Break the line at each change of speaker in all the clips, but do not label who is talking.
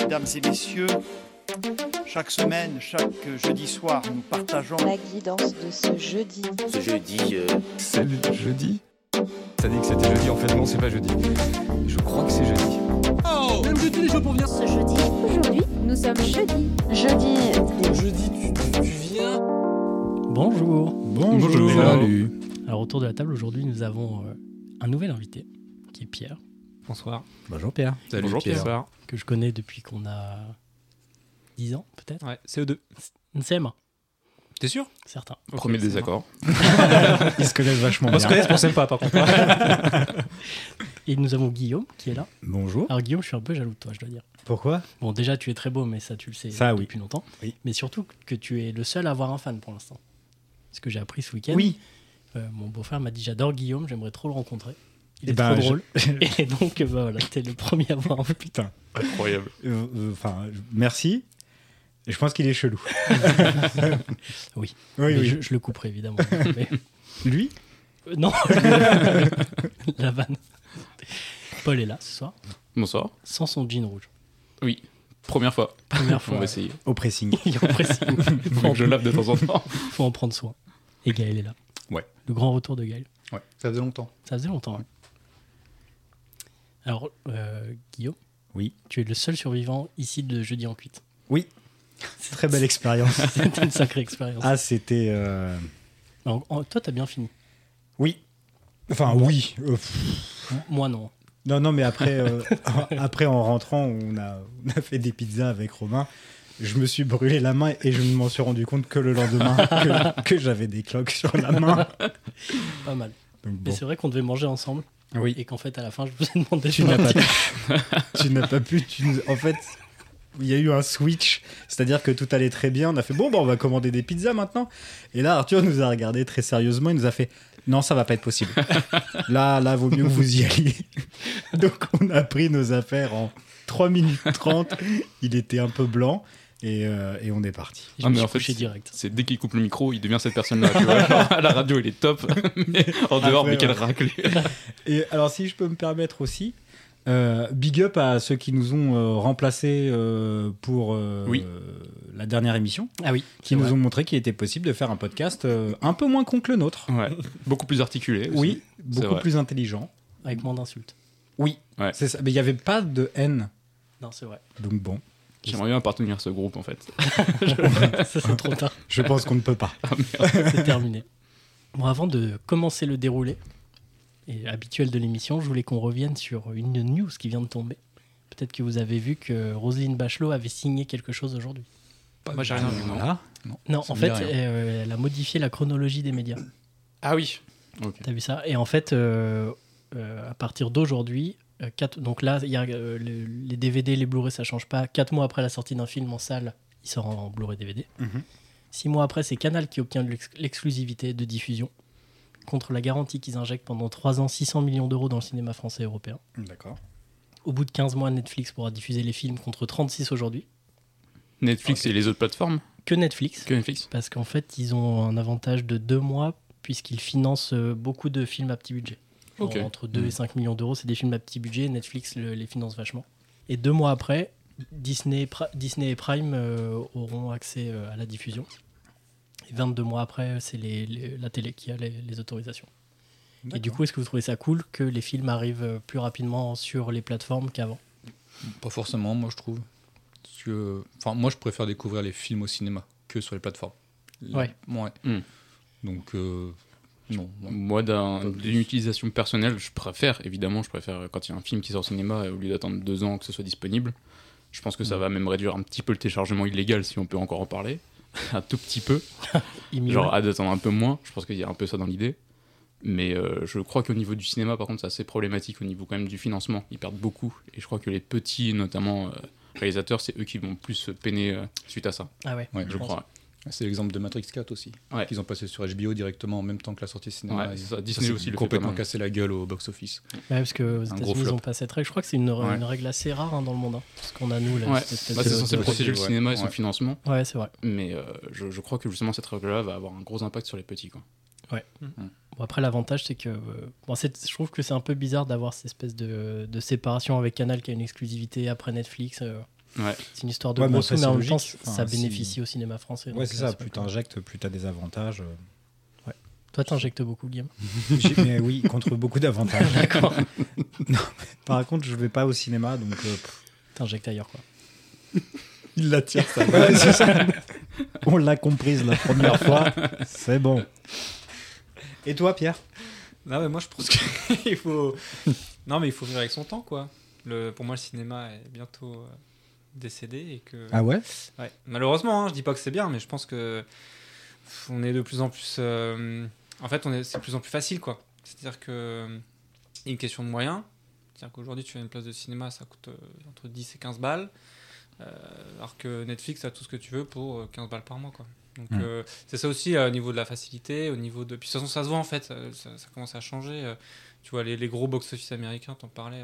mesdames et messieurs. Chaque semaine, chaque jeudi soir, nous partageons
La guidance de ce jeudi.
Ce jeudi, euh,
Salut jeudi T'as dit que c'était jeudi, en fait non c'est pas jeudi. Je crois que c'est jeudi.
ce jeudi. Aujourd'hui, nous sommes jeudi.
Jeudi,
Bonjour.
Bonjour. Salut.
Alors autour de la table aujourd'hui, nous avons euh, un nouvel invité qui est Pierre,
Bonsoir.
Bonjour Pierre.
Salut
Bonjour, Pierre.
Bonsoir.
que je connais depuis qu'on a 10 ans peut-être.
Ouais, CE2.
Une CM1,
T'es sûr
certain.
Premier désaccord. Ils se connaissent vachement
On se connaît, on s'aime pas par contre.
Et nous avons Guillaume qui est là.
Bonjour.
Alors Guillaume, je suis un peu jaloux de toi, je dois dire.
Pourquoi
Bon, déjà tu es très beau, mais ça tu le sais
Ça, oui.
depuis longtemps.
Oui.
Mais surtout que tu es le seul à avoir un fan pour l'instant. Ce que j'ai appris ce week-end.
Oui.
Euh, mon beau-frère m'a dit j'adore Guillaume, j'aimerais trop le rencontrer. Il
Eh
est
ben,
trop
je- Oh,
drôle. Et donc euh, bah, voilà, t'es le premier à avoir un fan.
Putain.
incroyable.
Euh, euh, Enfin, je- merci. Je pense qu'il est chelou.
Oui.
Oui,
Mais
oui.
Je, je le couperai évidemment. Mais-
Lui
Euh, non, la vanne. Paul est là ce soir,
Bonsoir.
sans son jean rouge.
Oui, première fois.
Première
On
fois.
va essayer.
Au pressing.
Il en précise.
Faut que je lave de temps en temps.
faut en prendre soin. Et Gaël est là.
Ouais.
Le grand retour de Gaël.
Ouais,
ça faisait longtemps. Ça faisait longtemps. hein. Alors, euh, Guillaume
Oui.
Tu es le seul survivant ici de Jeudi en cuite.
Très belle expérience.
C'était une sacrée expérience.
Ah, c'était. euh,
Alors, en- toi, t'as bien fini.
Oui. Enfin, oui. Euh, pff.
Moi, non.
non, non, mais après, euh, après en rentrant, on a, on a fait des pizzas avec Romain. Je me suis brûlé la main et je ne m'en suis rendu compte que le lendemain que, que j'avais des cloques sur la main.
Pas mal.
Donc, bon.
Mais c'est vrai qu'on devait manger ensemble.
Oui.
Et qu'en fait, à la fin, je vous ai demandé
Tu
de
n'as pas
partir.
pu. tu n'as pas pu. tu nous- En fait, il y a eu un switch. C'est-à-dire que tout allait très bien. On a fait bon, bah, on va commander des pizzas maintenant. Et là, Arthur nous a regardé très sérieusement. Il nous a fait non, ça va pas être possible. Là, là, vaut mieux que vous y alliez. Donc, on a pris nos affaires en 3 minutes 30. Il était un peu blanc. Et, euh, et on est parti.
Je
Ah,
me
mais
suis
en fait,
couché direct.
C'est dès qu'il coupe le micro, il devient cette personne-là. tu vois. Genre, à la radio, il est top. Mais en dehors,
Après,
euh,
mais quelle
ouais.
raclée.
Et alors, si je peux me permettre aussi, euh, big up à ceux qui nous ont euh, remplacés euh, pour euh,
Oui.
la dernière émission.
Ah oui.
qui nous ont montré qu'il était possible de faire un podcast euh, un peu moins con que le nôtre.
Ouais. Beaucoup plus articulé. aussi.
Oui,
C'est
beaucoup
vrai.
plus intelligent.
Avec moins d'insultes.
Oui,
Ouais.
c'est ça. Mais il n'y avait pas de haine.
Non, c'est vrai.
Donc bon,
J'aimerais bien appartenir à ce groupe en fait.
Ça, c'est trop tard.
je pense qu'on ne peut pas.
C'est terminé. Bon, avant de commencer le déroulé, et habituel de l'émission, je voulais qu'on revienne sur une news qui vient de tomber. Peut-être que vous avez vu que Roselyne Bachelot avait signé quelque chose aujourd'hui.
Moi, j'ai rien vu. non.
Voilà.
Non,
Ça
en
me
fait,
dit rien.
euh, elle a modifié la chronologie des médias.
Ah oui. Ok.
T'as vu ça Et en fait, euh, euh, à partir d'aujourd'hui, euh, quatre- donc là, il y a, euh, le- les DVD, les Blu-ray, ça change pas. Quatre mois après la sortie d'un film en salle, il sort en Blu-ray DVD.
Mhm.
Six mois après, c'est Canal qui obtient l'ex- l'exclusivité de diffusion contre la garantie qu'ils injectent pendant trois ans 600 millions d'euros dans le cinéma français et européen.
D'accord.
Au bout de 15 mois, Netflix pourra diffuser les films contre 36 aujourd'hui.
Netflix et les autres plateformes
Que Netflix
que Netflix
Parce qu'en fait, ils ont un avantage de deux mois puisqu'ils financent euh, beaucoup de films à petit budget. Genre
Ok.
Entre 2 et 5 millions d'euros, c'est des films à petit budget. Netflix le- les finance vachement. Et deux mois après, Disney, et Pri- Disney et Prime euh, auront accès euh, à la diffusion. Et 22 mois après, c'est les- les- la télé qui a les, les autorisations. Et du coup, est-ce que vous trouvez ça cool que les films arrivent euh, plus rapidement sur les plateformes qu'avant
Pas forcément, moi je trouve. Parce que, enfin, moi je préfère découvrir les films au cinéma que sur les plateformes.
Ouais.
Ouais.
Hmm.
Donc, euh, non. moi.
Moi, d'un- d'une utilisation personnelle, je préfère, évidemment, je préfère euh, quand il y a un film qui sort au cinéma, et au lieu d'attendre deux ans que ce soit disponible, je pense que ça va même réduire un petit peu le téléchargement illégal, si on peut encore en parler, un tout petit peu,
Ils
genre à d'attendre un peu moins, je pense qu'il y a un peu ça dans l'idée. Mais euh, je crois qu'au niveau du cinéma, par contre, c'est assez problématique au niveau quand même du financement. Ils perdent beaucoup. Et je crois que les petits, notamment euh, réalisateurs, c'est eux qui vont plus se peiner euh, suite à ça.
Ah ouais.
Ouais,
Je crois.
C'est l'exemple de Matrix 4 aussi.
Ouais.
Qu'ils ont passé sur HBO directement en même temps que la sortie cinéma.
Ouais,
Et
c'est ça, Disney
s'est
aussi le fait pas
complètement
mal.
cassé la gueule au box-office.
Ouais, parce que
gros
aux États-Unis, ils
flop.
ont pas cette règle. Je crois que c'est une,
Ouais.
une règle assez rare hein, dans le monde. hein. Parce qu'on a, nous, là,
Ouais,
cette espèce
Bah, c'est
de-
censé
de-
protéger le
ouais.
cinéma et son
Ouais.
financement.
Ouais, c'est vrai.
Mais euh, je, je crois que justement cette règle-là va avoir un gros impact sur les petits. Quoi.
Bon, après, l'avantage, c'est que. euh, bon, c'est- je trouve que c'est un peu bizarre d'avoir cette espèce de, de séparation avec Canal qui a une exclusivité après Netflix. euh,
Ouais.
C'est une histoire de
Ouais, mais
gros
après,
sous, mais
c'est
en même
logique.
temps, ça
Enfin, si-
bénéficie au cinéma français.
Ouais,
donc euh,
c'est
là,
ça.
pas
Plus
cool.
t'injectes, plus t'as des avantages. euh.
Toi, t'injectes beaucoup, Guillaume.
J'ai- mais oui, contre beaucoup d'avantages. D'accord. Par contre, je vais pas au cinéma, donc. euh, pff.
T'injectes ailleurs, quoi.
Il la tire, ça.
Ouais, c'est ça. On l'a comprise la première fois. C'est bon. Et toi, Pierre
Non, mais moi je pense qu'il faut. Non, mais il faut vivre avec son temps, quoi. Le... Pour moi, le cinéma est bientôt euh, décédé et que.
Ah ouais
Ouais. Malheureusement, hein, je dis pas que c'est bien, mais je pense que pff, on est de plus en plus. euh, en fait, on est, c'est de plus en plus facile, quoi. C'est-à-dire que euh, il y a une question de moyens. C'est-à-dire qu'aujourd'hui, tu as une place de cinéma, ça coûte euh, entre 10 et 15 balles, euh, alors que Netflix a tout ce que tu veux pour euh, 15 balles par mois, quoi. Donc
Mm.
euh, c'est ça aussi euh, au niveau de la facilité, au niveau de. Puis de toute façon, ça se voit en fait, euh, ça, ça commence à changer. euh, tu vois les, les gros box-office américains, t'en parlais.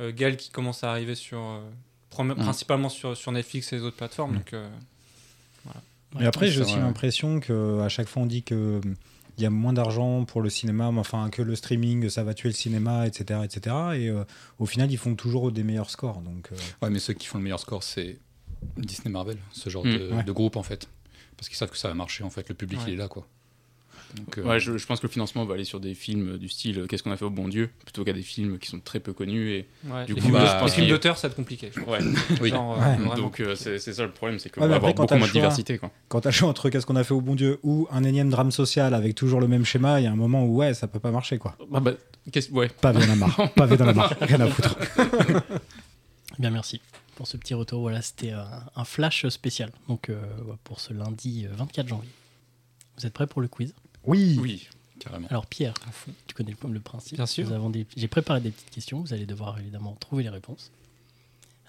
euh, euh, Gal qui commence à arriver sur euh, prom- principalement sur, sur Netflix et les autres plateformes. Donc euh,
Mais après, j'ai
c'est
aussi
vrai.
l'impression que à chaque fois on dit que il y a moins d'argent pour le cinéma, mais enfin que le streaming ça va tuer le cinéma, etc., etc. Et euh, au final, ils font toujours des meilleurs scores. Donc, euh,
Ouais, mais ceux qui font le meilleur score, c'est Disney Marvel, ce genre
Mm.
de,
Ouais.
de groupe en fait. Parce qu'ils savent que ça va marcher en fait, le public
Ouais.
il est là quoi. Donc, euh,
Ouais, je, je pense que le financement va aller sur des films du style euh, Qu'est-ce qu'on a fait au bon Dieu plutôt qu'à des films qui sont très peu connus. Et...
ouais, les
Du coup,
films de-
bah,
les films
euh,
d'auteur, ça va être compliqué. je pense.
Ouais.
Oui.
Genre, euh,
Ouais.
vraiment.
Donc euh, c'est c'est ça le problème, c'est qu'on
Ouais, mais
va
après,
avoir
quand
beaucoup
t'as le
moins de
choix-
diversité. Quoi.
quand t'as le choix entre qu'est-ce qu'on a fait au bon Dieu ou un énième drame social avec toujours le même schéma, il y a un moment où ouais, ça peut pas marcher quoi.
Ah bah, qu'est-ce- ouais.
Pavé dans la mare, pavé dans la mare, rien à foutre.
Eh Bien, merci pour ce petit retour. Voilà, c'était euh, un, un flash spécial. Donc, euh, ouais, pour ce lundi euh, 24 janvier. Vous êtes prêts pour le quiz
Oui.
Oui.
carrément.
Alors, Pierre,
À fond.
tu connais le, le principe.
Bien sûr.
Nous avons des- J'ai préparé des petites questions. Vous allez devoir évidemment trouver les réponses.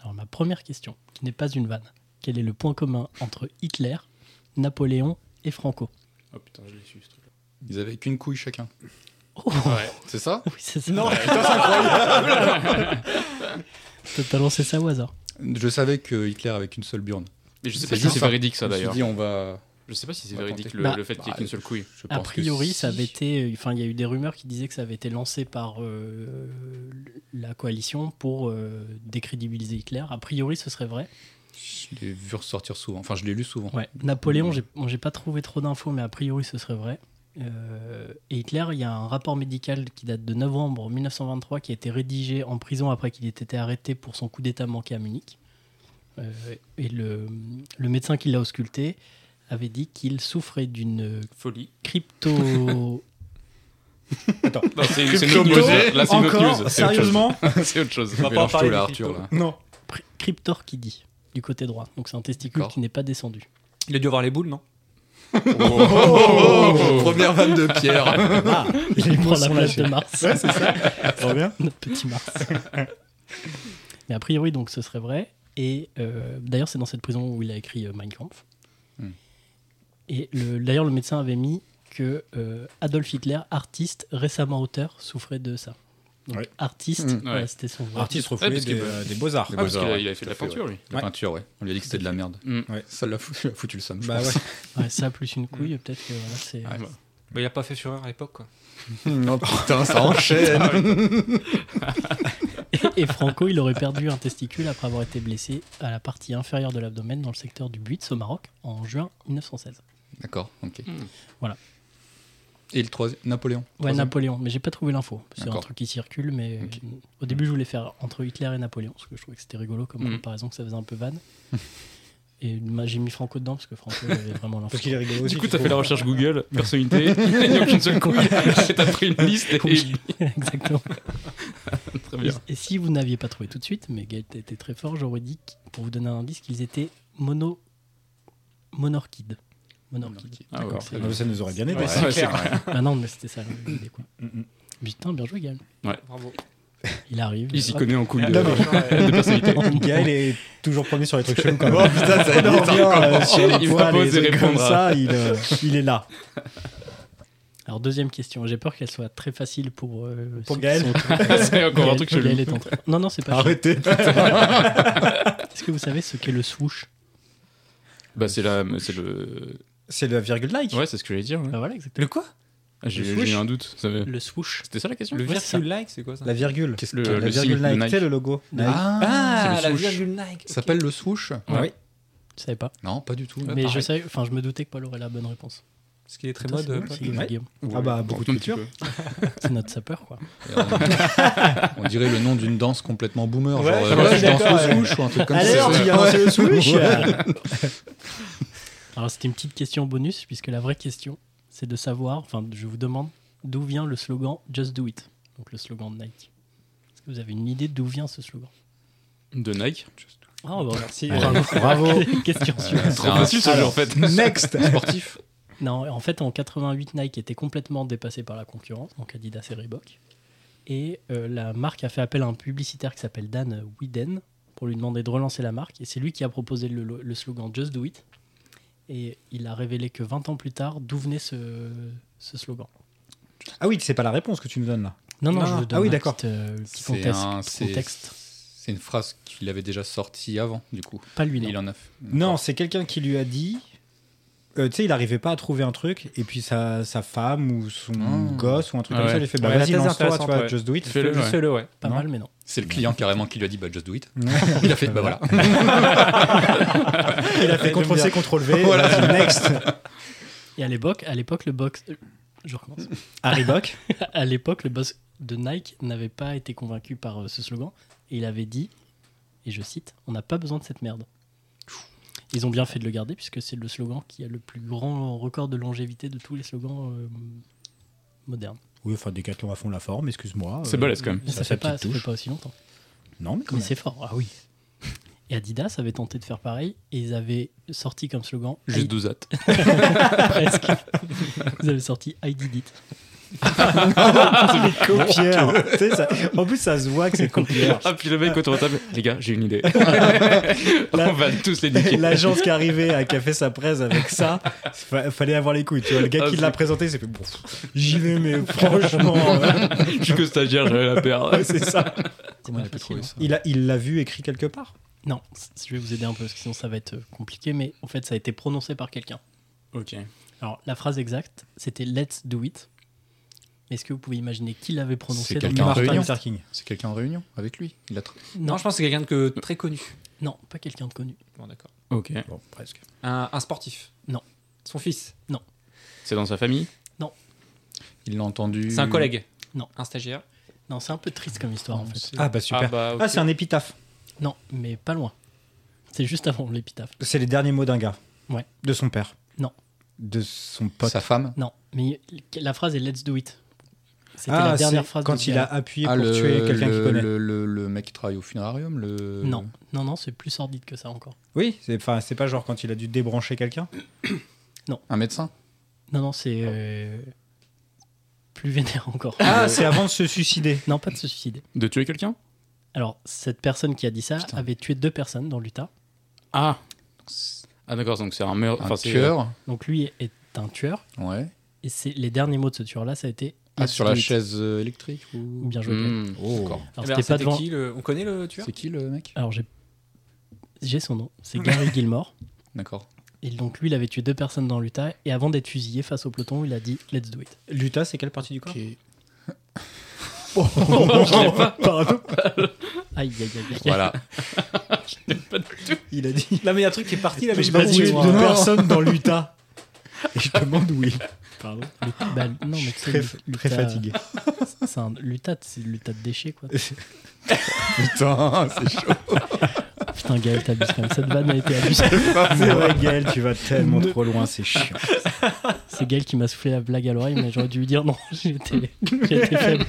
Alors, ma première question, qui n'est pas une vanne. Quel est le point commun entre Hitler, Napoléon et Franco
Oh putain, je l'ai su ce truc-là.
Ils avaient qu'une couille chacun.
Oh,
Ouais.
C'est ça
oui, c'est ça. Non, T'as lancé ça au hasard.
Je savais que Hitler avait qu'une seule burne.
Mais je sais
C'est
pas si
juste
c'est
ça.
véridique ça
Je me suis
d'ailleurs.
dit, on va.
Je sais pas si c'est
On va
véridique
tenter.
le,
Bah,
le fait qu'il y ait
bah,
qu'une seule couille.
Je
A
pense que
priori,
si.
ça avait été. euh, Enfin, il y a eu des rumeurs qui disaient que ça avait été lancé par euh, la coalition pour euh, décrédibiliser Hitler. A priori, ce serait vrai.
Je l'ai vu ressortir souvent. Enfin, je l'ai lu souvent.
Ouais. Napoléon, j'ai bon, j'ai pas trouvé trop d'infos, mais a priori, ce serait vrai. Euh, et Hitler, il y a un rapport médical qui date de novembre 1923 qui a été rédigé en prison après qu'il ait été arrêté pour son coup d'État manqué à Munich. Euh, et le, le médecin qui l'a ausculté avait dit qu'il souffrait d'une
Folie.
crypto.
Non, c'est c'est une
Crypto-
autre news. Là, c'est une autre news.
Encore
C'est autre chose.
Sérieusement
C'est autre chose.
On va pas
Mélange tout,
parler
là,
des
Arthur,
cryptos.
là.
Non.
Pri- Cryptor qui dit du côté droit. Donc c'est un testicule
D'accord. Oh.
qui n'est pas descendu.
Il a dû avoir les boules, non Oh.
Première vanne de Pierre.
Ah, Il prend la
sont
place
lâchés.
de Mars,
Très bien.
notre petit Mars. Mais a priori, donc ce serait vrai. Et euh, d'ailleurs, c'est dans cette prison où il a écrit euh, Mein Kampf.
Hmm.
Et le- d'ailleurs, le médecin avait mis que euh, Adolf Hitler, artiste récemment auteur, souffrait de ça. Donc,
Ouais.
artiste,
Hmm, ouais.
voilà, c'était son vrai.
Artiste
Ouais,
refoulé
parce que-
des, euh, des beaux-arts.
Des
Ah, parce
beaux-arts,
qu'il a-
ouais,
il a fait de la
tout à fait,
peinture, lui.
La peinture, ouais. On lui a dit que c'était de la merde.
Mm.
Ouais.
Ça l'a foutu, l'a foutu le sam. je
Bah
pense.
ouais.
Ouais, ça plus une couille,
Hmm.
peut-être que voilà, c'est.
Ah,
Ouais.
bah, Il a pas fait fureur à l'époque, quoi.
Non, putain, ça enchaîne.
Et Franco, il aurait perdu un testicule après avoir été blessé à la partie inférieure de l'abdomen dans le secteur du Buitz au Maroc en juin 1916.
D'accord, ok.
Mm.
Voilà.
Et le troisième, Napoléon.
Ouais,
Troisième.
Napoléon, mais j'ai pas trouvé l'info. C'est un
D'accord.
truc qui circule, mais
Ok.
euh, au début, je voulais faire entre Hitler et Napoléon, parce que je trouvais que c'était rigolo comme
Mhm.
comparaison, que ça faisait un peu vanne. Et moi, j'ai mis Franco dedans, parce que Franco, il avait vraiment l'info.
Parce qu'il est rigolo aussi.
Du coup,
tu
t'as fait
trouves.
la recherche Google, personnalité, il n'y a qu'une seule couille. T'as pris une liste et.
Oui, Exactement.
Très bien.
Et, et si vous n'aviez pas trouvé tout de suite, mais Gaël était très fort, j'aurais dit, qu- pour vous donner un indice, qu'ils étaient mono... monorchides. Monorchides.
Ah, ouais,
D'accord.
très
Ah, mais Ça nous aurait bien aidé.
Ouais,
ça.
ouais, c'est vrai.
Ah non, mais c'était ça l'idée, quoi.
Mm, mm.
Putain, bien joué, Gaël.
Bravo.
Il arrive.
Il s'y
hop,
connaît en couille de,
Non, mais-
de personnalité.
Gaël est toujours premier sur les trucs chelous comme
Oh putain, ça
Non, bien, euh, sur les
Il
poils,
propose
les
de
trucs comme
répondre à-
ça, il, euh, il est là.
Alors, deuxième question. J'ai peur qu'elle soit très facile pour. euh,
Pour
ceux qui
Gaël.
sont autour.
C'est encore un
Gaël-
truc chelou.
Gaël est en train- Non, non, c'est pas. chelou.
Arrêtez.
Est-ce que vous savez ce qu'est le swoosh
Bah, c'est la. C'est le.
C'est le virgule like.
Ouais, c'est ce que j'allais dire. ouais.
Bah voilà, exactement.
Le quoi
Ah, J'ai
Le
j'ai
swoosh
eu un doute. ça va-
Le swoosh.
C'était ça la question
Le
Ouais, c'est ça.
virgule like, c'est quoi ça
La virgule.
Qu'est-ce que-
la
le
virgule
sigle de
Nike,
Nike.
tu sais, le logo. Nike.
Ah,
c'est
la
le swoosh.
virgule like.
Ça
ok.
s'appelle le swoosh
Ouais.
oui. Je savais pas.
Non, pas du tout. Ah,
mais je savais, enfin, je me doutais que Paul aurait la bonne réponse.
Parce qu'il est très
Putain,
mode.
c'est
euh,
bon,
Paul.
c'est Guillaume.
Ouais.
Guillaume.
Ah bah, beaucoup de
Un petit
culture.
peu.
C'est notre sapeur, quoi.
Et On, on dirait le nom d'une danse complètement boomer.
Ouais,
genre,
je
euh,
suis
je danse
d'accord,
le swoosh ou un truc comme
Allez,
ça.
on y a lancé le swoosh
Alors, c'était une petite question bonus, puisque la vraie question, c'est de savoir, enfin, je vous demande, d'où vient le slogan Just Do It Donc, le slogan de Nike. Est-ce que vous avez une idée d'où vient ce slogan
De Nike.
Ah, bah, merci.
Ouais.
Bravo. question suivante.
Trop facile ce jeu en fait.
Next
Sportif.
Non, en fait, en 88, Nike était complètement dépassé par la concurrence, donc Adidas et Reebok. Et euh, la marque a fait appel à un publicitaire qui s'appelle Dan Whedon pour lui demander de relancer la marque. Et c'est lui qui a proposé le, lo- le slogan Just Do It. Et il a révélé que 20 ans plus tard, d'où venait ce, ce slogan.
Ah oui, c'est pas la réponse que tu nous donnes là.
Non, non,
Ah,
je vous
ah
donne
oui,
un
d'accord.
petit, euh, le petit
C'est
contexte.
un- c'est-
contexte.
C'est une phrase qu'il avait déjà sortie avant, du coup.
Pas lui,
Et
non.
Il en a fait.
Non, c'est quelqu'un qui lui a dit. euh, tu sais, il arrivait pas à trouver un truc, et puis sa, sa femme ou son
Hmm.
gosse ou un truc
Ah
comme ça
ouais.
lui fait Bah
Ouais, la
vas-y,
thèse
lance-toi, tu
intéressante,
vois,
ouais.
just do it.
Fais-le,
Juste
ouais.
Fais-le, ouais.
Pas
non.
mal, mais non.
C'est le client carrément qui lui a dit bah just do it.
Ouais.
Il a fait bah voilà.
Il a fait CTRL-C, CTRL-V, voilà. next
Et à l'époque, à l'époque, le box. euh, Je recommence.
Harry Bock.
À l'époque, le boss de Nike n'avait pas été convaincu par euh, ce slogan et il avait dit, et je cite, On n'a pas besoin de cette merde. Ils ont bien fait de le garder puisque c'est le slogan qui a le plus grand record de longévité de tous les slogans euh, modernes.
Oui, enfin, Décathlon à fond la forme, excuse-moi.
C'est
Euh,
balèze quand même.
Mais ça,
a sa
fait pas,
petite
ça fait
touche.
pas aussi longtemps.
Non, mais quand
Mais
même.
c'est fort, ah oui. Et Adidas avait tenté de faire pareil et ils avaient sorti comme slogan
Juste
I-
deux at.
presque. Ils avaient sorti I did it.
Copieur. Tu sais, ça- En plus, ça se voit que c'est copieur.
Ah, puis le mec autour de la table. Les gars, j'ai une idée.
Là-
On va tous les niquer.
L'agence qui arrivait à Café sa presse avec ça, fa- fallait avoir les couilles. Tu vois, le gars
Ah,
qui
c'est-
l'a présenté, c'est fait bon, j'y vais, mais franchement, euh,
Je suis que stagiaire, j'avais la perdre.
ouais, c'est ça.
C'est moins
Il a pu
facile,
trouver
hein.
ça.
Il a- il l'a vu écrit quelque part.
Non, c- je vais vous aider un peu parce que sinon ça va être euh, compliqué, mais en fait ça a été prononcé par quelqu'un.
Ok.
Alors la phrase exacte, c'était Let's do it. Mais Est-ce que vous pouvez imaginer qui l'avait prononcé
C'est
dans le
quelqu'un en
marketing
réunion.
Luther King.
C'est quelqu'un en réunion avec lui. Il a tr-
Non,
non,
je pense que c'est quelqu'un de très connu.
non, pas quelqu'un de connu.
Bon, d'accord.
Ok.
Bon, presque.
Un, un sportif.
Non.
Son fils.
C'est dans sa famille
il l'a entendu.
C'est un collègue.
Non.
Un stagiaire.
Non, c'est un peu triste comme histoire en fait.
Ah bah super. Ah,
bah, ok.
c'est un épitaphe.
Non, mais pas loin. C'est juste avant l'épitaphe.
C'est les derniers mots d'un gars.
Ouais.
De son père.
Non.
De son pote.
Sa femme.
Non, mais la phrase est Let's do it. C'était
Ah,
la dernière
c'est
phrase
quand
de
il a
Zidane.
appuyé
Ah,
pour
le,
tuer quelqu'un
le-
qu'il connaît.
Le, le- le mec qui travaille au funérarium. Le...
Non, non, non, c'est plus sordide que ça encore.
Oui, c'est enfin, c'est pas genre quand il a dû débrancher quelqu'un.
Un médecin.
Non, non, c'est euh, plus vénère encore.
Ah, c'est avant de se suicider.
Non, pas de se suicider.
De tuer quelqu'un
Alors, cette personne qui a dit ça
Putain.
avait tué deux personnes dans l'Utah.
Ah Ah, d'accord, donc c'est un meurtre.
Euh, Un
Enfin, c'est- euh,
tueur.
Donc, lui est un tueur.
Ouais.
Et c'est les derniers mots de ce tueur-là, ça a été.
euh, Ah,
Let's
sur
do
la
it.
chaise euh, électrique ou...
Bien joué. Gaël.
Hmm.
D'accord.
Eh
Alors,
ben,
c'était pas
C'était
devant.
qui le... On connaît le tueur
Oh. C'est qui le mec
Alors, j'ai. J'ai son nom. C'est Gary Gilmore.
D'accord.
Et donc, lui, il avait tué deux personnes dans l'Utah. Et avant d'être fusillé face au peloton, il a dit Let's do it.
L'Utah, c'est quelle partie du corps
Pardon. Aïe, aïe, aïe, aïe.
Voilà.
Il a dit.
Non, mais il y a un truc qui est parti là, mais
J'ai
j'ai pas
tué
compris.
deux personnes dans l'Utah. Et je te demande où il est.
Pardon. Le- bah, non, mais
je suis
tu sais,
très,
le-
très
l'Utah-
fatigué.
c'est un- L'Utah, c'est l'Utah de déchets, quoi.
Putain, c'est chaud.
Putain, Gaël, t'abuses quand même. Cette vanne a été abusée.
C'est vrai, Gaël, tu vas tellement trop loin, c'est chiant.
C'est Gaël qui m'a soufflé la blague à l'oreille, mais j'aurais dû lui dire non, j'étais j'étais faible.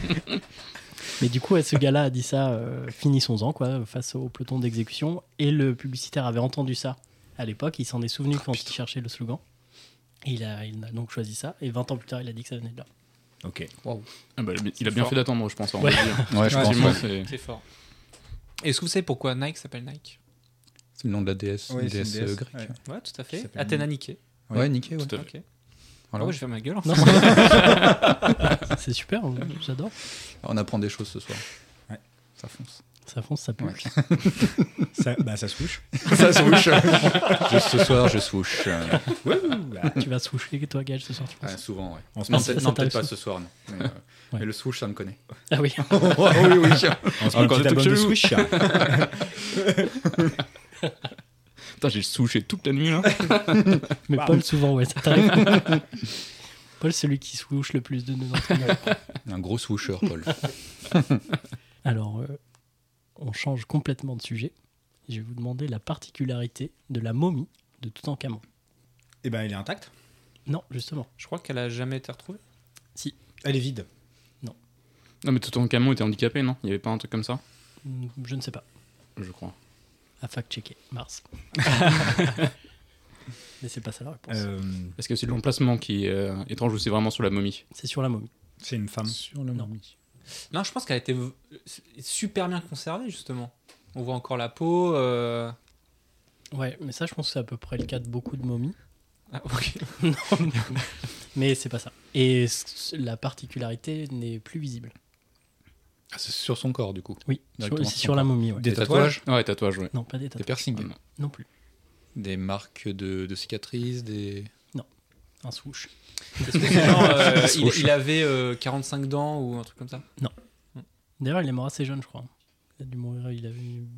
Mais du coup, ouais, ce gars-là a dit ça, euh, finissons-en, quoi, face au peloton d'exécution. Et le publicitaire avait entendu ça à l'époque, il s'en est souvenu quand il cherchait le slogan. Et il a, il a donc choisi ça, et 20 ans plus tard, il a dit que ça venait de là.
Ok.
Ah bah, il a bien
fort.
fait d'attendre, je pense. hein, on
Ouais.
va dire.
Ouais, je pense.
Effectivement,
ouais.
c'est.
C'est fort. Est-ce que vous savez pourquoi Nike s'appelle Nike
C'est le nom de la déesse.
Ouais,
une
c'est une
déesse euh,
déesse,
grecque.
ouais.
Ouais, tout à
Qui
fait.
s'appelle
Athéna Nike.
Ouais, nickel. Ouais.
Tout à fait.
Ok. Ah ouais, je vais ma gueule.
Non, C'est super, hein, j'adore.
On apprend des choses ce soir.
Ouais.
Ça fonce.
Ça fonce, ça pue.
ça, bah, ça swoosh.
Ça swoosh. Je- ce soir, je swoosh.
Wouhou.
Bah,
tu vas swoocher, toi, Gage, ce soir, tu penses
Ouais, souvent, ouais.
On se
non,
met-
peut-être
ça
non, peut-être
t'arrive
pas ce soir, non. Mais, euh,
Ouais.
mais le swoosh, ça me connaît.
Ah oui.
Oh, oui, oui.
On se met un
Encore des trucs
petit album de
chelous.
swoosh.
Putain, j'ai souché toute la nuit là.
Mais Paul, souvent, ouais, ça t'arrive. Paul, celui qui swoosh le plus de nos entraîneurs.
Un gros swoosher, Paul.
Alors, euh, on change complètement de sujet. Je vais vous demander la particularité de la momie de Toutankhamon.
Et ben, elle est intacte.
Non, justement.
Je crois qu'elle a jamais été retrouvée.
Elle est vide.
Non, mais Toutankhamon était handicapé, non Il n'y avait pas un truc comme ça
Hmm, Je ne sais pas.
Je crois.
À fact-checker. Mars. Mais c'est pas ça la réponse.
Euh,
Est-ce que c'est l'emplacement qui est euh, étrange ou c'est vraiment sur la momie
C'est sur la momie.
c'est une femme.
Sur la
Non.
Non, je pense qu'elle a été v- super bien conservée, justement. On voit encore la peau. euh,
Ouais, mais ça, je pense que c'est à peu près le cas de beaucoup de momies.
Ah, ok.
Non, mais- mais c'est pas ça. Et c- la particularité n'est plus visible.
Ah, C'est sur son corps, du coup.
Oui, sur,
Directement
c'est sur la momie. ouais.
Des, tatouages,
tatouages
Ah Ouais, tatouage, ouais.
Non, pas des
des
tatouages.
piercings,
Ah, non.
Non plus.
des marques de, de cicatrices, des.
Un swoosh.
Est-ce que c'est genre, euh, il,
Swoosh.
il avait euh, 45 dents ou un truc comme ça
D'ailleurs, il est mort assez jeune, je crois. Il a dû mourir, il avait une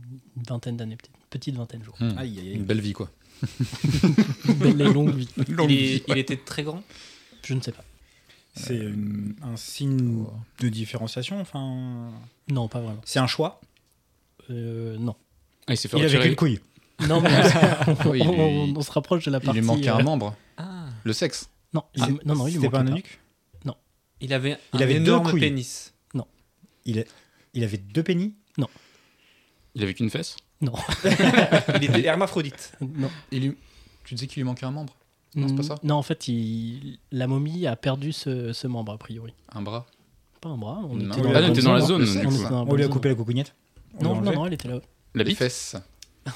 vingtaine d'années, peut-être. Une Petite vingtaine de jours.
Hmm.
Aïe, aïe,
Une
aïe.
belle vie, quoi.
Une Belle et longue vie.
il, est- il était très grand.
Je ne sais pas.
C'est une- un signe
voir.
de différenciation. Enfin,
Non, pas vraiment.
c'est un choix.
Euh, non.
Ah, il s'est fait
Il avait
retirer.
qu'une couille.
Non, mais on,
Oui, il
on-
lui-
on se rapproche de la
Il
partie.
lui manquait un
euh,
membre.
Ah.
Le sexe.
Non, il-
Ah,
non, non, il lui
C'était
manquait
pas un eunuque
Il avait
Il
un
avait deux
énorme
couilles.
pénis.
il, a- il avait deux pénis.
Il avait qu'une fesse
Il était hermaphrodite.
Non,
Il lui- Tu disais qu'il lui manquait un membre Non, c'est pas ça
Non, en fait, il- la momie a perdu ce, ce membre, a priori.
Un bras
Pas un bras,
Non.
on était dans
Ah,
la
non,
bonne
t'es dans la
zone,
On
du coup.
était dans la
On lui a
bonne
coupé la coucougnette. On
Non,
l'a
non,
enlevé.
non, elle était là.
La
Les
bite
fesses.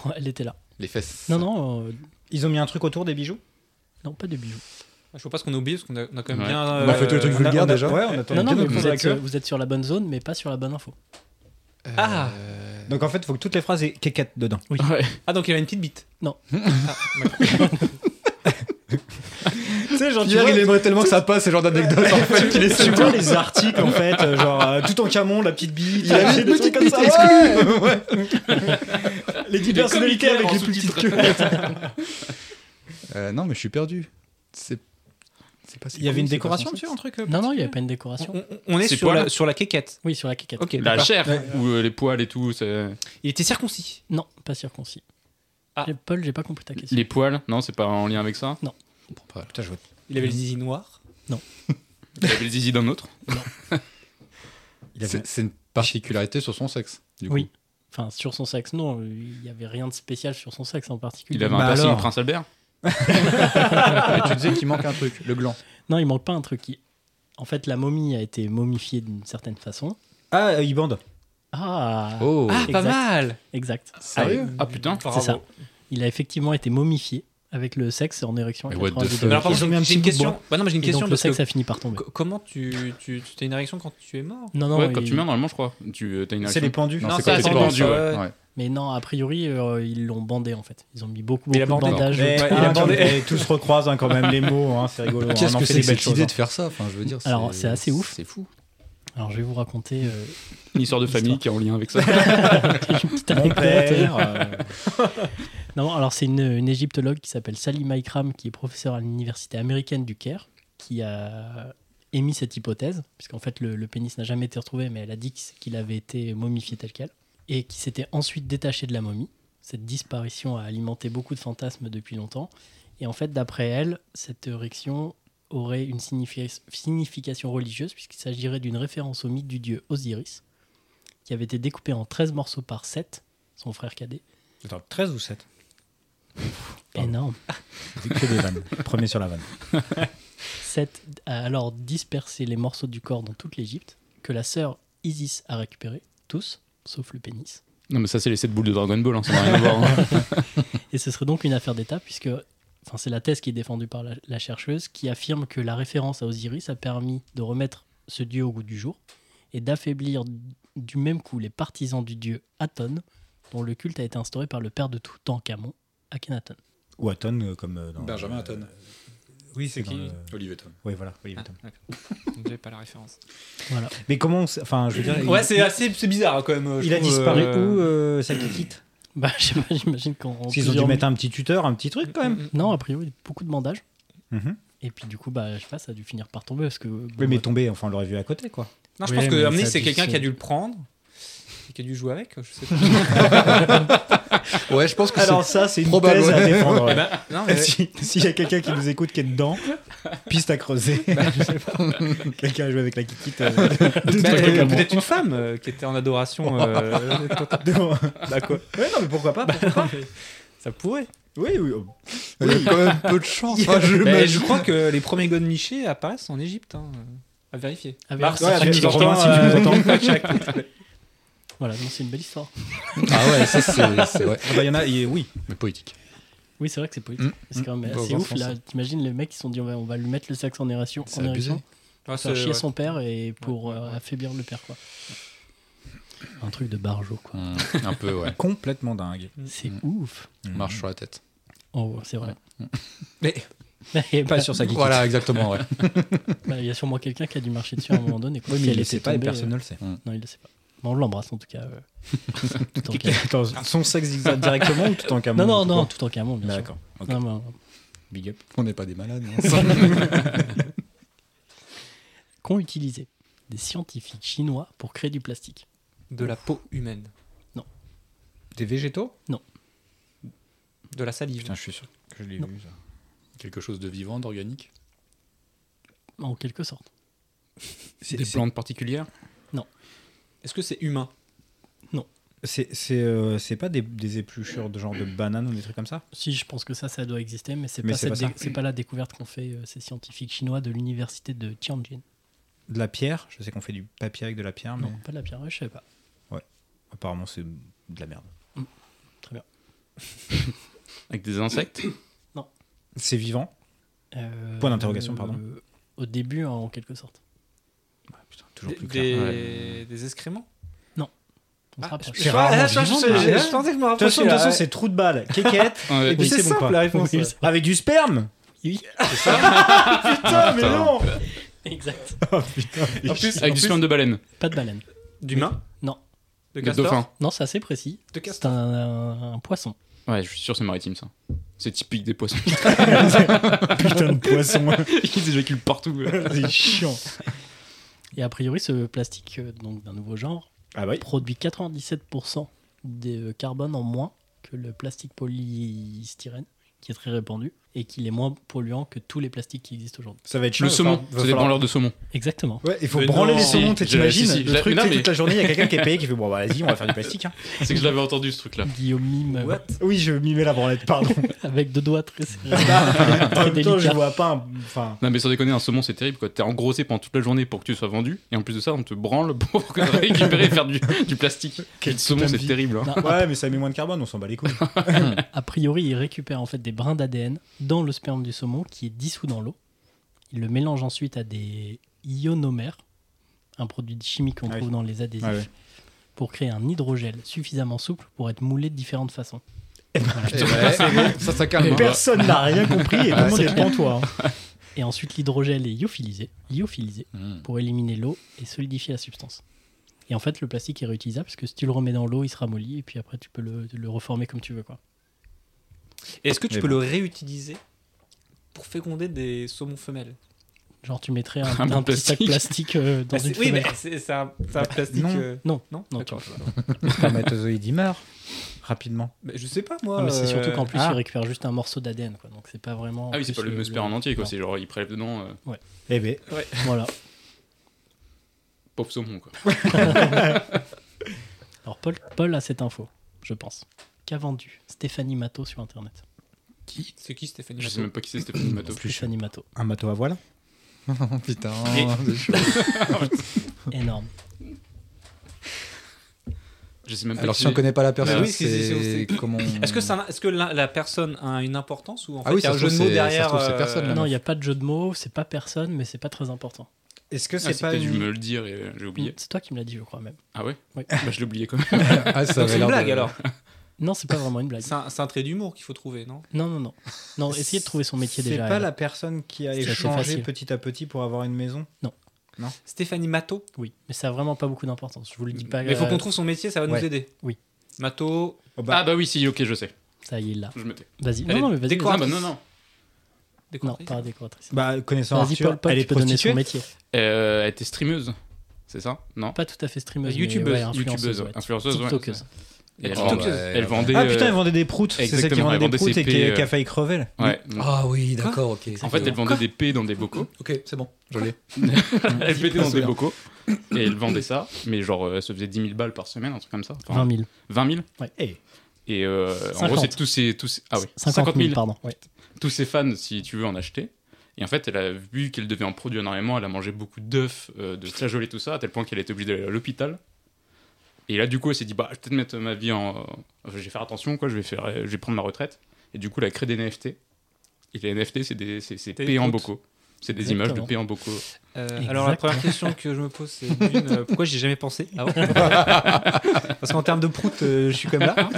Ouais, elle était là.
Les fesses.
Non, non, euh,
Ils ont mis un truc autour des bijoux.
non, pas de bijoux.
Je vois pas ce qu'on a oublié parce qu'on a, on a quand même
Ouais.
bien.
On a fait tout le truc
Euh, on a-
vulgaire
on a-
déjà.
Ouais, on attendait
Non,
bien
non, mais
notre tour
vous
de la
êtes,
queue.
euh, vous êtes sur la bonne zone, mais pas sur la bonne info.
Ah.
Euh,
Donc en fait, il faut que toutes les phrases aient quéquette dedans.
Ouais.
Ah, donc il avait une petite bite.
Tu sais, genre, tu
Pierre,
vois,
il aimerait tellement que ça passe, ce genre d'anecdote. en fait, qu'il
tu
est
vois les articles en fait, euh, genre euh, tout en camon, la petite bille,
Il a mis une petite bite exclue. Ouais.
les dix personnalités avec
en
les plus petites queues.
euh, non, mais je suis perdu. C'est. c'est pas- c'est
Il y avait
quoi,
une
c'est pas
décoration
censé-
dessus, un truc
Non, non, il n'y avait pas une décoration.
On, on- on est
Ses
sur la,
poils.
sur la quéquette.
Oui, sur la quéquette.
Ok,
La
d'accord.
chair Ou euh, les poils et tout. c'est-
Il était circoncis.
Non, pas circoncis.
Ah.
J'ai- Paul, j'ai pas compris ta question.
Les poils Non, c'est pas en lien avec ça
Je comprends pas.
Putain, je vois.
Il avait le zizi noir.
Il avait le zizi d'un autre
Il avait-
C'est c'est une particularité sur son sexe. Du coup.
Oui. Enfin, sur son sexe, non, il n'y avait rien de spécial sur son sexe en particulier.
Il avait un
Bah
piercing
alors.
Prince Albert
Mais tu disais qu'il manque un truc, le gland.
Non, il manque pas un truc. qui- En fait, la momie a été momifiée d'une certaine façon.
Ah, euh, il bande.
Ah,
Oh.
Ah, pas
Exact.
mal.
exact.
Sérieux
Ah putain
C'est ça. Il a effectivement été momifié avec le sexe en érection. à
Mais what the
90
fuck.
degrés.
Alors, par
Ils ont mis
contre,
un
j'ai une
petit bout de
question. Bah non, mais j'ai une
Et
question
donc le
parce que
sexe a fini par tomber.
co- comment tu tu tu t'as une érection quand tu es mort
Non, non,
Ouais, quand
il-
tu meurs, normalement, je crois. Tu as une
C'est
érection.
les pendus.
Non, ça,
c'est quoi,
c'est
les
bon,
pendus,
ça,
ouais.
ouais.
Ouais.
Mais non, a priori, euh, ils l'ont bandé en fait. Ils ont mis beaucoup,
Il a
beaucoup de
bandé.
bandages. euh,
Eh,
Ouais,
hein,
il a bandé.
comme- eh, tout se recroise hein, quand même les mots, hein, c'est rigolo.
Qu'est-ce
on en
que
fait
c'est
des belles
cette
choses,
idée
hein.
de faire ça Enfin, je veux dire.
Alors, c'est assez ouf.
C'est fou.
Alors je vais vous raconter euh,
Une histoire de famille qui est en lien avec ça.
une petite
Mon
anecdote.
père, euh,
Non, alors c'est une, une égyptologue qui s'appelle Sally Maikram, qui est professeure à l'université américaine du Caire, qui a émis cette hypothèse, puisqu'en fait le, le pénis n'a jamais été retrouvé, mais elle a dit qu'il s- qu'il avait été momifié tel quel, et qui s'était ensuite détaché de la momie. Cette disparition a alimenté beaucoup de fantasmes depuis longtemps, et en fait d'après elle, cette érection aurait une signifi- signification religieuse, puisqu'il s'agirait d'une référence au mythe du dieu Osiris, qui avait été découpé en 13 morceaux par Seth, son frère cadet.
Attends, 13 ou 7 Pardon.
Énorme.
C'est que des vannes. Premier sur la vanne.
7 a alors dispersé les morceaux du corps dans toute l'Égypte, que la sœur Isis a récupéré, tous, sauf le pénis.
Non, mais ça, c'est les 7 boules de Dragon Ball, hein, ça n'a rien à voir. hein.
Et ce serait donc une affaire d'État, puisque enfin, c'est la thèse qui est défendue par la, la chercheuse, qui affirme que la référence à Osiris a permis de remettre ce dieu au goût du jour et d'affaiblir du même coup les partisans du dieu Aton, dont le culte a été instauré par le père de tout temps Camon, Akhenaton.
Ou Aton, euh, comme euh, dans.
Benjamin
euh,
Aton.
Oui, c'est
C'est
qui
qui
Olivier Tom.
Oui, voilà, Olivier
Ah,
Aton.
d'accord. Donc, J'ai pas la référence.
Voilà.
Mais comment on sait- Enfin, je veux dire.
Ouais,
il-
c'est assez c'est bizarre hein, quand même. je
Il a
trouve,
disparu
euh,
où, euh, Sakikit
Bah, je sais pas, j'imagine qu'on rend
S'ils ont dû
plusieurs-
mettre un petit tuteur, un petit truc quand même.
Non, a priori, beaucoup de bandages.
Mhm.
Et puis du coup, bah, je sais pas, ça a dû finir par tomber parce que.
Oui, mais tombé, enfin, on l'aurait vu à côté, quoi.
Non, je
Oui,
pense que
mais
Omni,
ça
c'est
dit-
quelqu'un
c'est-
qui a dû le prendre et qui a dû jouer avec. Je sais pas.
Ouais, je pense que
Ah, Alors
c'est.
ça, c'est une
probable,
thèse à
ouais.
défendre. ouais.
Eh ben, non, mais-
Si- S'il y a quelqu'un qui nous écoute qui est dedans, piste à creuser. Bah, Je sais pas. Quelqu'un a joué avec la kikite. euh, de-
Bah,
de-
euh,
de-
Peut-être une femme euh, qui était en adoration. euh,
de-
bah quoi
Ouais, non, mais pourquoi
Bah,
pas pourquoi pas.
Ça pourrait.
Oui, oui. oh.
Il y a quand même peu de chance. hein, je
Mais
m'imagine.
je crois que les premiers God Miché apparaissent en Égypte. hein, euh, À vérifier.
À
Mars,
vérifier.
si tu nous
Romain,
entends,
si tu nous
euh,
entends.
fact check.
Voilà, donc c'est une belle histoire.
Ah ouais, ça c'est c'est vrai.
Ah bah, il y en a, il- oui.
Mais poétique.
Oui, c'est vrai que c'est poétique.
Mm,
C'est quand même
Bah,
assez
voir
ouf là. T'imagines les mecs qui se sont dit on va, on va lui mettre le sax en érection,
C'est
en
abusé.
érection,
Ouais,
faire
c'est-
chier
ouais.
son père et pour
Ouais, ouais,
euh,
ouais.
affaiblir le père quoi. Un truc de barjo quoi.
Hum, un peu, ouais.
Complètement dingue.
C'est
Mm.
ouf.
Mmh.
On Marche sur la tête.
Oh, c'est vrai.
Mais-
Eh
Mm. Pas
bah,
sur Sakikit.
Voilà, exactement, ouais.
bah, il y a sûrement quelqu'un qui a dû marcher dessus à un moment donné. quoi.
Oui,
Qui
mais
a
il le
laissé
sait pas et
tomber,
personne ne le sait.
euh, Non, il le sait pas. Bon, on l'embrasse en tout cas. euh, tout en
Qui- qui-
camon.
Attends, son sexe zigzag directement ou tout en camion
Non, non, non, tout en camon, bien sûr.
D'accord. ok.
Non, mais, euh,
Big up.
On n'est pas des malades. hein.
Qu'ont utilisé des scientifiques chinois pour créer du plastique
De la peau humaine.
Des végétaux
De la salive.
Putain, je suis sûr.
que je l'ai
Non.
vu, ça. Quelque chose de vivant, d'organique
En quelque sorte.
Des plantes particulières
Est-ce que c'est humain
C'est c'est, euh, c'est pas des, des épluchures de genre de bananes ou des trucs comme ça
Si, je pense que ça, ça doit exister, mais c'est
Mais
pas,
c'est
cette
pas ça.
dé- c'est pas la découverte qu'ont fait euh, ces scientifiques chinois de l'université de Tianjin.
De la pierre Je sais qu'on fait du papier avec de la pierre, mais
Non, pas de la pierre, ouais, je sais pas.
apparemment c'est de la merde.
Avec des insectes
C'est vivant
Euh,
Point d'interrogation, pardon.
euh, Au début, hein, en quelque sorte.
Bah, Putain, toujours
Des-
plus clair.
Des... des excréments
On se
Ah,
rapproche.
je-
C'est
je-
rarement
ah, je- je-
vivant,
je-
mais-
je pensais que je me
De toute
rapprochais.
façon, de toute
là.
façon, c'est trou de balle, kékette,
Ouais.
et puis
C'est
c'est bon
simple
quoi.
la réponse.
Oui,
ouais.
c'est-
Avec du sperme
Oui,
Putain, mais
Attends.
non
exact.
Oh putain, mais
En plus,
Avec du sperme de baleine,
Pas de baleine.
d'humain
Non.
De
de
castor
dauphin.
Non, c'est assez précis.
De
C'est un, un- un poisson.
Ouais, je suis sûr, c'est maritime ça. C'est typique des poissons.
putain de poisson
Ils éjaculent partout.
Ah,
C'est chiant
Et a priori, ce plastique euh, donc d'un nouveau genre
Ah oui
produit 97% de euh, carbone en moins que le plastique polystyrène, qui est très répandu, et qu'il est moins polluant que tous les plastiques qui existent aujourd'hui.
Ça va être
Le
chiant.
saumon,
Enfin, va
c'est des
falloir-
branleurs de saumon.
Exactement.
Ouais, il faut
Mais
branler
non.
les saumons,
Si,
t'es-
je-
t'imagines
si, si, je
Le
l'ai-
truc,
non,
c'est
mais-
toute la journée, il y a quelqu'un qui est payé qui fait Bon, bah vas-y, on va faire du plastique. hein.
C'est que je l'avais entendu ce truc-là.
Guillaume mime euh,
Oui, je mimais la branlette, pardon.
avec deux doigts très serrés.
en même temps, je
délicat.
vois pas un. Enfin.
Non mais sans déconner, un saumon c'est terrible quoi. T'es engrossé pendant toute la journée pour que tu sois vendu et en plus de ça on te branle pour que tu récupérer et faire du, du plastique.
Quelle
Le saumon
putain de
c'est
vie.
terrible. hein.
Non, a,
Ouais, mais ça met moins de carbone, on s'en bat les couilles.
a priori, il récupère en fait des brins d'ADN dans le sperme du saumon qui est dissous dans l'eau. Il le mélange ensuite à des ionomères, un produit chimique qu'on
Ah oui.
trouve dans les adhésifs,
Ah oui.
pour créer un hydrogel suffisamment souple pour être moulé de différentes façons.
ben,
Eh ouais, Ça, ça calme. hein.
Personne n'a rien compris et tout
Ah,
le monde est devant toi. hein.
Et ensuite, l'hydrogel est lyophilisé, lyophilisé
Mm.
pour éliminer l'eau et solidifier la substance. Et en fait, le plastique est réutilisable parce que si tu le remets dans l'eau, il se ramollit et puis après, tu peux le, le reformer comme tu veux. Quoi.
Est-ce que tu
Mais
peux le réutiliser pour féconder des saumons femelles
Genre, tu mettrais un,
Un bon
un petit sac plastique
plastique. Ah,
euh, dans
Bah,
une
c'est- Oui,
femelle.
mais c'est c'est un, c'est un plastique.
non.
euh,
Non,
Non,
non,
D'accord.
Spermatozoïde, il meurt rapidement.
Mais Bah, je sais pas, moi.
Non, mais c'est surtout
euh,
qu'en plus,
ah.
il récupère juste un morceau d'ADN. quoi. Donc, c'est pas vraiment.
Ah oui c'est
plus
pas le musper en entier quoi.
Non.
C'est genre ils prélèvent dedans euh,
Eh ben,
Voilà.
pauvre saumon quoi.
Alors, Paul, Paul a cette info, je pense. Qu'a vendu Stéphanie Matteau sur Internet
C'est qui Stéphanie
Je sais
Matteau
même pas qui c'est Stéphanie Matteau.
Stéphanie Matteau.
un bateau à voile.
Oh, Putain,
Et-
c'est chaud.
Énorme.
Je sais même pas
Alors,
qui
si on
c'est.
connaît pas la
Bah
personne,
oui, c'est- c'est-
c'est
c'est-
comment.
Est-ce que, ça, est-ce que la, la personne a une importance ou en
Ah
fait
oui,
il y a
ça
un
se
jeu de
trouve,
mots
c'est- ça se
derrière euh,
trouve, c'est personne, là.
non, il n'y a pas de jeu de mots, c'est pas personne, mais c'est pas très important.
Est-ce que
Ah,
c'est
si,
pas
t'as dû
une-
me le dire et euh, j'ai oublié.
C'est toi qui me l'as dit, je crois même.
Ah ouais
Oui.
Bah, je l'ai oublié quand même.
Ah, ça
Donc,
avait
c'est une
l'air de-
blague alors.
Non, c'est pas vraiment une blague.
C'est un, c'est un trait d'humour qu'il faut trouver, non
Non, non, non. Non, essayez de trouver son métier
C'est
déjà.
pas
elle.
la personne qui a
C'est assez
échangé
facile.
petit à petit pour avoir une maison
Stéphanie Matteau.
Oui, mais ça a vraiment pas beaucoup d'importance. Je vous le dis pas.
Mais il faut
euh,
qu'on trouve son métier, ça va nous
ouais.
aider.
Oui.
Matteau.
Oh,
Ah bah oui, si, ok, je sais.
Ça y est, là.
Je me tais.
Vas-y.
Elle
Non,
est
non, mais vas-y.
Ah
décoratrice.
bah non, non.
des
Non,
compris.
pas décoratrice.
Bah, connaissant
Vas-y,
Arthur,
Paul, Paul,
elle est
tu peux donner son
prostituée
métier.
Euh, elle était streameuse, c'est ça Non
Pas tout à fait streameuse. mais
Youtubeuse,
ouais, influenceuse,
youtubeuse,
ouais.
influenceuse, ouais.
TikTokeuse.
Et elle,
Tiktokeuse.
vendait- elle vendait.
Ah putain,
euh,
elle vendait des proutes. C'est celle qui
exactement,
vendait
elle
des
vendait
proutes
ses
et qui,
P,
qui
euh,
a failli crever. là.
ouais.
Ah oui, d'accord, ok.
En fait, elle vendait des P dans des bocaux.
Ok, c'est bon, je l'ai.
elle pétait dans
c'est
des
bien.
bocaux. Et elle vendait ça, mais genre, euh, elle se faisait 10 000 balles par semaine, un truc comme ça. Enfin,
20 000.
20 000
Ouais.
eh.
Et euh, en gros,
50.
c'est tous ces, tous ces- Ah oui,
50 000, pardon. Ouais.
tous ses fans, si tu veux, en acheter. Et en fait, elle a vu qu'elle devait en produire énormément, elle a mangé beaucoup d'œufs, euh, de flageolets, tout ça, à tel point qu'elle était obligée d'aller à l'hôpital. Et là, du coup, elle s'est dit, bah, je vais peut-être mettre ma vie en. enfin, je vais faire attention, quoi, je vais, faire... euh, je vais prendre ma retraite. Et du coup, elle a créé des NFT. Et les NFT, c'est des c'est- c'est
Des
P en
notes.
bocaux. C'est des
Exactement.
images de P en bocaux.
Euh, alors la
Exactement.
première question que je me pose, c'est d'une, euh, pourquoi j'y ai jamais pensé
Ah
avant Parce qu'en termes de prout, euh, je suis comme là. hein.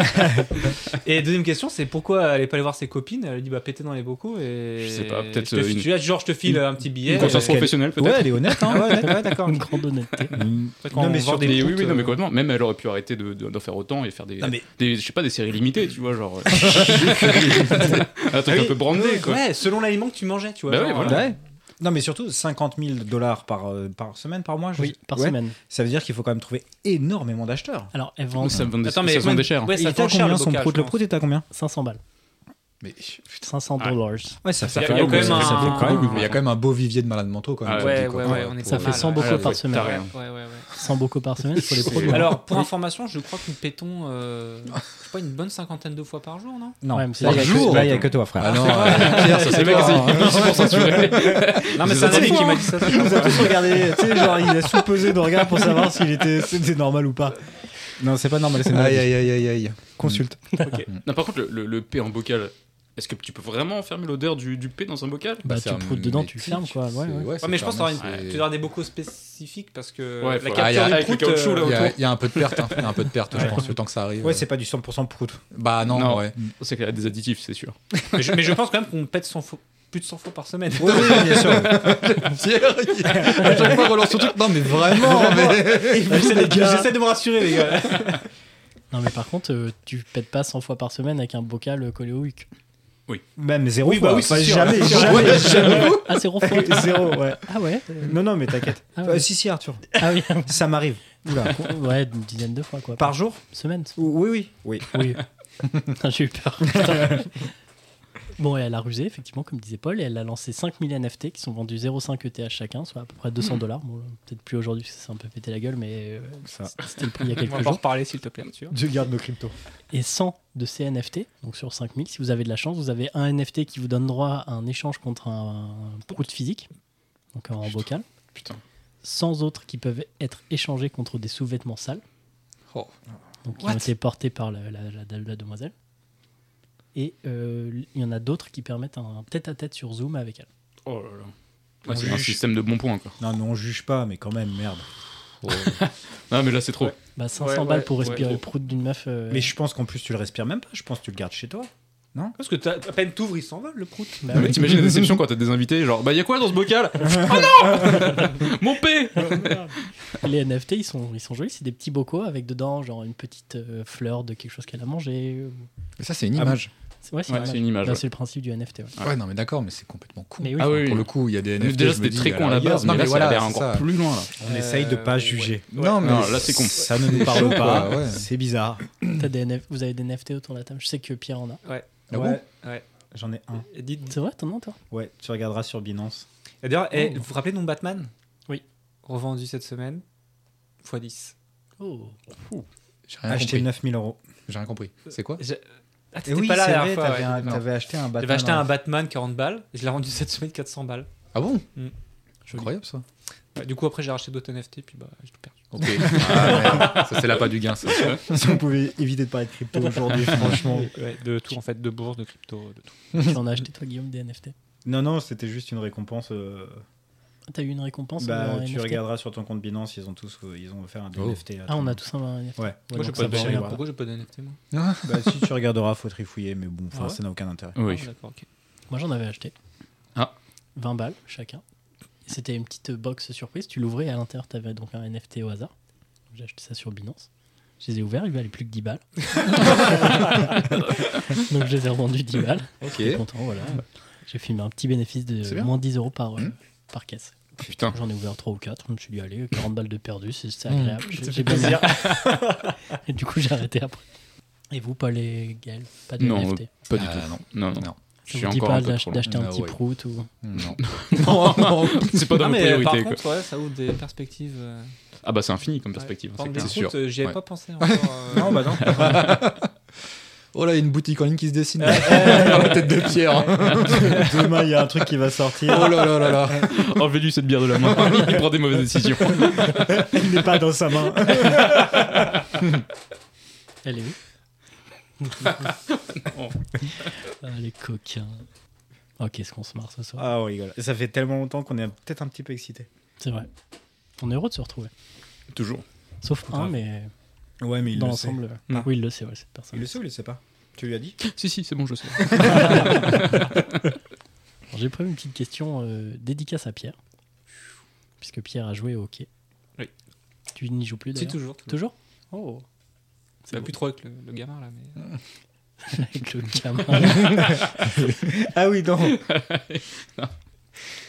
Et deuxième question, c'est pourquoi elle est pas allée voir ses copines Elle a dit bah péter dans les bocaux et
Je sais pas, peut-être,
Je te-
euh, une-
Tu vois, genre je te file
une-
un petit billet.
Une conscience
euh,
professionnelle,
Ouais,
peut-être
elle est honnête. hein.
Ah ouais, ouais, ouais, d'accord.
Une grande honnêteté.
Après, quand
Non,
on
mais
vend
sur
des
Mais oui,
proutes,
oui, non, mais
euh,
complètement. Même elle aurait pu arrêter de- de- d'en faire autant et faire des,
Non, mais-
des- je sais pas, des séries limitées, tu vois, genre. un truc
Ah
un
oui.
peu brandé, quoi.
Ouais, selon l'aliment que tu mangeais, tu vois.
Bah
genre,
ouais, voilà.
euh,
Ouais. Non, mais surtout 50 000 dollars par, euh, par semaine, par mois. je
Oui,
sais-
par
Ouais.
semaine.
Ça veut dire qu'il faut quand même trouver énormément d'acheteurs.
Alors, elle vend
Ça me vendait-
Attends, mais
ça se vendait
combien-
cher.
Ouais,
Et il
ça
était à
vend cher,
combien
le hein.
son
bocal,
prout
je
Le
pense.
prout est à combien
500 balles.
Mais
500
Ah.
dollars.
Ouais, ça
fait
fait
Il y a- il y a quand même un-
ça fait
Ah,
il
même-
y a quand même un beau vivier de malades mentaux quand même.
Ah,
Ouais,
je dis,
ouais,
quoi,
ouais,
pour-
on est
pour-
Ça
pas
fait
mal,
100
ouais.
bocaux
Ouais,
par
ouais,
semaine.
t'as rien.
Ouais, ouais, ouais.
100 bocaux par semaine, il faut les produire.
Alors, pour information, je crois que nous pétons, euh, je sais pas, une bonne cinquantaine de fois par jour, non
Non,
Ouais, mais c'est
là, il y a
par
que-
jour.
là, il y a que toi, frère.
Ah non, euh, Pierre, ça c'est
Les mecs,
toi,
ils-
hein.
ils sont pour censurer.
Non, mais
C'est
c'est un
ça,
ami
c'est
qui
hein.
m'a dit ça.
Il nous a tous regardé, tu sais, genre il a sous-pesé de regard pour savoir s'il était c'était normal ou pas. Non, c'est pas normal, c'est normal.
Aïe, aïe, aïe, aïe, aïe.
Consulte.
Ok. Non, par contre, le, le, le P en bocal, est-ce que tu peux vraiment enfermer l'odeur du, du P dans un bocal
Bah,
c'est
tu
un
proutes dedans, tu
métier,
fermes, quoi, ouais,
c'est-
ouais.
Ouais, mais je pense que t'auras une-
c'est-
tu auras des bocaux spécifiques parce que
Ouais,
la
faut-
Ah, y
capture
a-
du
avec le
prout,
caoutchouc, là,
euh,
Il y, a-
autour.
il y a un peu de perte, hein. il y a un peu de perte, je pense, le temps que ça arrive.
Ouais, c'est pas du 100% prout.
Bah non,
Non.
ouais.
C'est qu'il y a des additifs, c'est sûr.
mais, je, mais je pense quand même qu'on pète 100 fois- plus de 100 fois par semaine.
Oui, oui, bien sûr.
Pierre, il- à chaque fois, il relance son truc. Non, mais vraiment, mais.
J'essaie de- J'essaie de me rassurer, les gars.
Non, mais par contre, euh, tu pètes pas 100 fois par semaine avec un bocal euh, collé au huc.
Même zéro
Oui, bah
fois.
oui, c'est
Enfin,
sûr.
jamais,
Ouais,
jamais,
ouais,
jamais.
Ah, zéro fois
Zéro, ouais.
Ah ouais
Non, non, mais t'inquiète.
Ah ouais.
Euh, si, si, Arthur.
Ah oui.
Ça m'arrive. Oula.
Ouais, une dizaine de fois, quoi.
Par jour
semaine.
Oui, oui. Oui.
Oui. Putain, J'ai eu peur. Putain. bon, et elle a rusé, effectivement, comme disait Paul, et elle a lancé 5000 NFT qui sont vendus 0,5 ETH chacun, soit à peu près
Hmm.
200 dollars. Bon, peut-être plus aujourd'hui, parce que c'est un peu pété la gueule, mais euh,
Ça.
c'était le prix il y a
On
quelques
va en
jours.
reparler, s'il te plaît, Arthur.
Dieu garde nos cryptos.
Et 100 de ces NFT, donc sur 5000, si vous avez de la chance, vous avez un NFT qui vous donne droit à un échange contre un, un prout physique, donc en bocal.
Putain.
100 autres qui peuvent être échangés contre des sous-vêtements sales.
Oh.
Donc qui
What
ont été portés par la, la- la- la- la demoiselle. Et euh, il y en a d'autres qui permettent un tête-à-tête sur Zoom avec elle.
Oh là là. Ouais,
On
c'est un
juge.
système de bons points, quoi.
Non, non, on juge pas, mais quand même, merde.
Non, Ah, mais là, c'est trop.
Bah, 500
Ouais, ouais,
balles pour respirer
ouais.
le prout d'une meuf. euh,
Mais je pense qu'en plus, tu le respires même pas. Je pense que tu le gardes chez toi.
Parce que t'as- à peine t'ouvres, il s'envole, le prout.
bah
Non, mais
oui.
t'imagines la déception quand t'as des invités, genre, bah, y a quoi dans ce bocal Oh non Mon P
Les NFT, ils sont, ils sont jolis. C'est des petits bocaux avec dedans, genre une petite euh, fleur de quelque chose qu'elle a mangé. ou-
Mais ça, c'est une image.
C'est- Ouais, c'est
Ouais,
normal.
c'est une image.
Bah,
ouais.
c'est le principe du NFT. ouais.
Ah.
Ouais, non, mais d'accord, mais c'est complètement con.
Mais oui.
Ah oui,
Pour
oui.
le coup, il y a des
Mais
NFT.
Déjà,
je me
c'était
dis,
très con à la
ailleurs.
base,
Non,
mais là, ça a l'air
c'est
encore
ça.
plus loin, là.
On essaye
Euh,
de pas juger.
Non, mais.
Non, là, c'est con.
Ça ne nous
C'est
parle
chaud,
pas.
quoi, ouais.
C'est bizarre.
T'as des NF Vous avez des NFT autour de la table Je sais que Pierre en a.
Ah bon
Ouais.
J'en ai un.
Et dites-
C'est vrai, t'en as un, toi
Ouais, tu regarderas sur Binance.
et D'ailleurs, eh,
Oh.
vous vous rappelez de mon Batman
Oui.
Revendu cette semaine, x 10.
Oh.
J'ai rien
Acheter
compris.
9000 euros.
J'ai rien compris. C'est quoi
J'ai- Ah,
Et
t'étais
Eh oui,
pas là
c'est
la
vrai,
dernière fois.
t'avais
ouais.
un-
Non.
t'avais acheté un
J'avais
Batman.
acheté
en-
un Batman 40 balles, je l'ai rendu cette semaine 400 balles.
Ah bon
Mm.
Incroyable ça.
Ouais, du coup, après, j'ai racheté d'autres NFT, puis bah, j'ai tout perdu.
Ok. Ah, merde. ça, c'est la pas du gain, ça.
Si on pouvait éviter de parler de crypto aujourd'hui, franchement.
Ouais, de tout, en fait, de bourse, de crypto, de tout.
tu en as acheté, toi, Guillaume, des NFT
Non, non, c'était juste une récompense. euh,
Ah, T'as eu une récompense
Bah,
euh,
tu
NFT?
regarderas sur ton compte Binance, ils ont tous, euh, ils ont offert un
Oh.
NFT. à
Ah,
tout
on
le
a
monde.
tous un NFT.
Ouais.
Moi,
Ouais,
j'ai
donc ça
pas de
vaut
NFT,
rien.
pourquoi
j'ai pas de NFT, moi
bah, si tu regarderas, faut trifouiller, mais bon, enfin,
Ah ouais
ça n'a aucun intérêt.
Oui.
Moi, j'en avais acheté.
Ah.
20 balles chacun. C'était une petite box surprise. Tu l'ouvrais et à l'intérieur, tu avais donc un NFT au hasard. J'ai acheté ça sur Binance. Je les ai ouverts, il valait plus que 10 balles. donc je les ai revendus 10 balles.
Ok.
J'étais content, voilà. J'ai filmé un petit bénéfice
C'est
de
bien.
moins 10 euros par, euh, par caisse.
Putain.
J'en ai ouvert 3 ou 4. Je me suis dit, allez, 40 balles de perdu, c'est c'est agréable.
Mmh,
J'ai-
ça
J'ai
fait
bien
plaisir.
aimé. et du coup, j'ai arrêté après. Et vous, Paul et Gaël Pas de
Non,
NFT
pas du
Ah,
tout.
non.
Non, non.
Non.
Je
ça
suis
vous dit
encore
pas
un peu
d'ach-
trop loin.
d'acheter un
Ah
petit
ouais.
prout ou...
Non.
Non, non, c'est pas dans
Ah,
mes
mais
priorités.
par
quoi.
contre, ouais, ça ouvre des perspectives. euh,
Ah bah c'est infini comme
ouais.
perspective,
Prendre
c'est
des
clair.
routes, euh, J'y avais
Ouais.
pas pensé encore. euh,
Non, bah non.
Oh là, il y a une boutique en ligne qui se
Euh,
dessine.
la tête de pierre. Demain, il y a un truc qui va sortir.
Oh là là là là.
Enlevez-lui cette bière Oh, de la main, il prend des mauvaises décisions.
Elle n'est pas dans sa main.
Elle est où Ah, les coquins. Oh, qu'est-ce qu'on se marre ce soir.
Ah, on rigole. Ça fait tellement longtemps qu'on est peut-être un petit peu excité.
C'est vrai. On est heureux de se retrouver.
Toujours.
Sauf un, mais
Ouais, mais il
dans
le sait.
l'ensemble. euh,
Non.
Oui, il le sait, ouais, cette personne.
Il le sait ou il le sait pas Tu lui as dit
Si, si, c'est bon, je sais.
Alors, J'ai prévu une petite question euh, dédicace à Pierre. Puisque Pierre a joué au hockey.
Oui.
Tu n'y joues plus
Si,
d'ailleurs
toujours.
Toujours Oh
C'est plus trop avec le, le gamin là. Mais...
Avec le gamin.
Ah oui, non.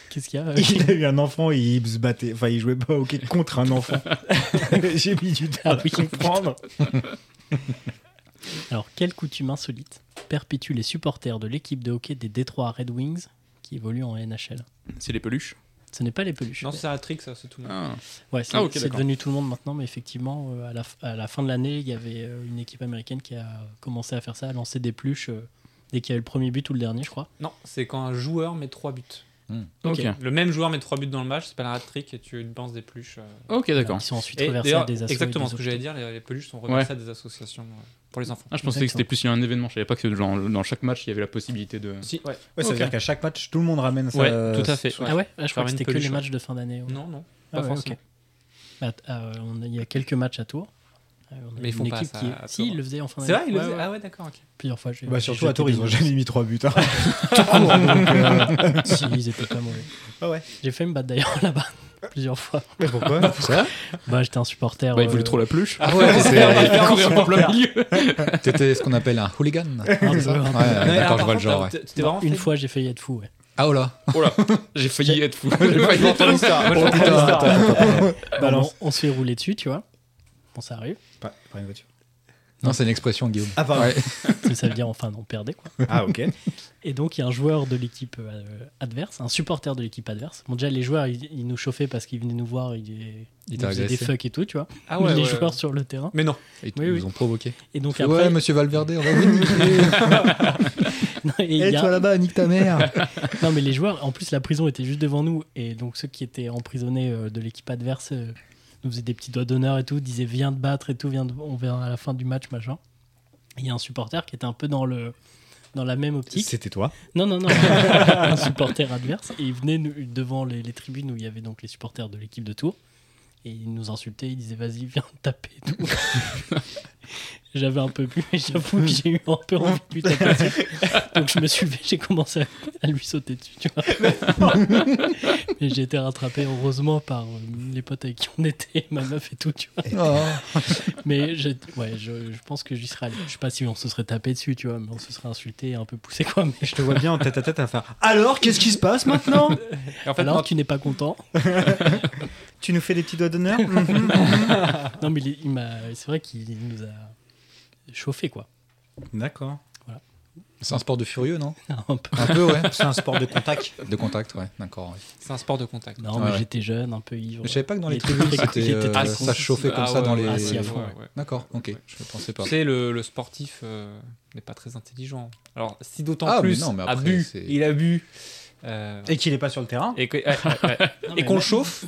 Qu'est-ce qu'il y a euh,
Il a eu un enfant et il se battait. Enfin, il jouait pas au hockey contre un enfant. J'ai mis du temps
Ah
à
oui.
comprendre.
Alors, quelle coutume insolite perpétue les supporters de l'équipe de hockey des Détroit Red Wings qui évolue en NHL
C'est les peluches
Ce n'est pas les peluches.
Non, c'est un trick ça, c'est tout.
Ah.
Ouais, c'est
Ah, ok,
c'est
d'accord.
devenu tout le monde maintenant, mais effectivement, euh, à, la, f- à la fin de l'année, il y avait euh, une équipe américaine qui a commencé à faire ça, à lancer des pluches euh, dès qu'il y a eu le premier but ou le dernier, je crois.
Non, c'est quand un joueur met 3 buts.
Ah. Ok,
Ok.
Le même joueur met 3 buts dans le match, c'est pas un hat trick et tu lances des peluches. euh.
ok,
Alors,
d'accord.
Ils sont ensuite
Et
reversés
d'ailleurs,
à des assos. et
Exactement
des
ce que j'allais dire, les, les peluches sont
Ouais.
reversées à des associations euh, pour les enfants.
Ah, je pensais que c'était plus il y a un événement, je savais pas que genre, dans chaque match il y avait la possibilité de.
Si, ouais.
Ouais, ça
Ok.
veut dire qu'à chaque match, tout le monde ramène sa.
ouais, tout à fait.
hôpitaux. Ah ouais, Ah, je
Faire
crois que
une
c'était que
peluche,
les
ouais.
matchs de fin d'année. ouais.
Non, non,
Ah
pas
ouais,
forcément.
ok. Bah, t- ah, on a- il y a quelques matchs à Tours. Euh, on a
Mais ils
une
font pas
équipe
ça
qui-
à
Si,
Tours.
ils le faisaient en fin
C'est
d'année.
vrai, il le
Ouais,
faisait-
ouais.
Ah ouais, d'accord, ok.
Plusieurs fois, j'ai
Bah,
j'ai
surtout
joué
à Tours, ils ont
des-
jamais mis 3 buts. hein.
si, ils étaient pas mauvais.
Ah ouais.
J'ai fait me battre d'ailleurs là-bas plusieurs fois.
Mais pourquoi
Bah, j'étais un supporter.
Bah, il voulait
euh,
trop la peluche.
Ah ouais,
Il a courir en plein milieu.
T'étais ce qu'on appelle un hooligan. Ouais,
un peu, un peu.
Non, mais alors,
d'accord, je
par
vois le
contre,
genre.
t'as-
ouais.
t'as- T'es vraiment
Une
fait-
fois, j'ai failli être fou. Ouais.
Ah oh là.
Oh là, j'ai failli être fou. J'ai failli
Moi, je
entendre
vais faire
ça.
l'histoire. Bah,
Bon,
Balance.
Bah, on, on se fait rouler dessus, tu vois. Bon, ça arrive.
Pas, pas une voiture.
Non, c'est une expression, Guillaume.
Ah, pardon.
Ouais.
Parce que ça veut dire enfin on perdait. Quoi.
Ah, ok.
Et donc il y a un joueur de l'équipe euh, adverse, un supporter de l'équipe adverse. Bon déjà les joueurs ils, ils nous chauffaient parce qu'ils venaient nous voir, ils, ils
Il
nous
t'a
faisaient des
agressé.
fuck et tout, tu vois.
Ah ouais,
les
ouais.
joueurs sur le terrain.
Mais non,
Ils
Oui,
ils
oui.
nous ont provoqué.
Et donc
ouais,
après,
monsieur Valverde, on va vous niquer.
non, et il y
Et
a-
toi là-bas, nique ta mère.
non, mais les joueurs, en plus la prison était juste devant nous et donc ceux qui étaient emprisonnés euh, de l'équipe adverse euh, nous faisaient des petits doigts d'honneur et tout, disaient viens te battre et tout, viens te- on verra à la fin du match machin. Et Il y a un supporter qui était un peu dans le dans la même optique.
C'était toi.
Non, non, non. un supporter adverse. Et il venait nous- devant les, les tribunes où il y avait donc les supporters de l'équipe de Tours. Et il nous insultait, il disait vas-y, viens te taper et tout. J'avais un peu bu, mais j'avoue que j'ai eu un peu envie de lui taper dessus. Donc je me suis levé, j'ai commencé à, à lui sauter dessus, tu vois. Et j'ai été rattrapé, heureusement, par euh, les potes avec qui on était, ma meuf et tout, tu vois.
Oh.
Mais je, ouais, je, je pense que j'y serais allé. Je sais pas si on se serait tapé dessus, tu vois, mais on se serait insulté et un peu poussé, quoi. Mais
Je te vois bien en tête à tête à faire. Alors, qu'est-ce qui se passe maintenant
Et en fait,
Alors
non,
tu n'es pas content.
Tu nous fais des petits doigts d'honneur
Non mais il, il m'a, c'est vrai qu'il nous a chauffé quoi.
D'accord.
C'est un sport de furieux, non
Un peu.
Un peu, ouais.
C'est un sport de contact.
De contact, ouais. D'accord. ouais.
c'est un sport de contact.
Non
Ouais.
mais j'étais jeune, un peu ivre.
Je savais pas que dans
Il
les
était
tribunes,
très con- il
c'était,
était
euh,
très con.
ça chauffait comme
Ah
ça
ouais,
dans
ouais,
les.
Ah, si, à fond.
ouais, ouais.
D'accord, ok. Je pensais pas.
Tu sais, le, le sportif euh, n'est pas très intelligent. Alors, si d'autant
Ah, mais
plus
non, mais
a
après,
bu,
c'est-
il a bu, euh,
Et qu'il est pas sur le terrain.
et, que-
ah,
ouais,
oh,
ouais, ouais. Et
Non, mais
qu'on le
même-
chauffe,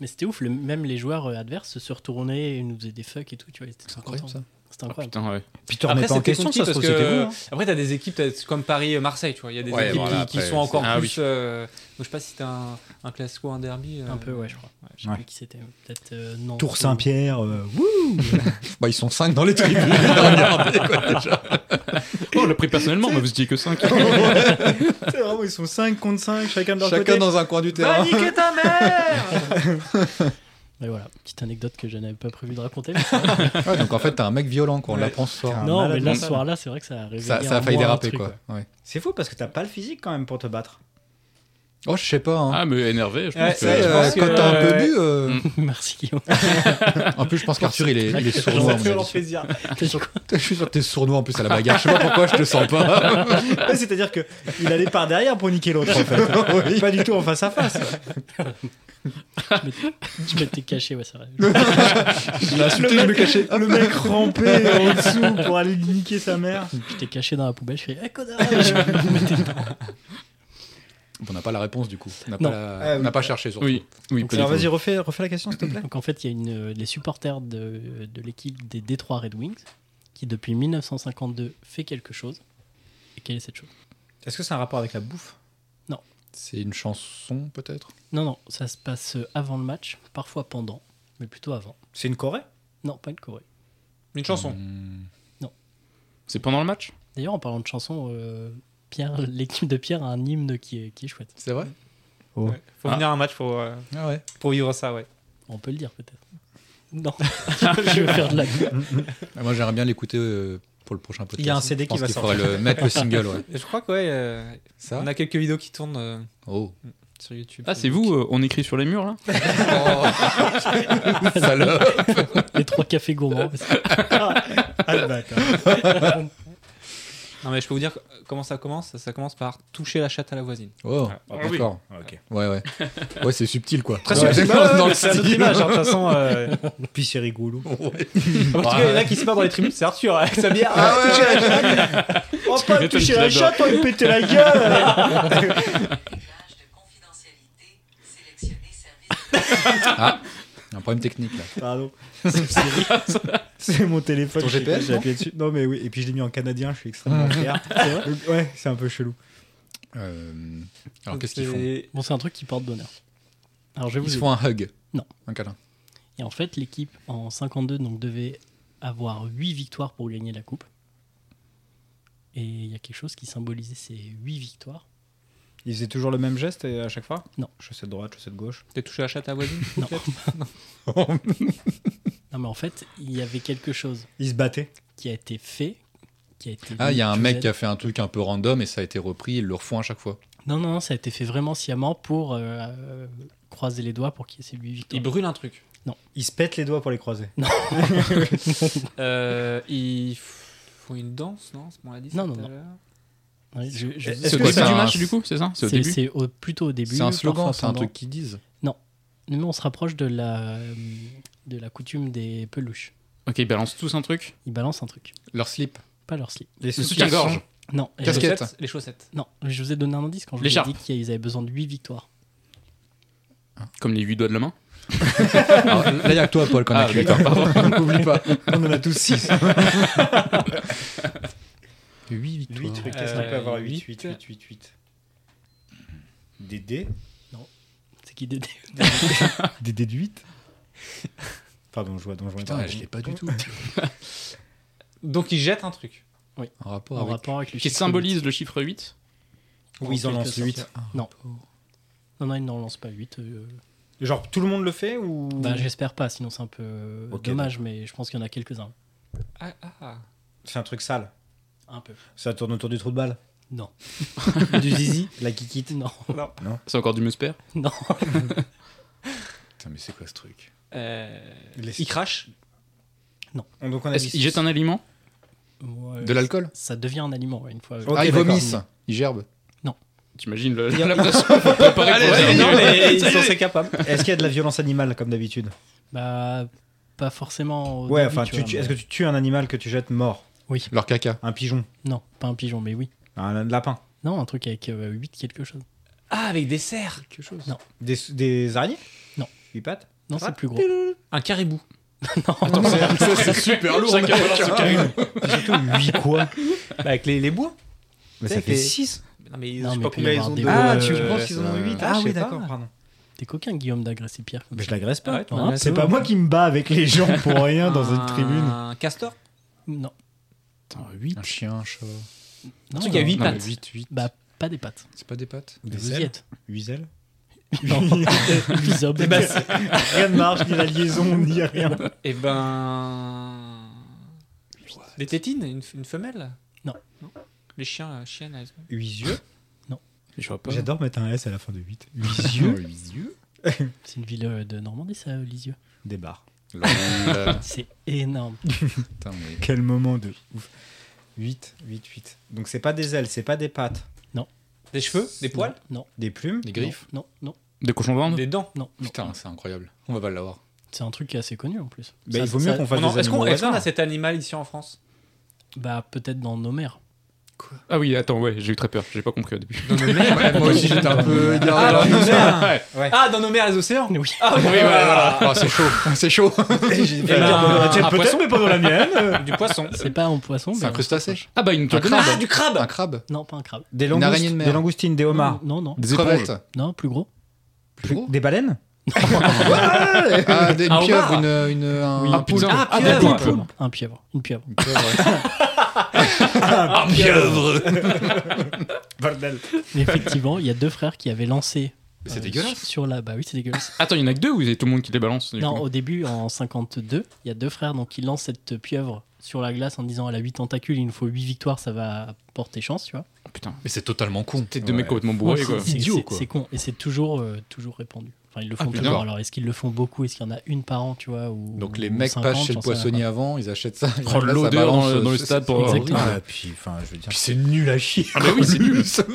Mais c'était ouf, le- même les joueurs euh, adverses se retournaient et nous faisaient des fucks et tout, tu vois. ils étaient
C'est
trop
incroyable
contents.
ça. Ah,
C'était incroyable.
putain, ouais.
Puis tu remets pas en
c'était
question,
compliqué
ça se
parce
trouve,
que-
c'était vous. hein.
Après, t'as des équipes t'as- c'est comme Paris et Marseille, tu vois. Il y a des
Ouais,
équipes
voilà,
qui, qui
après,
sont encore
c'est- Ah oui.
plus. euh, je sais pas si t'as un, un classico, un derby. euh,
Un peu, ouais, je crois. Je sais
Ouais.
plus qui c'était. Peut-être euh, Nantes ou-
Tour Saint-Pierre, euh, wouh
Bah, ils sont 5 dans les tribus.
Oh, on l'a pris personnellement, mais vous étiez que 5.
C'est vraiment, ils sont 5 contre 5, chacun de leur
Chacun
côté.
dans un coin du
Va
terrain.
niquer Bah, ta mère
Mais voilà, petite anecdote que je n'avais pas prévu de raconter.
Ouais, donc en fait, t'as un mec violent, quoi. On l'apprend ce soir.
Un
non, mais
malade
là, ce
mental.
soir-là, c'est vrai que ça a réveillé
Ça, ça
en
a failli
moi un
déraper,
truc,
quoi. Ouais.
C'est fou parce que t'as pas le physique quand même pour te battre.
Oh, je sais pas. hein.
Ah, mais énervé, je
Ouais,
pense
Tu sais,
je
que.
euh,
pense que-
quand t'as un peu
ouais.
bu, euh,
Mm.
Merci, Guillaume.
en plus je pense qu'Arthur il est, il est sournois. à mon avis.
plaisir.
T'as dit quoi
Je suis sûr que t'es sournois en plus à la bagarre. Je sais pas pourquoi je te sens pas.
Ouais, C'est-à-dire que il allait par derrière pour niquer l'autre, en fait. Pas du tout en face à face.
Je m'étais- Je m'étais caché, ouais, c'est vrai.
Je l'ai insulté, je me cachais. Ah.
Le mec rampait en dessous pour aller niquer sa mère.
J'étais caché dans la poubelle, je fais Eh, connard Et je me mettais dedans.
On n'a pas la réponse du coup. On n'a
Non.
pas, la-
Ah, oui.
on n'a pas cherché surtout.
Oui, oui,
Donc,
pas
Alors
du
vas-y,
tout.
refais, refais la question, s'il te plaît.
Donc en fait, il y a une, les supporters de, de l'équipe des Détroit Red Wings qui, depuis 1952, fait quelque chose. Et quelle est cette chose
Est-ce que c'est un rapport avec la bouffe
C'est une chanson peut-être
Non, non, ça se passe avant le match, parfois pendant, mais plutôt avant.
C'est une Corée
Non, pas une Corée.
Une chanson.
Hmm.
C'est pendant le match
D'ailleurs, en parlant de chansons, euh, Pierre, l'équipe de Pierre a un hymne qui est, qui est chouette.
C'est vrai
Ouais. Faut venir à un match pour, euh,
Ah ouais.
pour vivre ça, ouais.
On peut le dire peut-être. Non, je vais faire de la pub.
Ah, Moi j'aimerais bien l'écouter euh, pour le prochain podcast.
Il y a un CD
Je pense
qui va
qu'il
sortir.
faudrait le mettre le single, ouais.
Et je crois que, ouais, euh,
Ça
on a quelques vidéos qui tournent euh,
Oh.
sur YouTube.
Ah, c'est vous, euh, on écrit sur les murs là
Salope.
Les trois cafés gourmands. parce que-
Ah, d'accord.
Non, mais je peux vous dire comment ça commence. Ça commence par toucher la chatte à la voisine.
Oh,
Ah
d'accord.
ok.
Ouais, ouais. Ouais, c'est subtil quoi.
Très
Ouais.
subtil.
Dans le
Ah, C'est un autre
style.
image, hein, de toute façon. euh,
Puis c'est rigolo.
Oh,
En tout cas, il y en a qui se perdent dans les tribunes, c'est Arthur hein, avec sa bière.
Ah, toucher la chatte. Oh, pas me toucher la chatte, on lui péter la gueule
Un problème technique là.
Pardon. C'est- c'est- C'est mon téléphone.
Ton
je sais
GPS,
pas, J'ai
non Ah.
appuyé dessus. Non, mais oui. Et puis je l'ai mis en canadien, je suis extrêmement fier. Donc, Ouais, c'est un peu chelou.
Euh, Alors
Donc,
qu'est-ce qu'ils font
c'est-
Bon, c'est un truc qui porte bonheur. Alors je vais
Ils
vous
se font un hug.
Non.
Un câlin.
Et en fait, l'équipe en 52 donc, devait avoir 8 victoires pour gagner la coupe. Et il y a quelque chose qui symbolisait ces 8 victoires.
Il faisait toujours le même geste euh, à chaque fois
Non.
Chaussette droite, chaussette gauche.
T'as touché la chatte à la voisine
Non. non, mais en fait, il y avait quelque chose
Il se battait.
qui a été fait. Qui a été
Ah, il y a un
mis,
mec
tu
qui
sais.
a fait un truc un peu random et ça a été repris, ils le refont à chaque fois.
Non, non, non, ça a été fait vraiment sciemment pour euh, euh, croiser les doigts pour qu'il y ait ces 8
Il
victoires.
brûle un truc.
Il se pète les doigts pour les croiser.
Euh, ils font une danse, non C'est bon, on l'a dit ça
Non, non,
tout à
non.
l'heure.
Ouais, je- je-
Est-ce
C'est au
que
début
c'est
du
un-
match du coup, c'est ça C'est au
C'est
début
c'est au- plutôt au début.
C'est un slogan,
parfois
c'est un
pendant.
truc qu'ils disent.
Mais on se rapproche de la, de la coutume des peluches.
Ok, ils balancent tous un truc.
Ils balancent un truc,
Leur slip.
pas leur slip.
Les
Le soutien-gorge.
Non, euh, et
Casquette.
Les chaussettes, Les chaussettes.
je- non, je vous ai donné un indice quand je vous ai
L'écharpe.
dit qu'ils avaient besoin de 8 victoires.
Comme les 8 doigts de la main.
Alors, là, il y a que toi, Paul, qu'on a
Ah,
cru.
putain, pardon.
N'oublie pas.
On en a tous 6.
8
8,
victoires.
qu'est-ce qu'on
Euh,
peut avoir 8,
huit.
8, 8, 8, 8. Des dés
C'est qui Dédé
Des dés de 8 Pardon, je vois, donc je vois.
Putain, je l'ai pas du tout.
Donc ils jettent un truc.
En rapport
en
avec.
rapport avec le
Qui
chiffre
symbolise le chiffre 8.
huit,
Oui, ils en
quelque
lancent
sorte.
huit.
Non. Non, non, ils n'en lancent pas 8.
Genre, tout le monde le fait ou
Bah, j'espère pas, sinon c'est un peu euh,
Ok,
dommage, mais je pense qu'il y en a quelques-uns.
Ah, ah.
C'est un truc sale.
Un peu.
Ça tourne autour du trou de balle.
Non.
du zizi La kikite
Non.
C'est encore du musper
Non.
Putain, mais c'est quoi ce truc
Euh,
Les-
Ils crachent.
On- Donc on a
Est-ce
dit
qu'ils jettent un aliment
Moi,
De
euh,
l'alcool
Ça devient un aliment, ouais, une fois.
Ok,
Ah, ils
d'accord.
vomissent. Ils gerbent.
T'imagines le- la pression pour préparer pour la
non,
dernière.
mais ils sont c'est capables.
Est-ce qu'il y a de la violence animale comme d'habitude
Bah, pas forcément. au
Ouais,
début,
enfin,
tu
tu-
vois,
tu-
mais-
est-ce que tu tues un animal que tu jettes mort
Oui.
Leur caca.
Un pigeon
Non, pas un pigeon, mais oui.
Un lapin
Non, un truc avec 8 quelque chose.
Ah, avec des cerfs. Quelque chose.
Non.
Des, des araignées
Non.
Huit pattes
Non,
Ça va
c'est plus gros.
Un caribou.
non,
Attends, c'est- ça, c'est super lourd,
Chacun
mec.
va leur secret.
Surtout 8 quoi
Bah, avec les, les bois. Tu sais,
Mais ça
avec
fait
les-
6
Non, mais
Non,
je sais
mais
pas
puis
combien
il
ils
va y
ont
avoir
de. Ah,
des bois,
tu
euh,
penses qu'ils en ont 8
Ah
Ah,
oui,
oui, d'accord,
d'accord,
pardon.
T'es coquin, Guillaume, d'agresser Pierre. comme
Mais je
ça.
l'agresse pas.
Ah ouais, tu
Hein,
m'as
C'est
raison.
pas moi qui me bats avec les gens pour rien dans une
Un
tribune.
castor
Non.
Attends, 8
Un chien, un chat.
Non,
truc à
non.
huit.
Non, mais
pattes.
8, 8.
Bah, pas des pattes.
C'est pas des pattes
Des ouillettes.
Huizel
Non. Eh ben, Des hommes.
Rien ne marche, ni la liaison, ni rien.
Eh ben. Des tétines Une, une femelle
Non.
Les chiens, là, chiennes, elles ont-
Huizieux
Je vois pas.
J'adore mettre un S à la fin de 8.
Oh,
Huizieux. Huizieux.
C'est une ville euh, de Normandie, ça, euh, Lisieux.
Des barres.
Putain,
C'est énorme.
mais.
Quel moment de ouf. 8, 8, 8. Donc c'est pas des ailes, c'est pas des pattes,
Des cheveux Des poils
Non.
des plumes.
Des griffes
Non, non,
Des cochons d'Inde
Des dents
non. non.
Putain, c'est incroyable. On va pas l'avoir.
C'est un truc qui est assez connu en plus.
Bah,
Ça-
il vaut
ça-
mieux qu'on fasse
On en-
des
Est-ce qu'on
animaux.
est-ce qu'on a cet animal ici en France
Bah, peut-être dans nos mers.
Ah oui, attends, ouais, j'ai eu très peur. J'ai pas compris au début.
Moi aussi, j'étais un peu.
Ah, dans nos mers
Ouais.
Ah, dans nos mers et les océans
Oui.
Ah, oui,
Oui, voilà. Ah, c'est chaud. C'est chaud.
Eh ben, un poisson.
mais pas dans la mienne.
Du poisson.
C'est pas un poisson,
C'est
mais.
un crustacé.
Ah bah une crabe.
Ah, du crabe
Un crabe.
Non, pas un crabe.
Des,
Une araignée de
langoustines,
mer.
des langoustines, des homards,
Non, non,
Des
Crevettes.
éponges.
non, plus gros.
Plus gros.
des baleines.
Ah, des
Un
une pieuvre,
homard.
une, une, un,
Oui,
un poule.
putain.
Ah,
Ah,
pieuvre.
des poules. Un pieuvre. Une pieuvre.
Une pieuvre, ouais.
Un pieuvre.
Mais effectivement, il y a deux frères qui avaient lancé.
Mais c'est
euh,
dégueulasse.
Sur, sur la. Bah oui, c'est dégueulasse.
Ah, Attends, il y en a que deux ou il y a tout le monde qui les balance du
non,
coup
au début, en 52, il y a deux frères donc, qui lancent cette pieuvre sur la glace en disant elle a 8 tentacules, il nous faut 8 victoires, ça va porter chance, tu vois.
Oh, Putain,
Mais c'est totalement con.
tête de mec
Ouais.
complètement bourré quoi.
C'est
Idiot,
c'est-
quoi.
c'est con. Et c'est toujours, euh, toujours répandu. Enfin, ils le font
putain.
toujours. Alors, est-ce qu'ils le font beaucoup Est-ce qu'il y en a une par an, tu vois ou,
Donc les
ou
mecs
50,
passent chez
j'en
le
sais rien.
poissonnier avant, ils achètent ça.
Prendre
Là, ça
l'odeur
balance,
dans le- dans le
euh,
stade pour avoir-
Exactement.
Ah, puis, enfin, je veux dire.
Puis c'est nul à chier. Ah, bah oui,
c'est nul.
C'est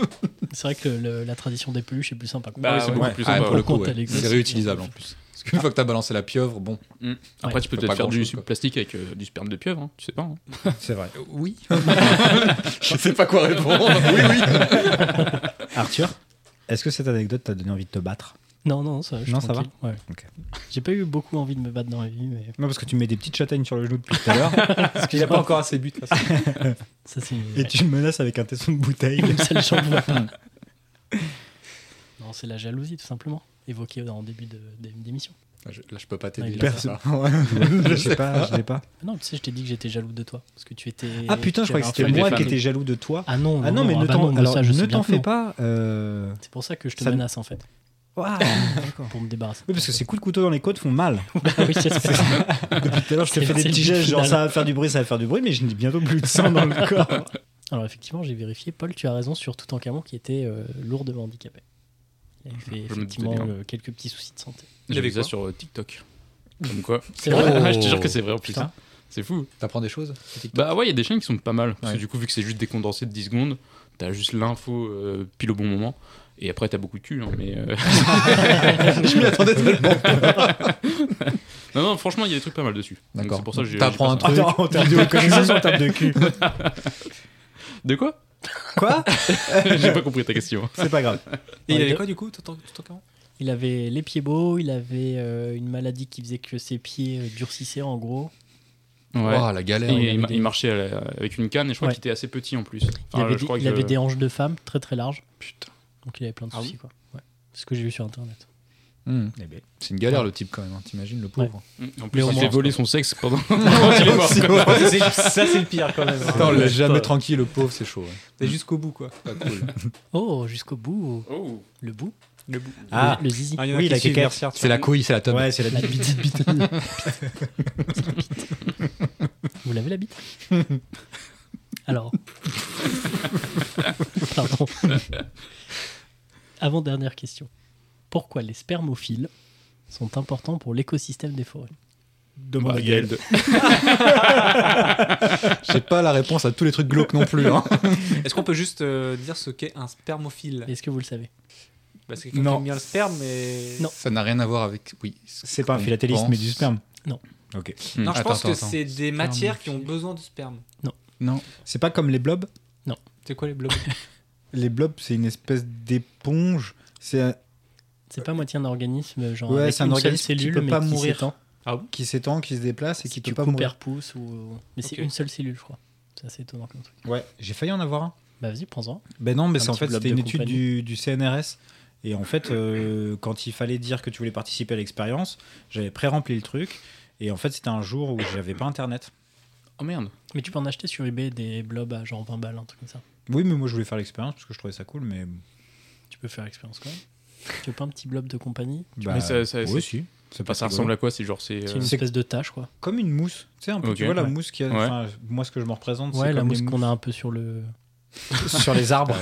vrai que le- le- la tradition des peluches est plus sympa. quoi.
Bah, oui, c'est
ouais.
beaucoup plus
Ah,
sympa.
pour le coup,
Quand elle
ouais.
existe.
c'est réutilisable en plus. Parce qu'une fois que t'as balancé la pieuvre, bon.
Après,
Ouais.
tu peux
Faut
peut-être
pas
faire du
grand-chose,
sucre
quoi.
plastique avec euh, du sperme de pieuvre, hein, tu sais pas. hein.
C'est vrai.
Oui. Je sais pas quoi répondre. Oui, oui.
Arthur, est-ce que cette anecdote t'a donné envie de te battre
Non, non, ça, je suis
Non, ça
tranquille. Ouais.
Ok.
J'ai pas eu beaucoup envie de me battre dans la vie, mais
Non, parce que tu mets des petites châtaignes sur le genou depuis tout à l'heure
Parce qu'il a pas encore assez de buts.
ça, c'est.
et tu me menaces avec un tesson de bouteille.
Comme ça, les gens voient pas. Non, c'est la jalousie, tout simplement. Évoquée en début de- d'é- d'émission.
Là, je- là, je peux pas
Ah,
t'aider.
il
là,
perd
ça va.
je sais pas, je l'ai pas.
Ah Non, tu sais, je t'ai dit que j'étais jaloux de toi. Parce que tu étais.
Ah putain, je
tu avais
croyais que
un
c'était
fan des
moi qui
femmes.
étais jaloux de toi.
Ah non,
Ah non, mais
ah
ne
bah
t'en
mais
alors,
ça, je
ne
sais bien
t'en
que
fais
non.
pas. euh,
C'est pour ça que je te
Ça-
menace en fait,
ouah, d'accord.
pour me débarrasser.
Oui, parce que ces coups de couteau dans les côtes font mal.
Ah oui, j'espère.
Depuis tout à l'heure, je te
C'est-
fais des
c'est le
petits
but
gestes, genre
final.
ça va faire du bruit, ça va faire du bruit, mais je n'ai bientôt plus de sang dans le corps.
Alors effectivement, j'ai vérifié. Paul, tu as raison sur Toutankhamon qui était euh, lourdement handicapé. Il avait fait
me
effectivement
doutais bien.
euh, quelques petits soucis de santé.
J'ai
avait
vu ça
quoi
sur euh, TikTok. Comme quoi.
C'est vrai.
Ouais, je te jure que c'est vrai en plus. hein.
Putain.
C'est fou.
T'apprends des choses
Bah ouais, il y a des chaînes qui sont pas mal. Parce
Ouais.
que du coup, vu que c'est juste des condensés de 10 secondes, t'as juste l'info euh, pile au bon moment. Et après, t'as beaucoup de cul, hein, mais. euh,
Je m'y attendais tellement.
non, non, franchement, il y a des trucs pas mal dessus. Donc,
D'accord.
C'est pour ça que j'ai.
T'apprends
j'ai
un
pas
truc.
Attends, en termes de reconnaissance, en termes de cul.
ça. De quoi
Quoi
J'ai pas compris ta question.
C'est pas grave.
Et il
Ouais,
avait
de-
quoi du coup tout en- tout en quarante
Il avait les pieds beaux, il avait euh, une maladie qui faisait que ses pieds euh, durcissaient en gros.
Ouais.
Oh, la galère.
Et il, ma- il marchait à la- avec une canne et je crois
Ouais.
qu'il était assez petit en plus.
Il,
Enfin,
avait,
Ah, je
des,
crois
il
que-
avait des hanches de femme très très larges.
Putain.
Donc il avait plein de
Ah
soucis quoi. Ouais. C'est ce que j'ai vu sur internet.
Hmm.
Eh ben.
C'est une galère le type quand même. hein. T'imagines le pauvre.
En plus,
au
il s'est
moins,
volé son sexe pendant. quand il est mort.
Ça, c'est le pire quand même.
Putain, on le laisse jamais
Putain.
tranquille, le pauvre, c'est chaud. ouais.
C'est jusqu'au bout quoi.
Pas cool.
Oh, jusqu'au bout,
Oh.
le bout,
Le bout.
Ah,
le, le zizi.
Ah, il y en a
Oui,
qui
la
suivent
kékette.
leur cirque.
C'est la couille, c'est la tome.
ouais, c'est la
La
bite.
bite, bite. Vous l'avez la bite Alors. Pardon. Avant dernière question. Pourquoi les spermophiles sont importants pour l'écosystème des forêts
Bah, Gaël.
J'ai pas la réponse à tous les trucs glauques non plus. hein.
Est-ce qu'on peut juste euh, dire ce qu'est un spermophile
Est-ce que vous le savez
Parce que quelqu'un qui
Non.
aime bien le sperme, mais.
Non.
Ça n'a rien à voir avec. Oui.
C'est pas un
qu'on
philatéliste,
pense.
mais du sperme.
Non.
Ok.
Non, je
Attends,
pense que
attends,
c'est des matières qui ont besoin de sperme.
Non.
C'est pas comme les blobs.
C'est quoi les blocs
Les blobs, c'est une espèce d'éponge. C'est un-
C'est pas moitié un organisme, genre
Ouais,
avec
c'est un
une seule
organisme qui
cellule,
peut
mais
pas
qui
mourir.
s'étend.
qui s'étend, qui se déplace et qui
Si
peut
tu
pas
coupes
mourir.
pouce ou. Mais c'est
Ok.
une seule cellule, je crois. C'est assez étonnant comme truc.
Ouais, j'ai failli en avoir un.
Bah vas-y, prends-en.
Ben non, mais
Un
c'est en
petit
fait
blob
c'était
de
une étude
compagnie.
du, du CNRS. Et en fait, euh, quand il fallait dire que tu voulais participer à l'expérience, j'avais pré-rempli le truc. Et en fait, c'était un jour où j'avais pas internet.
Oh merde.
Mais tu peux en acheter sur eBay des blobs à genre 20 balles, un truc comme ça.
Oui, mais moi je voulais faire l'expérience parce que je trouvais ça cool, mais
Tu peux faire l'expérience quand même. tu veux pas un petit blob de compagnie
bah,
mais ça- ça-
oui,
c'est-
si. C'est
Enfin, ça ressemble à quoi C'est genre c'est.
C'est
euh,
une
c'est-
espèce de tâche, quoi.
comme une mousse. Tu sais, un peu,
Ok,
tu vois la
ouais.
mousse qui a.
Ouais.
enfin, Moi, ce que je me représente,
Ouais,
c'est
la
comme
mousse
les
qu'on a un peu sur le.
mousses sur les
Ah
arbres.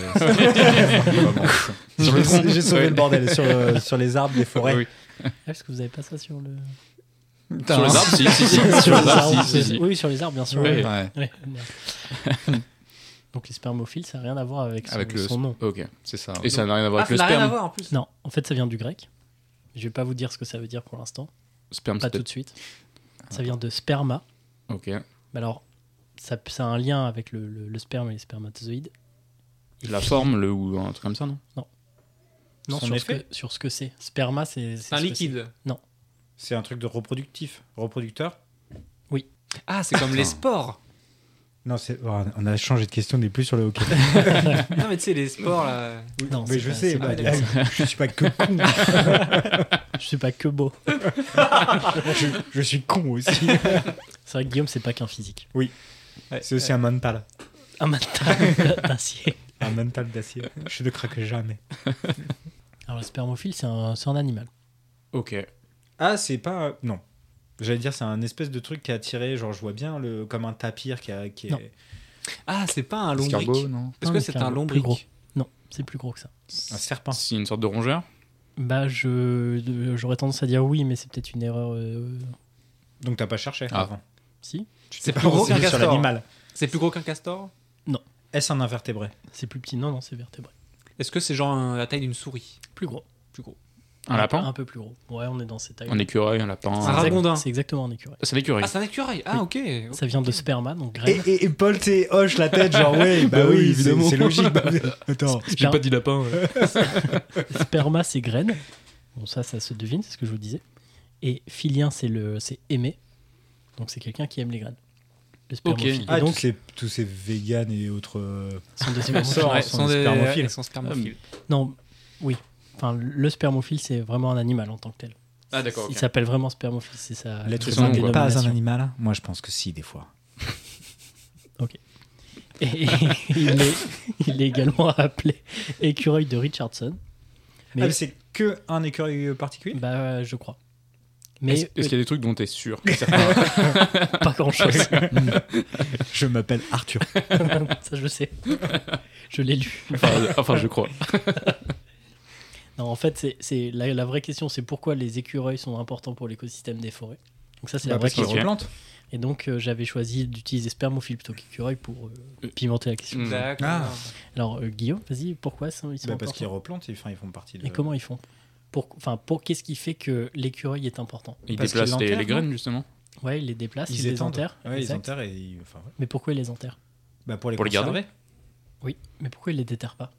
Sur le tronc.
J'ai sauvé
euh, Ouais.
le bordel sur, le- sur les arbres des forêts.
Oui.
Ah, est-ce que vous avez pas ça sur le.
Sur les arbres, si, si, si. Sur les arbres, si, si, si.
Oui, sur les arbres, bien sûr.
Ouais.
Ouais.
Ouais, merde. Donc les spermophiles, ça n'a rien à voir avec son,
Avec le.
son nom.
Ok.
C'est ça.
Et ça n'a rien à voir
Ah,
avec
ça
le
n'a rien à
sperme.
voir en plus.
Non, en fait, ça vient du grec. Je vais pas vous dire ce que ça veut dire pour l'instant.
Sperme,
Pas
Hum, c'est
tout de suite. Ça vient de sperma.
Ok.
Mais Alors, ça, ça a un lien avec le, le- le sperme et les spermatozoïdes. Et
La
puis-
forme, le ou un truc comme ça, non
Non,
son
sur ce,
effet
que, sur ce que c'est. Sperma, c'est.
C'est un
ce que
liquide.
C'est un truc de reproductif. Reproducteur
Ah, c'est comme les sports.
Non, c'est- oh, on a changé de question, on n'est plus sur le hockey.
Non, mais tu sais, les sports là.
Non,
mais
c'est
je
pas-
sais,
c'est
bah,
pas bien, ça.
je suis pas que con,
Je suis pas que beau.
je, je suis con aussi.
C'est vrai que Guillaume, c'est pas qu'un physique.
C'est aussi un mental,
Un mental d'acier.
un mental d'acier. Je ne craque jamais.
Alors, le spermophile, c'est un, c'est un animal.
Ok.
Ah, c'est pas. Non. J'allais dire, c'est un espèce de truc qui a attiré, genre, je vois bien le, comme un tapir qui, a, qui
Non.
est.
Ah, c'est pas un
Escargot,
lombric.
non
Est-ce
Non,
que
mais
c'est un
plus gros.
lombric
Non, c'est plus gros que ça.
Un serpent.
C'est une sorte de rongeur
Bah, je euh, j'aurais tendance à dire oui, mais c'est peut-être une erreur. euh,
Donc t'as pas cherché
Ah.
avant.
Si,
C'est plus gros qu'un
Sur
castor.
l'animal.
C'est plus gros qu'un castor
Est-ce un invertébré
c'est plus petit. Non, non, c'est vertébré.
Est-ce que c'est genre un- la taille d'une souris
Plus gros.
Plus gros.
Un lapin
Un Ah. peu plus gros. Ouais, on est dans ces tailles.
Un écureuil, un
Un
lapin.
rat-
un-
ragondin.
C'est exactement un écureuil.
C'est l'écureuil.
Ah, c'est un écureuil. Ah, ok.
Ça vient de sperma, donc
et,
graine.
et, et Paul, t'es hoche la tête, genre, ouais, bah,
Bah oui,
oui, c'est-
évidemment.
C'est logique. bah, attends.
J'ai pas dit lapin. ouais.
Sperma, c'est graine. Bon, ça, ça se devine, c'est ce que je vous disais. Et philien, c'est le, c'est aimer. Donc, c'est quelqu'un qui aime les graines. Le spermophile.
Ah,
Et
donc, tous
donc,
ces, tous ces véganes et autres. euh,
sont des
Ouais,
spermophiles.
Ouais,
sont
sont
des-
spermophiles.
elles sont spermophiles.
Ah,
Non, oui. Enfin, le spermophile, c'est vraiment un animal en tant que tel.
Ah, d'accord. ok.
Il s'appelle vraiment spermophile, Ah, c'est ça.
L'être
son
humain
nom,
n'est
quoi.
pas un animal Moi, je pense que si, des fois.
Et- et- il, est, il est également appelé écureuil de Richardson. Mais,
Ah, mais c'est que un écureuil particulier
bah, euh, je crois.
Est-ce
Mais
est-ce qu'il y a des trucs dont t'es sûr
euh, pas grand chose.
Je m'appelle Arthur.
ça, je sais. Je l'ai lu.
enfin, euh, enfin, je crois.
Non, en fait, c'est- c'est la, la vraie question, c'est pourquoi les écureuils sont importants pour l'écosystème des forêts. Donc ça, c'est la
Bah,
vraie
qu'ils
question.
replantent.
Et donc, euh, j'avais choisi d'utiliser spermophile plutôt qu'écureuil pour euh, pimenter la question.
Mm.
D'accord.
Ah.
Alors, euh, Guillaume, vas-y, pourquoi sont- ils sont
Bah, parce
importants
qu'ils replantent, ils, enfin, ils font partie de.
Et comment ils font pour, enfin, pour, Qu'est-ce qui fait que l'écureuil est important
Ils
Parce
déplacent
qu'ils
les, les
l'enterrent, non
graines, justement.
Ouais, ils les déplacent, ils,
Ils
les
étendent.
enterrent.
Ouais, ils
exact.
enterrent et ils- enfin, ouais.
Mais pourquoi ils les enterrent
Bah, pour les,
Pour les garder.
conserver.
Oui, mais pourquoi ils les déterrent pas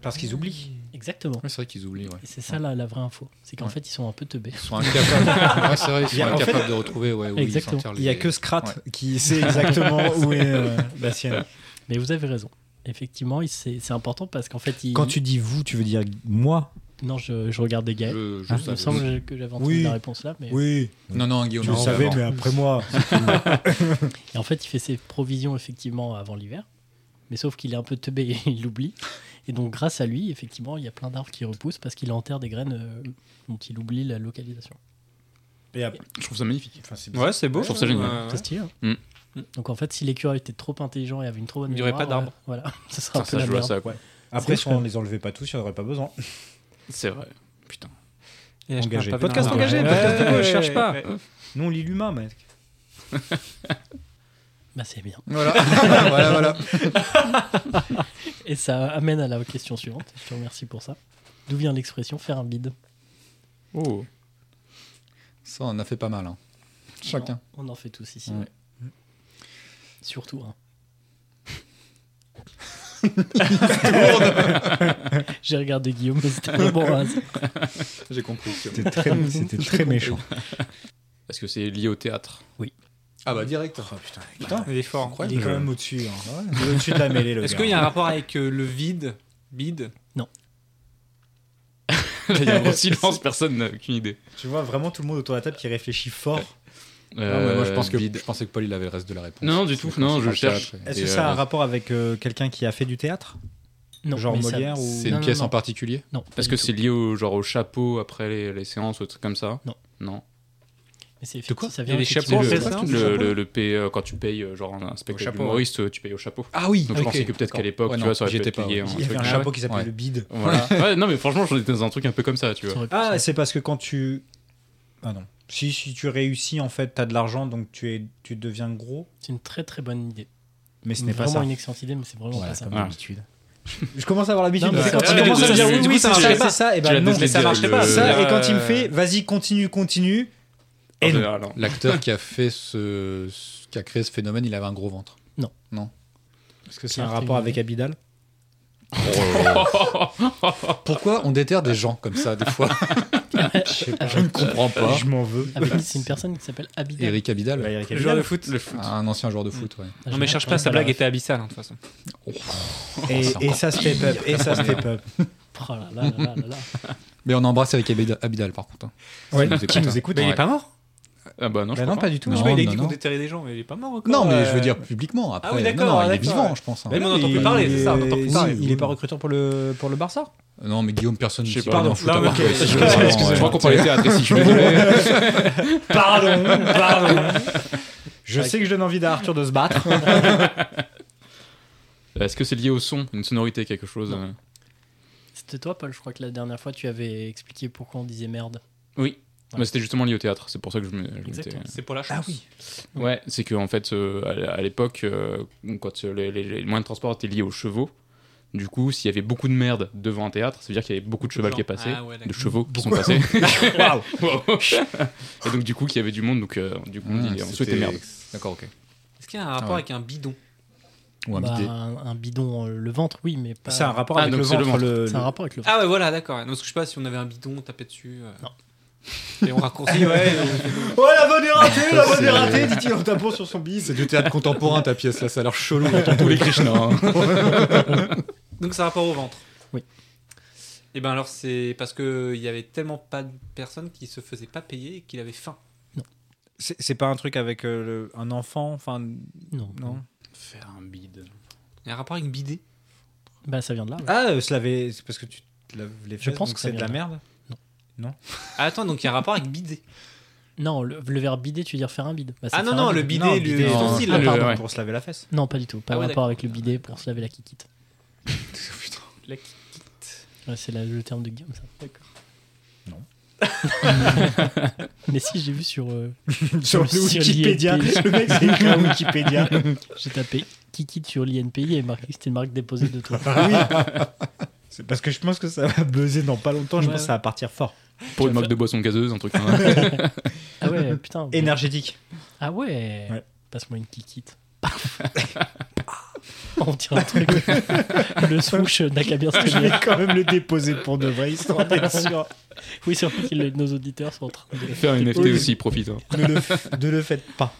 Parce qu'ils oublient.
Exactement.
c'est vrai qu'ils oublient, ouais.
Et c'est ça la, la vraie info. C'est qu'en
Ouais.
fait, ils sont un peu teubés.
Ils sont incapables. ouais, c'est vrai, ils
Il y
sont
a- en fait-
incapables de retrouver. Ouais, où ils
Exactement.
enterrent
Il n'y a
les-
que Scrat qui sait exactement où est euh, la sienne.
Mais vous avez raison. Effectivement, ils- c'est c'est important parce qu'en fait, ils...
Quand tu dis vous, tu veux dire moi
non, je, je regardais Gaël.
Je- je
Ah, il
savais.
me semble que j'avais entendu
Oui.
la réponse là, mais
Oui,
Non, non, Guillaume.
tu
non,
le savais,
avant.
mais après moi.
et en fait il fait ses provisions effectivement avant l'hiver, mais sauf qu'il est un peu teubé et il l'oublie, et donc grâce à lui effectivement il y a plein d'arbres qui repoussent parce qu'il enterre des graines euh, dont il oublie la localisation.
Et après-
Je trouve ça magnifique.
enfin, c'est bizarre.
Ouais, c'est beau.
Je trouve ça génial.
Ouais, ouais.
C'est stylé. hein
Mm.
Donc en fait si l'écureuil était trop intelligent et avait une trop bonne
Il y aurait
mémoire,
pas d'arbres.
euh, voilà, ce sera
Ça,
un peu
ça,
la
je vois
merde.
ça, quoi.
Après, si on les enlevait pas tous, il n'y en aurait pas besoin.
C'est vrai. Putain.
Et je
Engagé.
parle pas
Podcast
d'un-
engagé,
Ouais,
podcast de gauche,
ouais,
cherche
ouais,
pas.
ouais.
Nous, on lit l'humain, mec.
Bah c'est bien.
Voilà, voilà, voilà.
Et ça amène à la question suivante. Je te remercie pour ça. D'où vient l'expression faire un bide
Oh.
Ça, on en a fait pas mal. hein. Chacun.
On en fait tous ici.
Mm.
ouais. Surtout un. J'ai regardé Guillaume, mais c'était un bon hasard.
J'ai compris.
C'était très, c'était très méchant.
Parce que c'est lié au théâtre.
Oui.
Ah bah direct.
putain,
Putain, il est fort.
il est quand même au-dessus. hein. Il est au-dessus de la mêlée, le
Est-ce
gars.
qu'il y a un rapport avec euh, le vide Bide
Il y a un gros silence, personne n'a aucune idée.
Tu vois vraiment tout le monde autour de la table qui réfléchit fort.
Non, mais moi je,
Euh,
pense que,
bide.
je pensais que Paul il avait le reste de la réponse.
Non, non, du tout,
C'est-
non,
c'est
je
pas
cherche.
clair, après.
Est-ce
Et,
que ça a
euh,
un rapport avec euh, quelqu'un qui a fait du théâtre
Non,
Genre
mais ça-
Molière ou-
C'est une
Non, non,
pièce
non.
en particulier
Non, pas
Parce
du
que
tout.
c'est lié au genre au chapeau après les, les séances ou des trucs comme ça
Non.
Non.
Mais c'est
De quoi
effectivement- ça
Il y a
vient
des
C'est
chapeaux,
effectivement-
c'est
le,
ça
le, le, le paye- euh, quand tu payes euh, genre un spectacle
chapeau,
humoriste, euh, tu payes au chapeau.
Ah oui,
Donc je pensais que peut-être qu'à l'époque, tu vois, ça aurait pu être lié. hein,
Il y avait
truc.
un
Ah
chapeau qui s'appelait
Ouais.
le bide.
ouais. Voilà. Ouais, non, mais franchement, j'en étais dans un truc un peu comme ça, tu
ça
vois.
aurait pu-
Ah,
ça-
c'est parce que quand tu. Ah non. Si, si tu réussis, en fait, t'as de l'argent, donc tu, es, tu deviens gros.
c'est une très très bonne idée.
Mais ce n'est pas
Mm. vraiment
ça.
une excellente idée, mais c'est vraiment
Voilà,
pas ça.
comme
Ah.
d'habitude. Je commence à avoir l'habitude.
Non, mais
de-
c'est
quand
quand
il
tu
commence à
l'as
dire
dit,
Ah, oui,
du
oui,
coup,
ça
ça marchait
marchait
pas.
ça, et
Tu
bah
l'as
non,
décelé
mais
dès
ça
le-
marchait pas.
le-
Ça, et
Euh,
quand il me fait, vas-y, continue, continue,
En
et non.
général, hein.
L'acteur qui a fait ce, ce- qui a créé ce phénomène, il avait un gros ventre.
Est-ce que
c'est un rapport avec
Abidal
Pourquoi on déterre des gens comme ça des fois Ah. Je ne comprends pas.
Je m'en veux.
Avec- c'est une personne qui s'appelle Abidal.
Eric Abidal,
Bah, Eric
Le
Abidal.
joueur de foot
un ancien joueur de foot, ouais.
Ah,
Non,
j'ai
mais
pas-
cherche pas, sa
Ah,
blague était abyssale, hein, de toute façon.
Et, et ça step up, et ça step up.
Oh là là là là là là.
Mais on embrasse Eric Abidal, Abidal, par contre. hein.
Ouais,
nous écoute,
qui
hein.
nous écoute.
Mais il
Ouais.
est pas mort
Ah bah non, je
Bah
crois
non,
pas.
pas du tout.
Non,
Je sais pas, il a
non,
dit
non.
qu'on déterrait des gens, mais il est pas mort encore.
Non, mais je veux
Euh,
dire publiquement. Après,
Ah oui, d'accord,
Non, non, il est
d'accord,
vivant,
ouais.
je pense. hein.
Mais on en entend plus
il-
parler, c'est ça, on entend plus
il-
parler.
Il est pas recruteur pour le, pour le Barça
Non, mais Guillaume, personne ne
Je sais
sait
pas,
parler en
non.
foot
Non,
avant
ok.
que-
Excusez-moi,
Vraiment, ouais.
Je crois qu'on parlait théâtre ici, je suis désolé.
Pardon, pardon. Je sais que je donne envie à Arthur de se battre.
Est-ce que c'est lié au son, une sonorité, quelque chose euh
C'était toi, Paul, je crois que la dernière fois, tu avais expliqué pourquoi on disait merde.
Oui.
Ouais.
Mais c'était justement lié au théâtre, c'est pour ça que je me- je m'étais.
Exactement.
C'est pour la chance. Ah oui.
Ouais, c'est qu'en fait, euh, à l- à l'époque, euh, quand euh, les, les- les moyens de transport étaient liés aux chevaux, du coup, s'il y avait beaucoup de merde devant un théâtre, ça veut dire qu'il y avait beaucoup de chevaux qui est passé,
Ah ouais,
de
d'accord.
chevaux qui sont passés. Waouh Et donc, du coup, qu'il y avait du monde, donc euh, du
Ah,
coup, on, dit- on souhaitait merde.
D'accord, ok.
Est-ce qu'il y a un rapport
ouais.
avec un bidon
Ou un
Bah,
bidet.
un, un bidon, euh, le ventre, oui, mais pas.
C'est un rapport
Ah,
avec
donc
le
c'est le
ventre.
ventre.
le-
C'est un rapport avec le ventre.
Ah ouais, voilà, d'accord. Non, Parce que je sais pas si on avait un bidon, on tapait dessus. euh, Et on raccourcit, ouais.
le- Oh la bonne est ratée, la bonne est
C'est-
ratée, dit-il en tapant sur son bide.
C'est du théâtre contemporain ta pièce là, ça a l'air chelou. Tous les Krishna. hein.
Donc c'est un rapport au ventre.
Oui.
Et ben alors c'est parce que il y avait tellement pas de personnes qui se faisaient pas payer et qu'il avait faim.
C'est c'est pas un truc avec euh, le- un enfant, enfin
Non.
Ah.
non.
Faire un bide.
Il y a un rapport avec bidé.
Bah, ça vient de là. ouais.
Ah, euh, se laver, c'est parce que tu te laves les fesses,
pense
donc
que ça
c'est de la
vient
merde.
Ah, attends, donc il y a un rapport avec bidé.
Non, le, le verbe bidet, tu veux dire faire un bide. Bah, c'est
Ah non,
faire
non,
un
le
bide.
bidet,
Non,
le-
bidet, non.
l'ustensile.
Ah, le-
Pardon,
ouais.
pour se laver la fesse.
Non, pas du tout. Pas
Ah
de
ouais,
rapport
d'accord. Oh,
avec le bidet pour se laver la kikite.
La kikite.
Ouais, c'est la- le terme de Guillaume, ça. D'accord.
Non.
mais si, j'ai vu sur. euh,
Sur le
Sur
Wikipédia,
l'INP.
le mec c'est écrit à Wikipédia.
j'ai tapé Kikite sur l'INPI et marqué que c'était une marque déposée de toi.
Ah oui. C'est parce que je pense que ça va buzzer dans pas longtemps, je
Ouais,
pense que ça va partir fort.
Pour une marque de boisson gazeuse, un truc. hein.
Ah ouais, putain.
Énergétique.
Ah ouais,
Ouais.
Passe-moi une kikite. Paf. On dirait un truc. le swoosh d'Akabir
Je vais
Studio.
quand même le déposer pour de vrai, histoire d'être sûr.
Oui, c'est vrai que le- nos auditeurs sont en train de.
Faire une NFT
Oui.
aussi, profite. hein.
Ne le, f- ne le faites pas.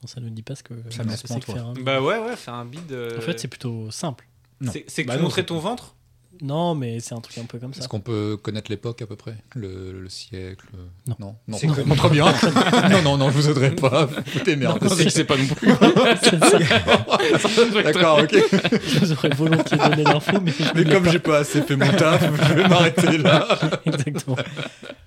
Bon, ça ne dit pas ce que
Ça
ce
me
que
ment,
c'est que
toi.
faire un-
Bah ouais, ouais, faire un bide. euh,
En fait, c'est plutôt simple.
non.
c'est- c'est que
Bah
tu
non,
montrais
c'est-
ton ventre.
Non, mais c'est un truc un peu comme ça.
Est-ce qu'on peut connaître l'époque à peu près le, le siècle euh,
Non.
Non, non.
C'est
non, très bien. non, non, non, je vous aiderai pas. Foutez merde.
C'est qu'il sait pas non plus.
C'est ça,
D'accord, ok.
je vous aurais volontiers donné l'info, mais je ne
Mais
l'ai
comme j'ai pas assez fait mon taf, je vais m'arrêter là.
pas. Exactement.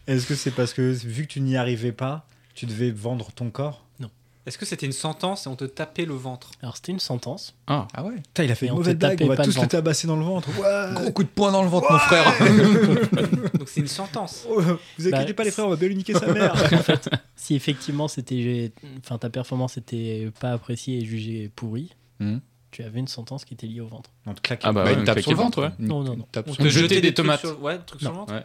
Est-ce que c'est parce que, vu que tu n'y arrivais pas, tu devais vendre ton corps
Est-ce que c'était une sentence et on te tapait le ventre
Alors, c'était une sentence.
Ah,
Ah ouais
Putain, il a fait
Et
une
on
mauvaise
te
blague,
tapait
on va
pas le
tous le
ventre.
tabasser dans le ventre. Ouais.
Gros coup de poing dans le ventre, mon frère.
Donc c'est une sentence.
Oh, vous inquiétez
Bah,
pas les frères, on va bien lui niquer sa mère.
Si effectivement c'était, enfin ta performance était pas appréciée et jugée pourrie,
Mhm.
tu avais une sentence qui était liée au ventre.
On te claque.
Ah bah,
Bah,
ouais,
une tape sur le ventre, ouais.
Non, non, non.
Tape
On
sur
te
le
jetait
jetait
des
des,
tomates.
Trucs sur... Ouais, des trucs sur le ventre.
ouais.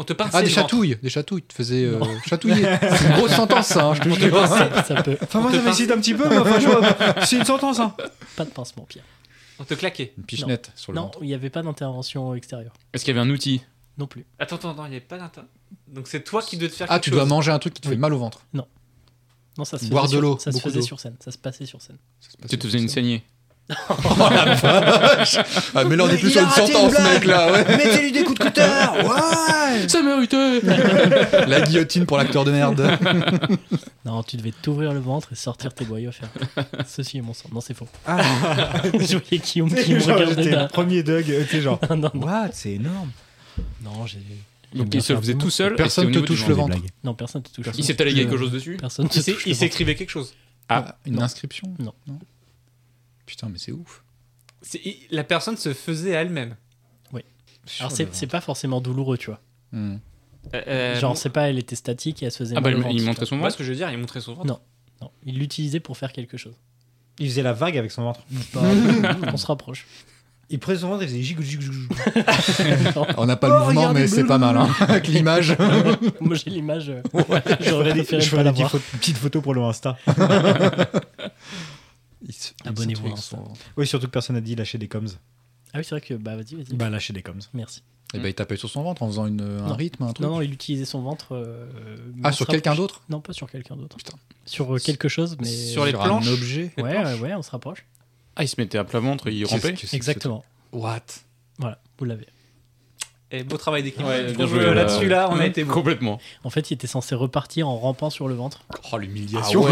On te pinçait
Ah, des
le ventre.
chatouilles, des chatouilles, tu te faisais euh, chatouiller. C'est une grosse sentence, hein, je te jure.
ça, ça peut
Enfin, moi,
On te
ça m'excite un petit peu, mais enfin, je vois, c'est une sentence, hein.
pas de pincement, Pierre.
On te claquait.
Une pichenette sur le
Non,
ventre.
il n'y avait pas d'intervention extérieure
Est-ce qu'il y avait un outil
non plus.
Attends, attends, attends, il n'y avait pas d'inter. Donc c'est toi qui devais te faire
Ah,
quelque
tu dois
chose.
manger un truc qui te fait mal au ventre.
Non. Non, ça se
Boire
faisait
de
sur-
l'eau,
Ça se
beaucoup
faisait
d'eau.
sur scène. Ça se passait sur scène.
Tu te faisais une saignée.
Oh la vache ah, Mais là, on est plus sur une sentence, mec, là. Ouais.
Mettez-lui des coups de cutter Ouais
Ça mérite
La guillotine pour l'acteur de merde.
Non, tu devais t'ouvrir le ventre et sortir tes boyaux. Faire. Ceci est mon sang. Non, c'est faux. Je voyais Guillaume qui me
Genre,
regardait
J'étais le
là.
premier Doug,
euh,
tu sais, genre.
Non, non,
What C'est énorme.
non, j'ai-
Donc il se le faisait tout seul. et c'était au
Personne te
niveau du
touche le
ventre.
ventre.
non, personne te touche.
Il s'est allé quelque chose dessus.
Personne te
Il s'est-
touche. le
Il
ventre.
s'écrivait quelque chose.
Ah, une
Non.
inscription
Non.
Putain, mais c'est ouf.
C'est- il- la personne se faisait à elle-même.
Alors, c'est c'est pas forcément douloureux, tu vois.
Hmm.
Euh, euh,
Genre,
moi-
c'est pas, elle était statique et elle se faisait
Ah bah
mal au
il
ventre,
il
tu
montrait son
moi,
ventre.
ce que je veux dire, il montrait son ventre.
Non. vois. Non, il l'utilisait pour faire quelque chose.
Il faisait la vague avec son ventre.
On se rapproche.
Il prenait son ventre et faisait jig jig jig. jig.
Ah, On n'a pas Oh, le mouvement, mais c'est pas mal. Hein, avec l'image.
Moi, j'ai l'image. euh, J'aurais préféré
je
ne pas
ferai
la
des
voir.
petites, petites photos pour le Insta.
Il se-
Ah,
il
Abonnez-vous
s'intrigue
à
son ventre.
Oui, surtout que personne n'a dit lâcher des coms.
Ah oui, c'est vrai que. Bah, vas-y, vas-y.
Bah, lâcher des coms.
Merci.
Et ben il tapait sur son ventre en faisant une, euh, un
Non.
rythme, un truc.
Non, non, il utilisait son ventre. euh, mais
ah,
on
sur
se
quelqu'un
rapproche.
d'autre
Non, pas sur quelqu'un d'autre.
Putain.
Sur euh, quelque chose, mais.
Sur les
un
planches
objet.
les
Ouais,
planches.
ouais, ouais, on se rapproche.
Ah il se mettait à plat ventre, il
Qu'est-ce
rampait.
que c'est que ce
Exactement.
What
Voilà, vous l'avez.
Et beau travail d'équipe.
Ouais,
Je
bien
trouve,
joué,
euh,
là.
Là-dessus, là, on a été bon.
Complètement.
En fait, il était censé repartir en rampant sur le ventre.
truc Oh,
Ah
l'humiliation.
ouais.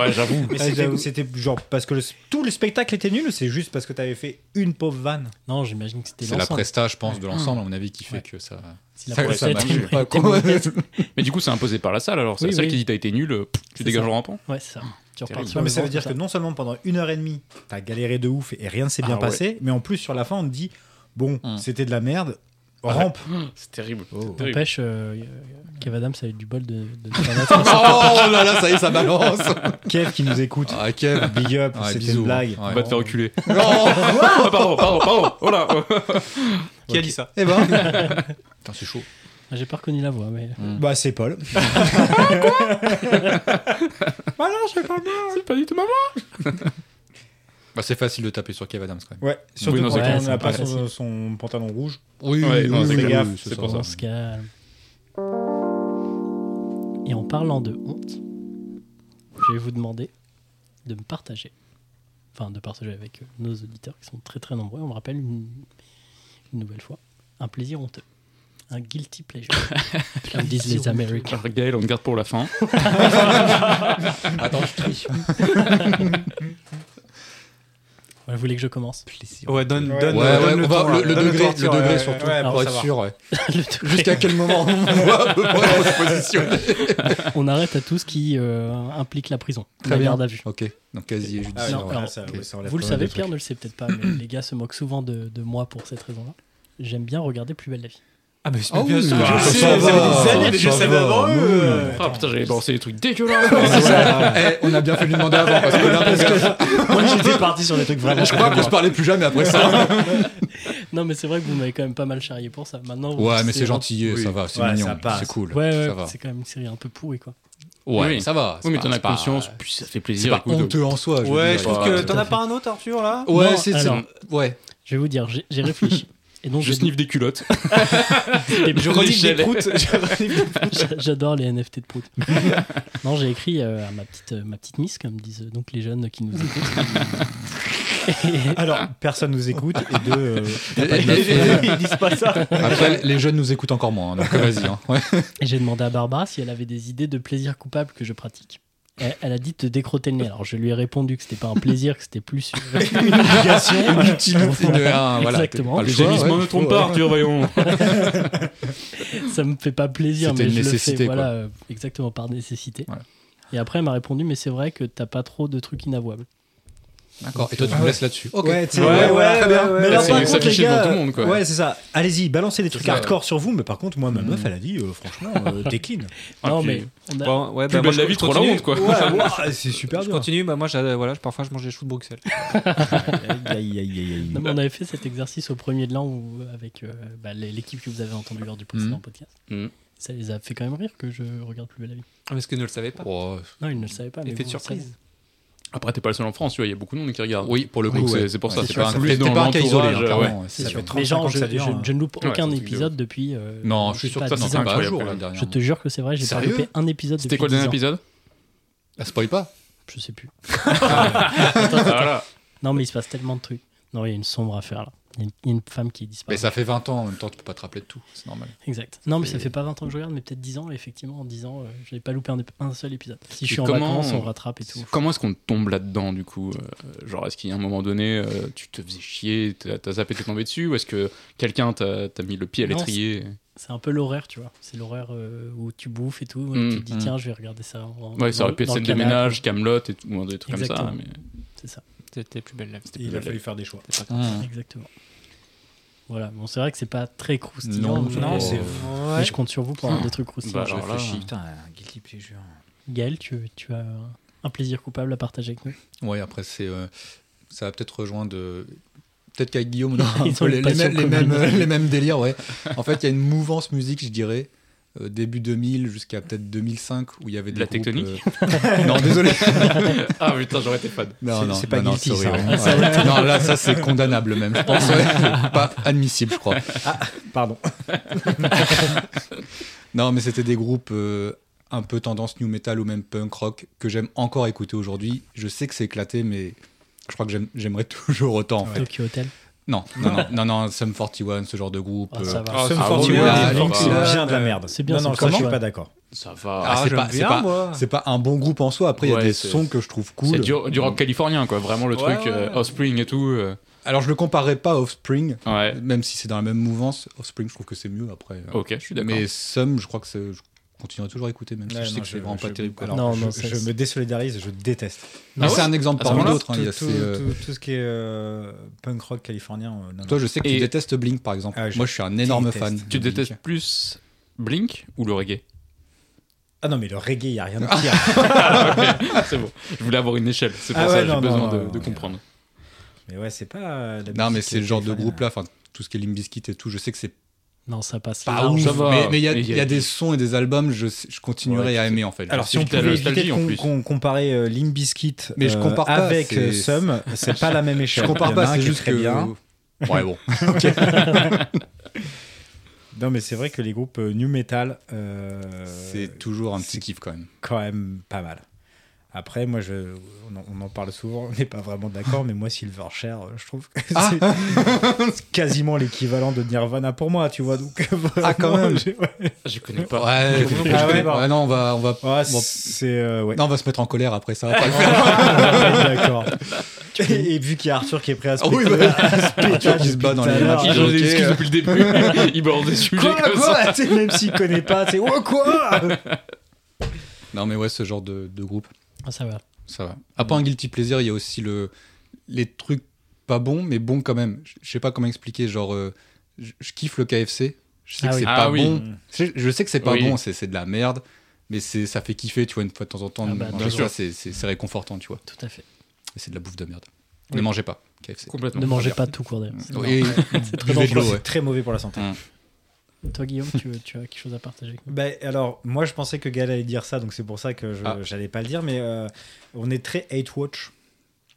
ouais j'avoue.
Mais
Ah,
c'était-
j'avoue.
c'était genre parce que le- tout le spectacle était nul ou c'est juste parce que t'avais fait une pauvre vanne
Non, j'imagine que c'était
C'est la
l'ensemble.
presta, je pense, de l'ensemble, à mon avis, qui fait que ça.
Si la
ça-
presse
ça
était-
marchait pas,
était
quoi.
mauvaise.
Mais du coup c'est imposé par la salle alors. C'est
Oui,
la salle
oui.
qui dit t'as été nul, euh, pff, tu
C'est
dégages
ça.
en rampant.
Ouais, c'est ça. Tu repars
terrible.
sur
Non, mais
le
ça veut
ventre,
dire
tout
que non seulement pendant une heure et demie, t'as galéré de ouf et rien s'est bien
Ah ouais.
passé, mais en plus sur la fin, on te dit bon,
Hmm.
c'était de la merde,
Ah ouais.
rampe.
C'est terrible. Terrible.
N'empêche, euh, euh, Kev Adams a eu du bol de, de
Oh là là, ça y est, ça balance.
Kev qui nous écoute,
Ah, Kev.
big up,
Ouais,
c'était
bisous. hein.
une blague.
Ouais. Oh,
Va te faire reculer. Ah, pardon, pardon, pardon. Oh là. oh.
Qui a dit ça
Eh ben,
Putain, c'est chaud.
Ah, J'ai pas reconnu la voix, mais.
bah c'est Paul.
C'est pas du tout maman.
Bah, c'est facile de taper sur Kev Adams quand même.
Ouais, surtout
Oui, non,
quand
c'est
clair,
on
c'est
n'a
pas
pas son,
facile.
son pantalon rouge.
Oui,
Ouais, non, c'est
clair.
Mmh, c'est
C'est
ça.
pour ça.
On se calme. Et en parlant de honte, je vais vous demander de me partager, enfin de partager avec euh, nos auditeurs qui sont très très nombreux. On me rappelle une, une nouvelle fois un plaisir honteux, un guilty pleasure, comme disent les Américains.
Alors, Ah, Gaël, on le garde pour la fin.
Attends, je trie.
Voilà, vous voulez que je commence
Ouais, donne,
Ouais.
donne,
Ouais,
donne
ouais, on va-
temps,
le,
là.
le
Donne
degré,
temps,
le
tiens,
degré
ouais,
surtout,
ouais,
pour
pour
être
savoir.
sûr. ouais.
Le degré.
Jusqu'à quel moment on voit à peu près on se positionne
On arrête à tout ce qui euh, implique la prison,
Très
la
bien.
garde à vue.
Ok, donc
Ah
casier judiciaire.
Non,
ouais.
alors,
ça,
ok.
ça enlève
Vous le
pas mal de
savez,
trucs.
Pierre ne le sait peut-être pas, mais les gars se moquent souvent de, de moi pour cette raison-là. J'aime bien regarder Plus belle la vie.
Ah, mais c'est
Ah
bien
oui,
sûr.
mais
Ah,
ça
c'est- ça
va,
fait des
ça
années, mais je
va.
savais avant eux. euh.
Ah putain, j'avais balancé des trucs dégueulasses.
Eh, on a bien fait de lui demander avant parce que là, mon gars,
Moi j'étais parti sur des trucs vraiment.
je crois qu'on se parlait plus jamais après ça.
Non, mais c'est vrai que vous m'avez quand même pas mal charrié pour ça. Maintenant, vous-
Ouais, mais c'est gentil,
Oui.
ça va, c'est
Ouais, ça
mignon,
passe.
c'est cool,
Ouais, ouais,
ça va.
c'est quand même une série un peu pourrie, quoi.
Ouais,
Oui.
ça va.
Oui, mais
c'est
t'en
pas-
as
c'est pas-
conscience. Puis ça fait
C'est
plaisir.
pas
écoute.
honteux en soi.
Ouais, je
veux dire,
trouve
ouais,
que
tout
t'en
à
as
fait.
pas un autre, Arthur, là
Ouais,
Non,
c'est c'est-
Oh, alors-
Ouais.
Je vais vous dire, j'ai j'ai réfléchi. Et donc,
Je
j'ai-
sniffe des culottes.
des-
Je redis des
Michel.
croûtes.
j'a- j'adore les NFT de prout. non, j'ai écrit euh, à ma petite, euh, ma petite miss, comme disent euh, donc les jeunes qui nous écoutent. Et-
Alors, personne nous écoute et deux, euh, t'as pas de meuf.
Ils disent pas ça. Après, les jeunes nous écoutent encore moins, hein, donc vas-y. hein. Ouais.
Et j'ai demandé à Barbara si elle avait des idées de plaisir coupable que je pratique. Elle, elle a dit de te décrotter le nez. Alors je lui ai répondu que c'était pas un plaisir, que c'était plus une obligation.
Une- un, voilà,
Exactement.
t'as pas
Les
le choix,
gémissements
ouais.
ne trompent pas, Arthur, voyons.
ça me fait pas plaisir,
C'était
mais
une
je le fais,
nécessité,
voilà, euh, exactement par nécessité.
Voilà.
Et après, elle m'a répondu, mais c'est vrai que t'as pas trop de trucs inavouables.
D'accord, et toi, tu me laisses là-dessus. Ok.
Ouais, tu sais,
Ouais, ouais,
voilà.
très bien.
Mais
Ouais,
alors,
c'est-
par
ça
contre, les
affiché devant
gars,
tout le monde, quoi.
Ouais, c'est ça. Allez-y, balancez des trucs
ça.
hardcore sur vous, mais par contre, moi, ma
Mm.
meuf, elle a dit, euh, franchement, euh, t'es clean.
Ah,
non,
puis-
mais on a-
Bon, ouais,
Plus
bah,
belle
moi,
la
je
vie, trop la
continue.
honte, quoi.
Ouais, ouais.
c'est super
Je
bien.
continue, bah, moi, j'ai- voilà, je- parfois, je mange des choux de Bruxelles.
Aïe, aïe, aïe, aïe, aïe.
non, mais on avait fait cet exercice au premier de l'an où, avec euh, bah, les- l'équipe que vous avez entendue lors du précédent
Mhm.
podcast.
Mhm.
Ça les a fait quand même rire que je regarde plus belle la vie.
Ah, Parce que ne le savait pas.
Oh,
Non, ils ne le savaient pas. mais
Effet
vous
de
le
surprise.
savez.
Après, t'es pas le seul en France, tu vois, il y a beaucoup de monde qui regarde.
Ah Oui, pour le coup,
Donc, c'est-
ouais.
c'est pour
Ouais,
ça,
c'est
c'est
pas
pas
un-
un
c'était
dans
pas un cas isolé,
l'entourage,
hein,
euh, ouais.
clairement, c'est
Ça
sûr.
fait
Mais
35 ans
genre,
que
je,
ça dure,
je-
hein.
je ne loupe
Ouais,
aucun
c'est un truc de
épisode depuis. euh,
Non, je suis sûr
pas,
que ça,
dix
c'est
ans.
pas un
incroyable,
jour,
quand
la
même.
dernière.
Je te jure que c'est vrai, j'ai pas
Sérieux
loupé un épisode
C'était
depuis
quoi le dernier
10 ans.
épisode Ah, spoil pas
Je sais plus.
Ah.
Attends, attends.
Voilà.
Non, mais il se passe tellement de trucs. Non, il y a une sombre affaire là. Il y a une, il y a une femme qui disparaît.
Mais ça fait 20 ans, en même temps, tu peux pas te rappeler de tout, c'est normal.
Exact. Non, mais ça
Et-
fait pas 20 ans que je regarde, mais peut-être 10 ans, et effectivement, en 10 ans, euh, j'avais pas loupé un, un seul épisode. Si je
Et
suis en
comment-
vacances, on rattrape et tout.
Comment est-ce qu'on tombe là-dedans, du coup Euh, Genre, est-ce qu'il y a un moment donné, euh, tu te faisais chier, t'as t'as zappé, t'es tombé dessus, ou est-ce que quelqu'un t'a t'a mis le pied à
Non,
l'étrier
C'est un peu l'horaire, tu vois. C'est l'horaire euh, où tu bouffes et tout. et
Mm,
tu te dis,
mm.
tiens, je vais regarder ça. en-
Ouais, ça
dans-
aurait pu être
dans le
scène de
canapé.
ménage, Camelot et tout, ou des trucs
Exactement.
comme ça. Mais...
C'est ça.
C'était plus belle la vie.
c'était
Il
plus
a
la-
fallu faire des choix.
C'était pas-
Mmh.
Exactement. Voilà. Bon, c'est vrai que c'est pas très croustillant.
Non,
mais- euh,
Non, Oh, c'est
mais
vrai.
je compte sur vous pour avoir des trucs croustillants.
hein,
Bah, alors là,
Putain, un guilty pleasure.
Gaël, tu, tu as un plaisir coupable à partager avec nous
Ouais, après, c'est, euh, ça va peut-être rejoindre. euh, Peut-être qu'avec Guillaume, on a un
Ils
peu
ont
les,
une
les
passion
mêmes, les,
commune.
mêmes, euh, les mêmes délires, ouais. En fait, il y a une mouvance musique, je dirais, euh, début 2000 jusqu'à peut-être 2005, où il y avait des.
De la
groupes,
tectonique
euh, Non, désolé.
ah putain, j'aurais été fan.
Non,
C'est-
non,
c'est pas
non, non,
guilty,
c'est
ça,
horrible.
hein.
Ouais. Non, là, ça, c'est condamnable, même, je pense. ouais. pas admissible, je crois.
Pardon.
Ah, Non, mais c'était des groupes euh, un peu tendance new metal ou même punk rock que j'aime encore écouter aujourd'hui. Je sais que c'est éclaté, mais je crois que j'aime- j'aimerais toujours autant, en fait.
Tokyo Hotel.
Non, non, non, non, non, Sum 41, ce genre de groupe.
Ah,
euh,
ça va.
Ah,
Sum
ah,
41,
hein.
c'est
ouais, ouais,
bon,
ouais.
c'est bon.
bien de la merde.
C'est bien,
Non, non,
c'est
ça, je suis
comment
pas d'accord.
Ça va.
Ah,
Ah,
c'est
j'aime
pas- c'est
bien,
pas-
moi.
c'est pas un bon groupe en soi. Après, il y
Ouais,
a des
c'est-
sons que je trouve
C'est
cool.
du, du rock californien, quoi. Vraiment le
Ouais,
truc
ouais,
euh,
ouais.
Offspring et tout. euh,
Alors, je le comparerais pas à Offspring,
Ouais.
même si c'est dans la même mouvance. Offspring, je trouve que c'est mieux après. euh.
Ok, je suis d'accord.
Mais Sum, je crois que c'est- je continuerai toujours à écouter, même si
Ouais,
je sais
non,
que c'est
je-
vraiment pas
je-
terrible. quoi.
alors,
Non, non,
je,
ça,
je
c'est-
me désolidarise, je déteste.
Mais
Ah
c'est
ouais
un exemple
À ce
parmi
moment-là,
d'autres. hein. Il y a
tout,
ces, euh,
tout- tout ce qui est euh, punk rock californien. euh, non, non.
Toi, je sais que
Et-
tu détestes Blink, par exemple.
Ah, je
Moi, je suis un énorme
déteste
fan.
Tu
de Blink.
détestes plus Blink ou le reggae
Ah non, mais le reggae, il n'y a rien de pire.
Ah, C'est bon. Je voulais avoir une échelle. C'est pour
Ah
ça
ouais,
que j'ai
non,
besoin
non,
de,
non,
de
non.
comprendre.
mais ouais, c'est pas. euh, la
Non, mais
musique
c'est le genre de
californienne.
groupe-là. Enfin, tout ce qui est Limp Bizkit et tout, je sais que c'est
Non, ça passe.
pas
large.
ouf.
ça va.
mais- Mais il y a-
Mais
il y, a des sons et des albums, je, je continuerai
Ouais,
à aimer, en fait.
Alors, si
C'est
on
de la
pouvait éviter
nostalgie,
de
en
com-
plus.
com- comparer euh, Limp Bizkit
Mais je
euh,
compare pas,
avec
c'est-
euh, Sum, c'est pas la même échelle.
Je compare
Il y en a
pas,
un
c'est
qui est
juste
très
que.
bien.
Ouais, bon.
Non, mais c'est vrai que les groupes euh, new metal, euh,
C'est toujours un petit kiff quand même.
quand même pas mal. Après, moi, je, on, en- on en parle souvent, on n'est pas vraiment d'accord, mais moi, Silverchair, euh, je trouve que
Ah.
c'est c'est quasiment l'équivalent de Nirvana pour moi, tu vois. Donc, euh,
Ah, quand
vraiment,
même.
j'ai- ouais.
Je connais pas.
Ouais, je-
Ah ouais,
je-
bah.
ouais, non, on va. On va...
Ouais,
bon,
c'est. euh, ouais.
Non, on va se mettre en colère après, ça va pas le faire.
Ouais, d'accord. Et, et vu qu'il y a Arthur qui est prêt à se
Ah oui,
péter-
bah,
à se péter
Arthur qui se bat
depuis
dans
tout à
les
l'heure.
matchs.
Il
Ah,
donne des
ok.
excuses depuis le début. Il borde des sujets
Quoi,
comme ça.
quoi Tu sais, Même s'il connaît pas, c'est ouais, quoi
Non, mais ouais, ce genre de, de groupe,
Ah, ça va.
ça va. À part un guilty plaisir, il y a aussi le, les trucs pas bons, mais bons quand même. Je- Je sais pas comment expliquer, genre, euh, je je kiffe le KFC. Je sais
Ah
que
oui.
c'est
Ah
pas
oui.
bon. Je, je sais que c'est pas
Oui.
bon, c'est c'est de la merde, mais c'est- ça fait kiffer, tu vois, une fois de temps en temps.
Ah
de
bah,
manger
bien
ça,
sûr.
c'est- c'est c'est réconfortant, tu vois.
Tout à fait.
Mais c'est de la bouffe de merde.
Oui.
Ne mangez pas, KFC.
Complètement.
ne mangez
bien.
pas tout court d'ailleurs.
Oui,
C'est très
buvez de
dangereux.
l'eau, ouais.
C'est très mauvais pour la santé.
Toi, Guillaume, tu, veux- tu as quelque chose à partager avec nous
Bah, alors, moi, je pensais que Gaël allait dire ça, donc c'est pour ça que je
Ah.
j'allais pas le dire, mais euh, on est très hate watch.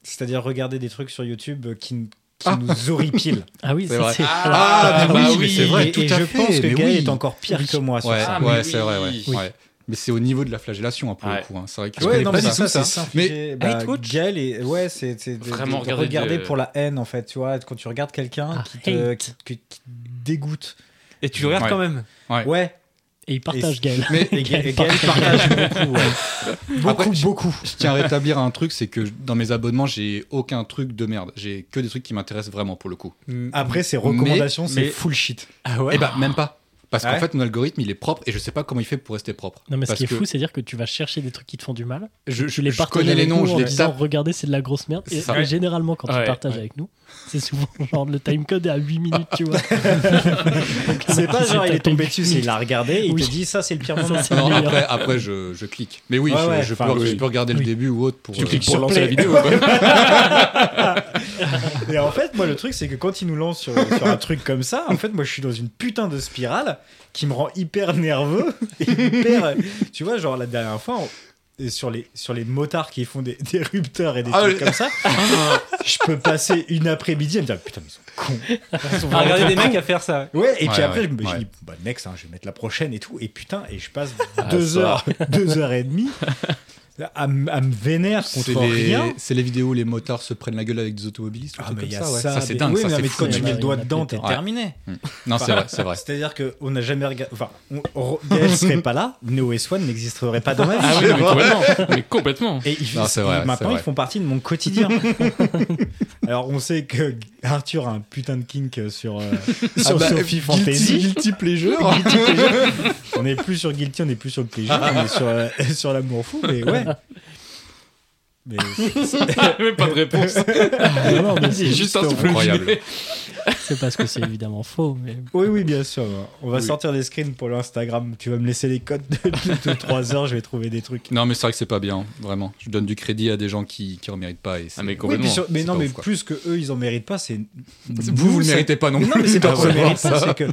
C'est-à-dire regarder des trucs sur YouTube euh, qui, n- qui nous horripilent.
Ah oui,
C'est
ça
vrai.
c'est.
Ah, mais
bah
oui, mais
oui.
c'est vrai,
et,
tout
et
à
je
fait,
pense que
mais
Gaël
oui.
est encore pire que moi sur
Ouais,
ça.
Ah, mais
ouais,
oui.
c'est vrai, ouais.
Oui.
Ouais. Mais c'est au niveau de la flagellation, hein, pour
Ouais.
le coup. hein. C'est vrai que
Ouais,
je connais
non,
pas
mais
du tout
ça,
ça.
c'est s'infliger.
Mais
Bah,
Hate watch
Gaël est- ouais, c'est c'est de- de-
Vraiment
de
regarder
regarder,
de-
pour la haine en fait, tu vois, quand tu regardes quelqu'un
Ah,
qui, te,
hate.
qui, qui- qui te dégoûte.
Et tu le regardes
Ouais.
quand même.
Ouais.
Ouais,
Et il partage Gaël.
mais-
et Gaël,
Gaël
et Gaël partage beaucoup, ouais. beaucoup,
Après, je-
beaucoup.
je tiens à rétablir un truc, c'est que je- dans mes abonnements, j'ai aucun truc de merde. J'ai que des trucs qui m'intéressent vraiment pour le coup.
Après, ces recommandations,
Mais- mais-
c'est full shit.
Ah ouais
Et bah, même pas. Parce qu'en
Ouais.
fait, mon algorithme, il est propre et je sais pas comment il fait pour rester propre.
Non, mais ce
Parce
qui est
que
fou, c'est dire que tu vas chercher des trucs qui te font du mal.
je,
Tu
je,
les
je
partages
connais les
avec
noms,
nous en
je les
disant
tape.
regardez, c'est de la grosse merde. Et,
C'est ça.
et
Ouais.
généralement, quand
Ouais.
tu partages avec nous, c'est souvent genre le timecode est à 8 minutes, tu vois.
C'est pas genre il est tombé dessus, c'est
c'est
il l'a regardé, il
Oui.
te dit ça c'est le pire
Ça,
moment.
c'est-
Non,
le meilleur.
après, après je, je clique. Mais oui,
Ouais,
je,
ouais,
je
enfin,
peux, je
oui.
peux regarder le
Oui.
début ou autre pour.
Tu
euh,
cliques
sur
pour lancer
play.
la vidéo. quoi.
Et en fait, moi le truc c'est que quand il nous lance sur, sur un truc comme ça, en fait moi je suis dans une putain de spirale qui me rend hyper nerveux, et hyper. Tu vois, genre la dernière fois. on- et sur les, sur les motards qui font des, des rupteurs et des
Ah,
trucs
oui.
comme ça, je peux passer une après-midi à me dire putain, mais ils sont cons. Ils sont
Mm. À
vraiment
regarder des
cons.
mecs à faire ça.
Ouais, et puis
Ouais,
après,
ouais,
je me je
ouais.
dis, bah, Ah, next, hein, je vais mettre la prochaine et tout. Et putain, et je passe deux heures, deux heures et demie à, m- à me vénère contre
C'est les,
rien.
c'est les vidéos où les motards se prennent la gueule avec des automobilistes. ou
Ah,
des
mais
trucs
il y
comme
a
ça, ouais.
ça.
Ça, c'est
des-
dingue,
Oui,
ça,
mais,
c'est
mais quand
fou.
tu mets le doigt
Ouais,
dedans, t'es
ouais.
terminé.
Non, c'est vrai, c'est vrai.
C'est-à-dire qu'on n'a jamais regardé. Enfin, on... Ro- Gaël serait pas là, Neo S1 n'existerait pas dans ma vie.
Ah oui, non, mais complètement. mais complètement.
Et ils-
Non, c'est
ils-
vrai, c'est
maintenant, ils
vrai.
font partie de mon quotidien. Alors, on sait que Arthur a un putain de kink sur, euh, sur
bah,
Sophie Fantasy.
Guilty pleasure.
On n'est plus sur Guilty, on n'est plus sur le plaisir, on est sur, euh, sur l'amour fou, mais ouais. Mais
Même pas de réponse.
Non, non, mais c'est-
Juste un souffle
Incroyable.
vidé.
c'est parce que c'est évidemment faux. Mais...
oui, oui, bien sûr. On va sortir des screens pour l'Instagram. Tu vas me laisser les codes de, 3 heures, je vais trouver des trucs.
Non, mais c'est vrai que c'est pas bien, vraiment. Je donne du crédit à des gens qui, qui en méritent pas. Et c'est-
Ah, mais
Oui, puis
complètement.
sur- mais
c'est
non,
pas
mais
ouf, quoi.
plus que eux, ils en méritent pas. C'est
vous, vous le méritez pas non
Mais
plus.
non, Ah, mais c'est pas qu'on le
vraiment,
mérite pas,
ça.
c'est que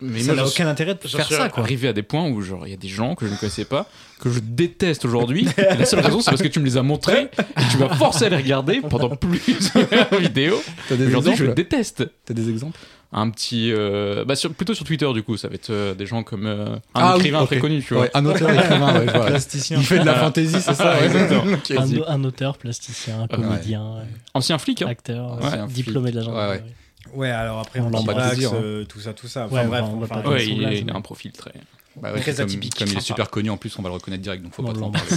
Mais
ça
moi,
n'a
je suis
aucun intérêt de faire ça, quoi.
arrivé à des points où genre il y a des gens que je ne connaissais pas, que je déteste aujourd'hui. Et la seule raison, c'est parce que tu me les as montrés et tu m'as forcé à les regarder pendant plusieurs vidéos.
T'as des
Aujourd'hui, je le
exemples
déteste.
T'as des exemples
Un petit, euh, bah sur- plutôt sur Twitter du coup, ça va être euh, des gens comme euh, un
Ah oui,
écrivain
ok.
très connu, tu vois.
Ouais, un auteur écrivain, ouais, je vois.
Plasticien.
Il fait de la fantaisie, c'est ça ouais.
Un, un auteur, plasticien, un comédien,
Ancien flic.
euh,
hein.
acteur,
Ouais,
euh,
un
diplômé de la
flic. Ouais,
gendarmerie.
Ouais, alors après,
On
on
l'en
dit
bat
Brax,
de dire, hein.
euh, tout ça, tout ça. Enfin
Ouais,
bref,
on
on
va
parle
pas-
de
Ouais,
son
il,
blague.
est- il a un profil très.
Bah ouais,
Très
comme,
atypique.
comme il est super connu, en plus, on va le reconnaître direct, donc faut
On
pas trop en parler.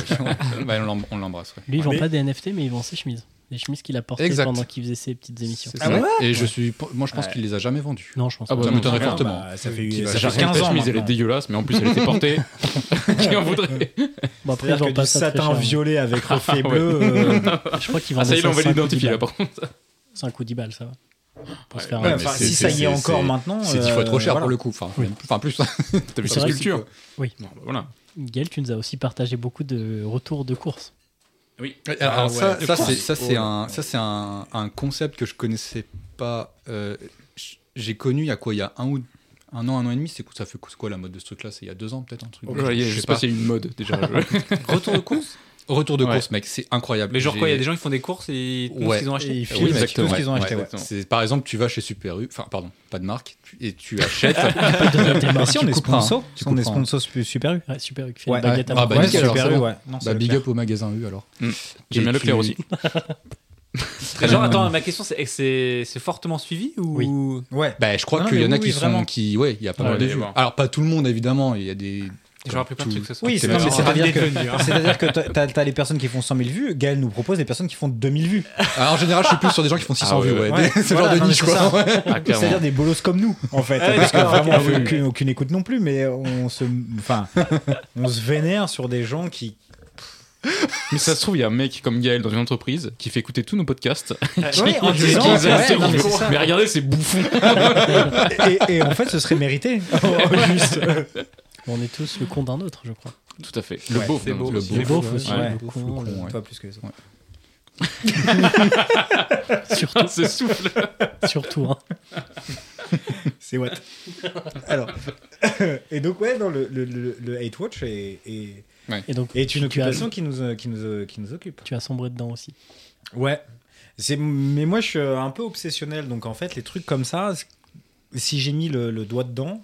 Bah, on l'em- on l'embrasse. ouais.
Lui, il vend
Mais-
pas des NFT, mais il vend ses chemises. Les chemises qu'il a portées
Exact.
pendant qu'il faisait ses petites émissions.
C'est
Ah
ça.
ouais
Et je suis, moi, je pense qu'il les a jamais vendus.
Non, je pense pas.
Ah bah,
Ça
non,
m'étonnerait
non,
fortement.
bah, ça fait-
Qui va
ça fait
chercher une
15 ans.
La chemise, elle est
maintenant.
dégueulasse, mais en plus, elle était portée. Qui en voudrait
Bon, après,
C'est-à-dire
il vend
que
pas
du
ça très
satin
cher.
violet avec reflet
Ah ouais.
bleu. euh,
Je crois qu'il
Ah,
vendait
ça y est,
ça
on va
5 ou 10
l'identifier là,
balles.
par contre.
5 ou 10 balles, ça va. Pour se
Ouais,
faire
ouais,
un-
mais
enfin,
c'est-
si
c'est-
ça y
c'est-
est, encore
c'est-
maintenant.
C'est dix fois
euh,
trop cher
voilà.
pour le coup. Enfin,
Oui.
enfin plus.
T'as vu
C'est
ses
vrai que-
sculptures
Oui.
Bon, bah, Voilà.
Gaël, tu nous as aussi partagé beaucoup de retours de courses.
Oui.
Alors ça, ça,
ouais. De
Ah c'est
course.
ça c'est un ça c'est un, un concept que je connaissais pas. euh, j- J'ai connu il y a quoi il y a un ou un an un an et demi c'est quoi- ça fait quoi la mode de ce truc là c'est il y a deux ans peut-être un truc.
Ouais,
je,
je sais
pas.
pas s'il y a une mode déjà.
Retour de course
Retour de
Ouais.
course mec c'est incroyable.
Mais genre quoi, il y a des
J'ai-
gens qui font des courses et ils te montrent
Ouais.
ce qu'ils ont acheté.
Et ils
Oui,
filment
exactement,
tout ce qu'ils ont
ouais,
acheté.
ouais.
ouais.
exactement.
C'est par exemple tu vas chez Super U enfin pardon pas de marque tu- et tu achètes
Bah, si, on est
couperas, hein.
sponsor.
Tu
On est
couperas, hein.
sponsor su- Super U.
Ouais, super, qui fait
Ouais,
une baguette
ouais.
à
Ah,
ah,
bah,
ouais,
nickel, alors,
Super
c'est
U,
bon.
ouais. Non, c'est
bah
le
big
faire.
up au magasin U alors.
J'aime bien
Et
Leclerc
tu-
aussi.
Et Genre, attends, ma question c'est c'est c'est fortement suivi ou
Ouais.
Bah, je crois
Non,
qu'il y
mais
en a
oui,
qui
oui, vraiment.
sont qui ouais il y a pas
Ouais,
mal de
allez
vues.
voir.
Alors pas tout le monde évidemment il y a des
J'ai appris plein de
tout-
trucs ce soir.
Oui,
c'est hein.
c'est non, mais
marrant.
c'est-à-dire
Bien
que- c'est-à-dire que t'as- t'as t'as les personnes qui font 100 000 vues, Gaël nous propose des personnes qui font 2000 vues.
Ah, en général, je suis plus sur des gens qui font 600
Ah ouais,
vues, ouais. Bah,
ouais.
Des- ce genre
Voilà, non,
de
mais
niche,
c'est
quoi.
ça.
Ouais.
Ah,
C'est-à-dire
clairement.
des bolos comme nous, en fait. parce que vraiment, on fait aucune, aucune écoute non plus, mais on se, enfin, on se vénère sur des gens qui.
Mais ça se trouve, il y a un mec comme Gaël dans une entreprise qui fait écouter tous nos podcasts.
Oui, en
Et
disant.
qui les
ouais, non, mais
a interrogés.
c'est ça.
mais regardez, c'est bouffon.
Et, et en fait, ce serait mérité. Oh, Juste.
On est tous le con d'un autre, je crois.
Tout à fait. Le beauf.
c'est
non,
beau.
Le
C'est
Le
beauf.
beauf aussi,
ouais.
le con, le-
Pas plus que ça.
surtout,
Ah, ce souffle.
surtout. hein.
C'est what Alors. et donc, ouais, non, le, le, le, le Hate Watch est, est,
Et donc,
est une
tu as-
occupation qui nous, euh, qui, nous, euh, qui nous occupe.
tu as sombré dedans aussi.
Ouais. C'est, mais moi, je suis euh, un peu obsessionnel. Donc, en fait, les trucs comme ça, c- si j'ai mis le, le doigt dedans.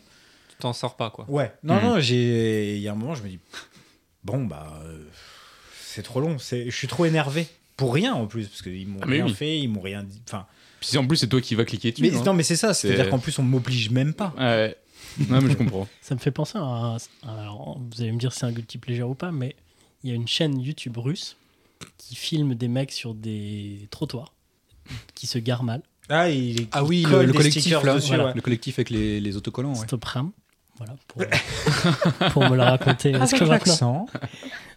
Tu t'en sors pas quoi.
Ouais. Non,
Mhm.
non, j'ai. Il y a un moment, je me dis. Bon, bah. euh, c'est trop long. C'est, je suis trop énervé. Pour rien, en plus. Parce qu'ils m'ont
Ah, mais
rien
oui.
fait, ils m'ont rien dit. Enfin.
Puis en plus, c'est toi qui vas cliquer dessus.
Mais,
hein.
non, mais c'est ça. C'est-à-dire
C'est-
qu'en plus, on m'oblige même pas.
Ouais. Non, mais je comprends.
Ça me fait penser à. un- alors, vous allez me dire si c'est un guilty pleasure ou pas, mais il y a une chaîne YouTube russe qui filme des mecs sur des trottoirs qui se garent mal.
Ah, il est-
Ah oui,
il
le,
colle
le
des
collectif,
stickers
là.
dessus,
Voilà.
ouais.
Le collectif avec les, les autocollants, ouais.
Stop Ram. Voilà, pour, pour me le raconter.
Ah,
Parce que maintenant-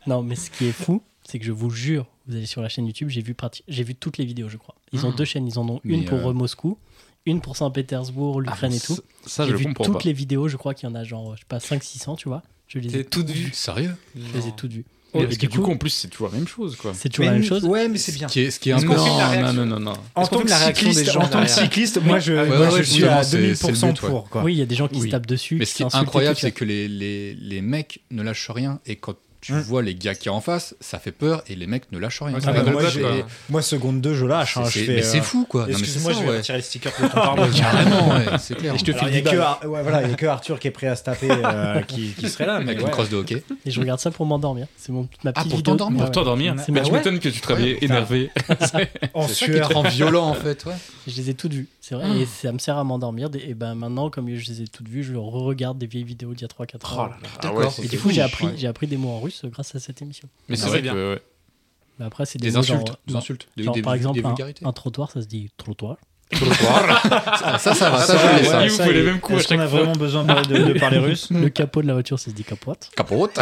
Non, mais ce qui est fou, c'est que je vous jure, vous allez sur la chaîne YouTube, j'ai vu, prati- j'ai vu toutes les vidéos, je crois. Ils ont
Mmh.
deux chaînes, ils en ont
Mais,
une pour
euh,
Moscou, une pour Saint-Pétersbourg, l'Ukraine et tout.
ah, Ça,
j'ai
je
vu
comprends
toutes
pas.
les vidéos, je crois qu'il y en a genre, je sais pas, 5-600, tu vois. Je les ai,
T'es toute vue.
Sérieux
je les ai toutes vues.
Mais
Et
parce que
du
du coup,
coup,
en plus, c'est toujours la même chose, quoi.
c'est toujours la même chose.
Ouais, mais c'est bien.
Ce qui est, ce qui est un
Est-ce
peu.
qu'on filme la
Non,
réaction
non, non, non.
En
Est-ce qu'on
tant
filme
que
la réaction des
cycliste,
gens
en tant que
derrière
cycliste, moi je,
Ouais,
moi,
ouais,
je
ouais,
suis
justement,
à
c'est-
2000%
c'est le but, ouais.
pour. Quoi.
Oui, il y a des gens qui
Oui.
se tapent dessus.
Mais ce qui est
s'insultent et
incroyable,
tout,
c'est que les, les, les mecs ne lâchent rien et quand Tu vois les gars qui est en face, ça fait peur et les mecs ne lâchent rien.
Ouais,
C'est
ça fait
Ah bah,
mal
rigolo,
au
moi,
bot,
c'est-
j'ai-
quoi.
moi, seconde 2, je lâche. hein,
c'est-
je
mais
fais,
c'est
euh,
fou quoi. Ah, Non, mais c'est
Excuse-moi,
ça,
je vais
ouais. Ah,
retirer le sticker de ton pare-brise.
Carrément, ouais, c'est clair.
Et je te fais
Alors,
le
il y a
débat.
que Ar- ouais, voilà, il y a que Arthur qui est prêt à se taper, euh, qui, qui serait là. Mais
Avec
ouais.
une crosse de hockey.
Et je regarde ça pour m'endormir. C'est mon, ma petite
Ah, pour
vidéo.
t'endormir. Bah
Ouais,
Pour t'endormir,
C'est
mais
ma-
tu
ouais.
m'étonnes que tu travaillais énervé.
En
C'est ça qui te
sueur.
rend violent en fait. ouais.
Je les ai toutes vues, c'est vrai.
Ah.
Et ça me sert à m'endormir. Et ben maintenant, comme je les ai toutes vues, je re-regarde des vieilles vidéos d'il y a 3-4 ans.
D'accord.
ouais, c'est-
Et du
Oh c'est
coup, j'ai
fou.
appris,
Ouais.
j'ai appris des mots en russe euh, grâce à cette émission.
Mais
Ah,
c'est vrai
c'est
que ouais.
Mais après, c'est des,
Des
mots
insultes,
genre-
des
non.
insultes, des,
Genre,
des-
par
des
exemple, un-
vulgarités.
un, trottoir, ça se dit trottoir.
Ah, ça, ça va, ça, je
Ah,
l'ai,
ouais,
ça.
Et vous faites les
et-
mêmes coups à
Est-ce qu'on
chaque
a
fois.
vraiment besoin de, de- de parler russe
Hmm.
Le capot de la voiture, ça se dit capote.
Capote.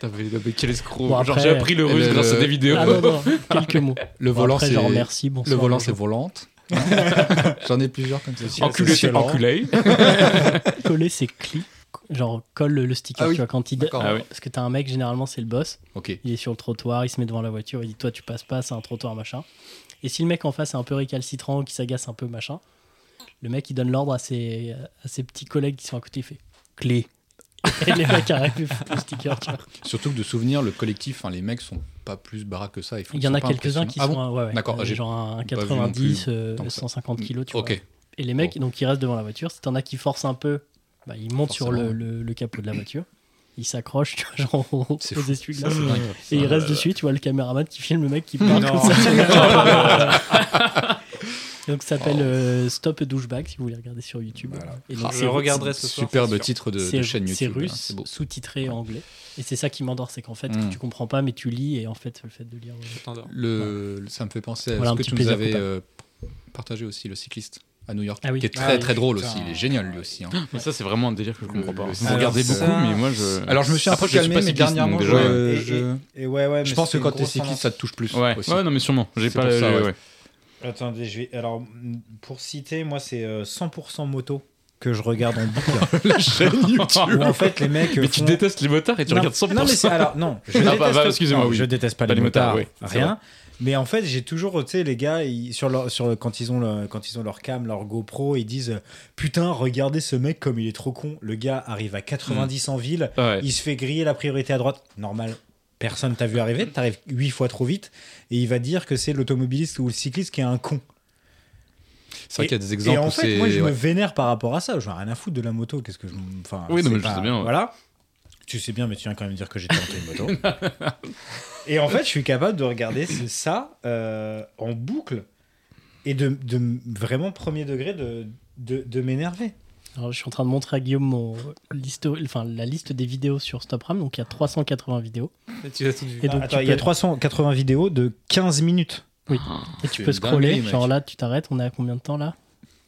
T'avais t'avais quel
Bon,
escroc. Genre,
après-
j'ai appris le russe
Le-
grâce à des
le-
vidéos.
Ah non, non, quelques mots.
Le
Bon,
volant,
après,
c'est
genre merci, bonsoir.
le volant, c'est
bonjour.
volante. J'en ai plusieurs comme ça.
Enculé, c'est
violent.
enculé.
Coller, c'est clic. Genre, colle le, le sticker,
Ah oui,
tu vois, quand il.
d'accord.
Ah oui.
Parce que t'as un mec, généralement, c'est le boss.
Ok.
Il est sur le trottoir, il se met devant la voiture, il dit Toi, tu passes pas, c'est un trottoir, machin. Et si le mec en face est un peu récalcitrant, qui s'agace un peu, machin, le mec, il donne l'ordre à ses, à ses petits collègues qui sont à côté, il fait Clé. Et les mecs arrivent, ils foutent le sticker. tu vois.
Surtout que de souvenir, le collectif, enfin, les mecs sont pas plus barras que ça. ils font-
Il y en
sont
a
pas
quelques-uns qui
impressionnants. Ah
sont
bon
à- ouais, ouais,
D'accord,
euh,
j'ai
genre
pas
un
vu non
90,
plus
euh,
tant que ça.
150 kilos, tu vois.
Ok.
Et les mecs, donc, ils restent devant la voiture. Si t'en as qui forcent un peu, bah, ils montent sur le,
Forcément.
le- le capot de la voiture. Ils s'accrochent, tu vois, genre aux
C'est
aux
fou.
essuie-glaces.
C'est dingue.
Et il
Ça,
reste
euh,
dessus, tu vois le caméraman qui filme le mec qui part
Non.
comme ça. donc ça s'appelle euh, Stop Douchebag si vous voulez regarder sur YouTube.
Voilà.
Et donc,
Je
c'est-
regarderai ce soir.
Superbe
c'est sûr.
titre de, de
c'est-
chaîne YouTube.
C'est
hein,
russe,
c'est beau.
sous-titré anglais. Et c'est ça qui m'endort, c'est qu'en fait
Mm.
tu comprends pas mais tu lis et en fait le fait de lire. euh,
Je t'endors.
Le, le- Ça me fait penser à
Voilà, un
ce que
petit
tu nous
plaisir
avais
coupable.
euh, partagé aussi, le cycliste à New York,
Ah oui.
qui est
Ah
très
oui,
très drôle
putain.
aussi. Il est génial lui aussi. hein.
Mais ça, c'est vraiment un délire que je comprends pas.
Le-
Vous
Alors
regardez
ça-
beaucoup, mais moi, je.
Alors je me suis un peu
Après, je suis
calmé,
pas
mais
cycliste, donc
dernièrement,
déjà,
je-
euh,
je,
Et ouais, ouais, mais
je pense que
c'était
quand
une
t'es
grosse
cycliste,
tendance.
ça te touche plus.
Ouais,
aussi.
ouais, non, mais sûrement. J'ai
C'est
pas
pour ça,
le-
ouais.
ouais.
Attendez, je vais. Alors, m- pour citer, moi, c'est euh, 100% moto que je regarde en boucle. Où en fait, les mecs.
Mais
euh,
tu
font-
détestes les motards et tu
non,
regardes 100%.
Non, mais c'est. Alors, non. Je
Ah, bah,
déteste,
bah, excusez-moi,
non,
oui.
je déteste pas, les, motards.
oui, c'est
rien. Mais en fait, j'ai toujours, tu sais, les gars, ils- sur leur, sur le- quand, ils ont le- quand ils ont leur cam, leur GoPro, ils disent euh, Putain, regardez ce mec comme il est trop con. Le gars arrive à 90 en ville,
Ouais.
il se fait griller la priorité à droite. Normal. Personne t'a vu arriver, t'arrives 8 fois trop vite, et il va dire que c'est l'automobiliste ou le cycliste qui est un con.
C'est vrai
Et-
qu'il y a des
Et
exemples
en
où
fait, moi, je
c'est.
me
ouais.
vénère par rapport à ça. J'en ai rien à foutre de la moto. Qu'est-ce que je. m- Enfin,
Oui, non,
c'est
mais je sais bien, ouais.
Voilà. Tu sais bien, mais tu viens quand même dire que j'ai tenté une moto. et en fait, je suis capable de regarder ce- ça euh, en boucle et de, de m- vraiment premier degré de, de, de m'énerver.
Alors, je suis en train de montrer à Guillaume mon, l'histo- enfin, la liste des vidéos sur StopRam, donc il y a 380 vidéos.
Et tu l'as tout vu.
Et donc
Attends,
tu
il y a
peux-
380 vidéos de 15 minutes.
Et tu
C'est
peux
une
scroller,
dinguerie,
genre
mec.
là tu t'arrêtes, on est à combien de temps là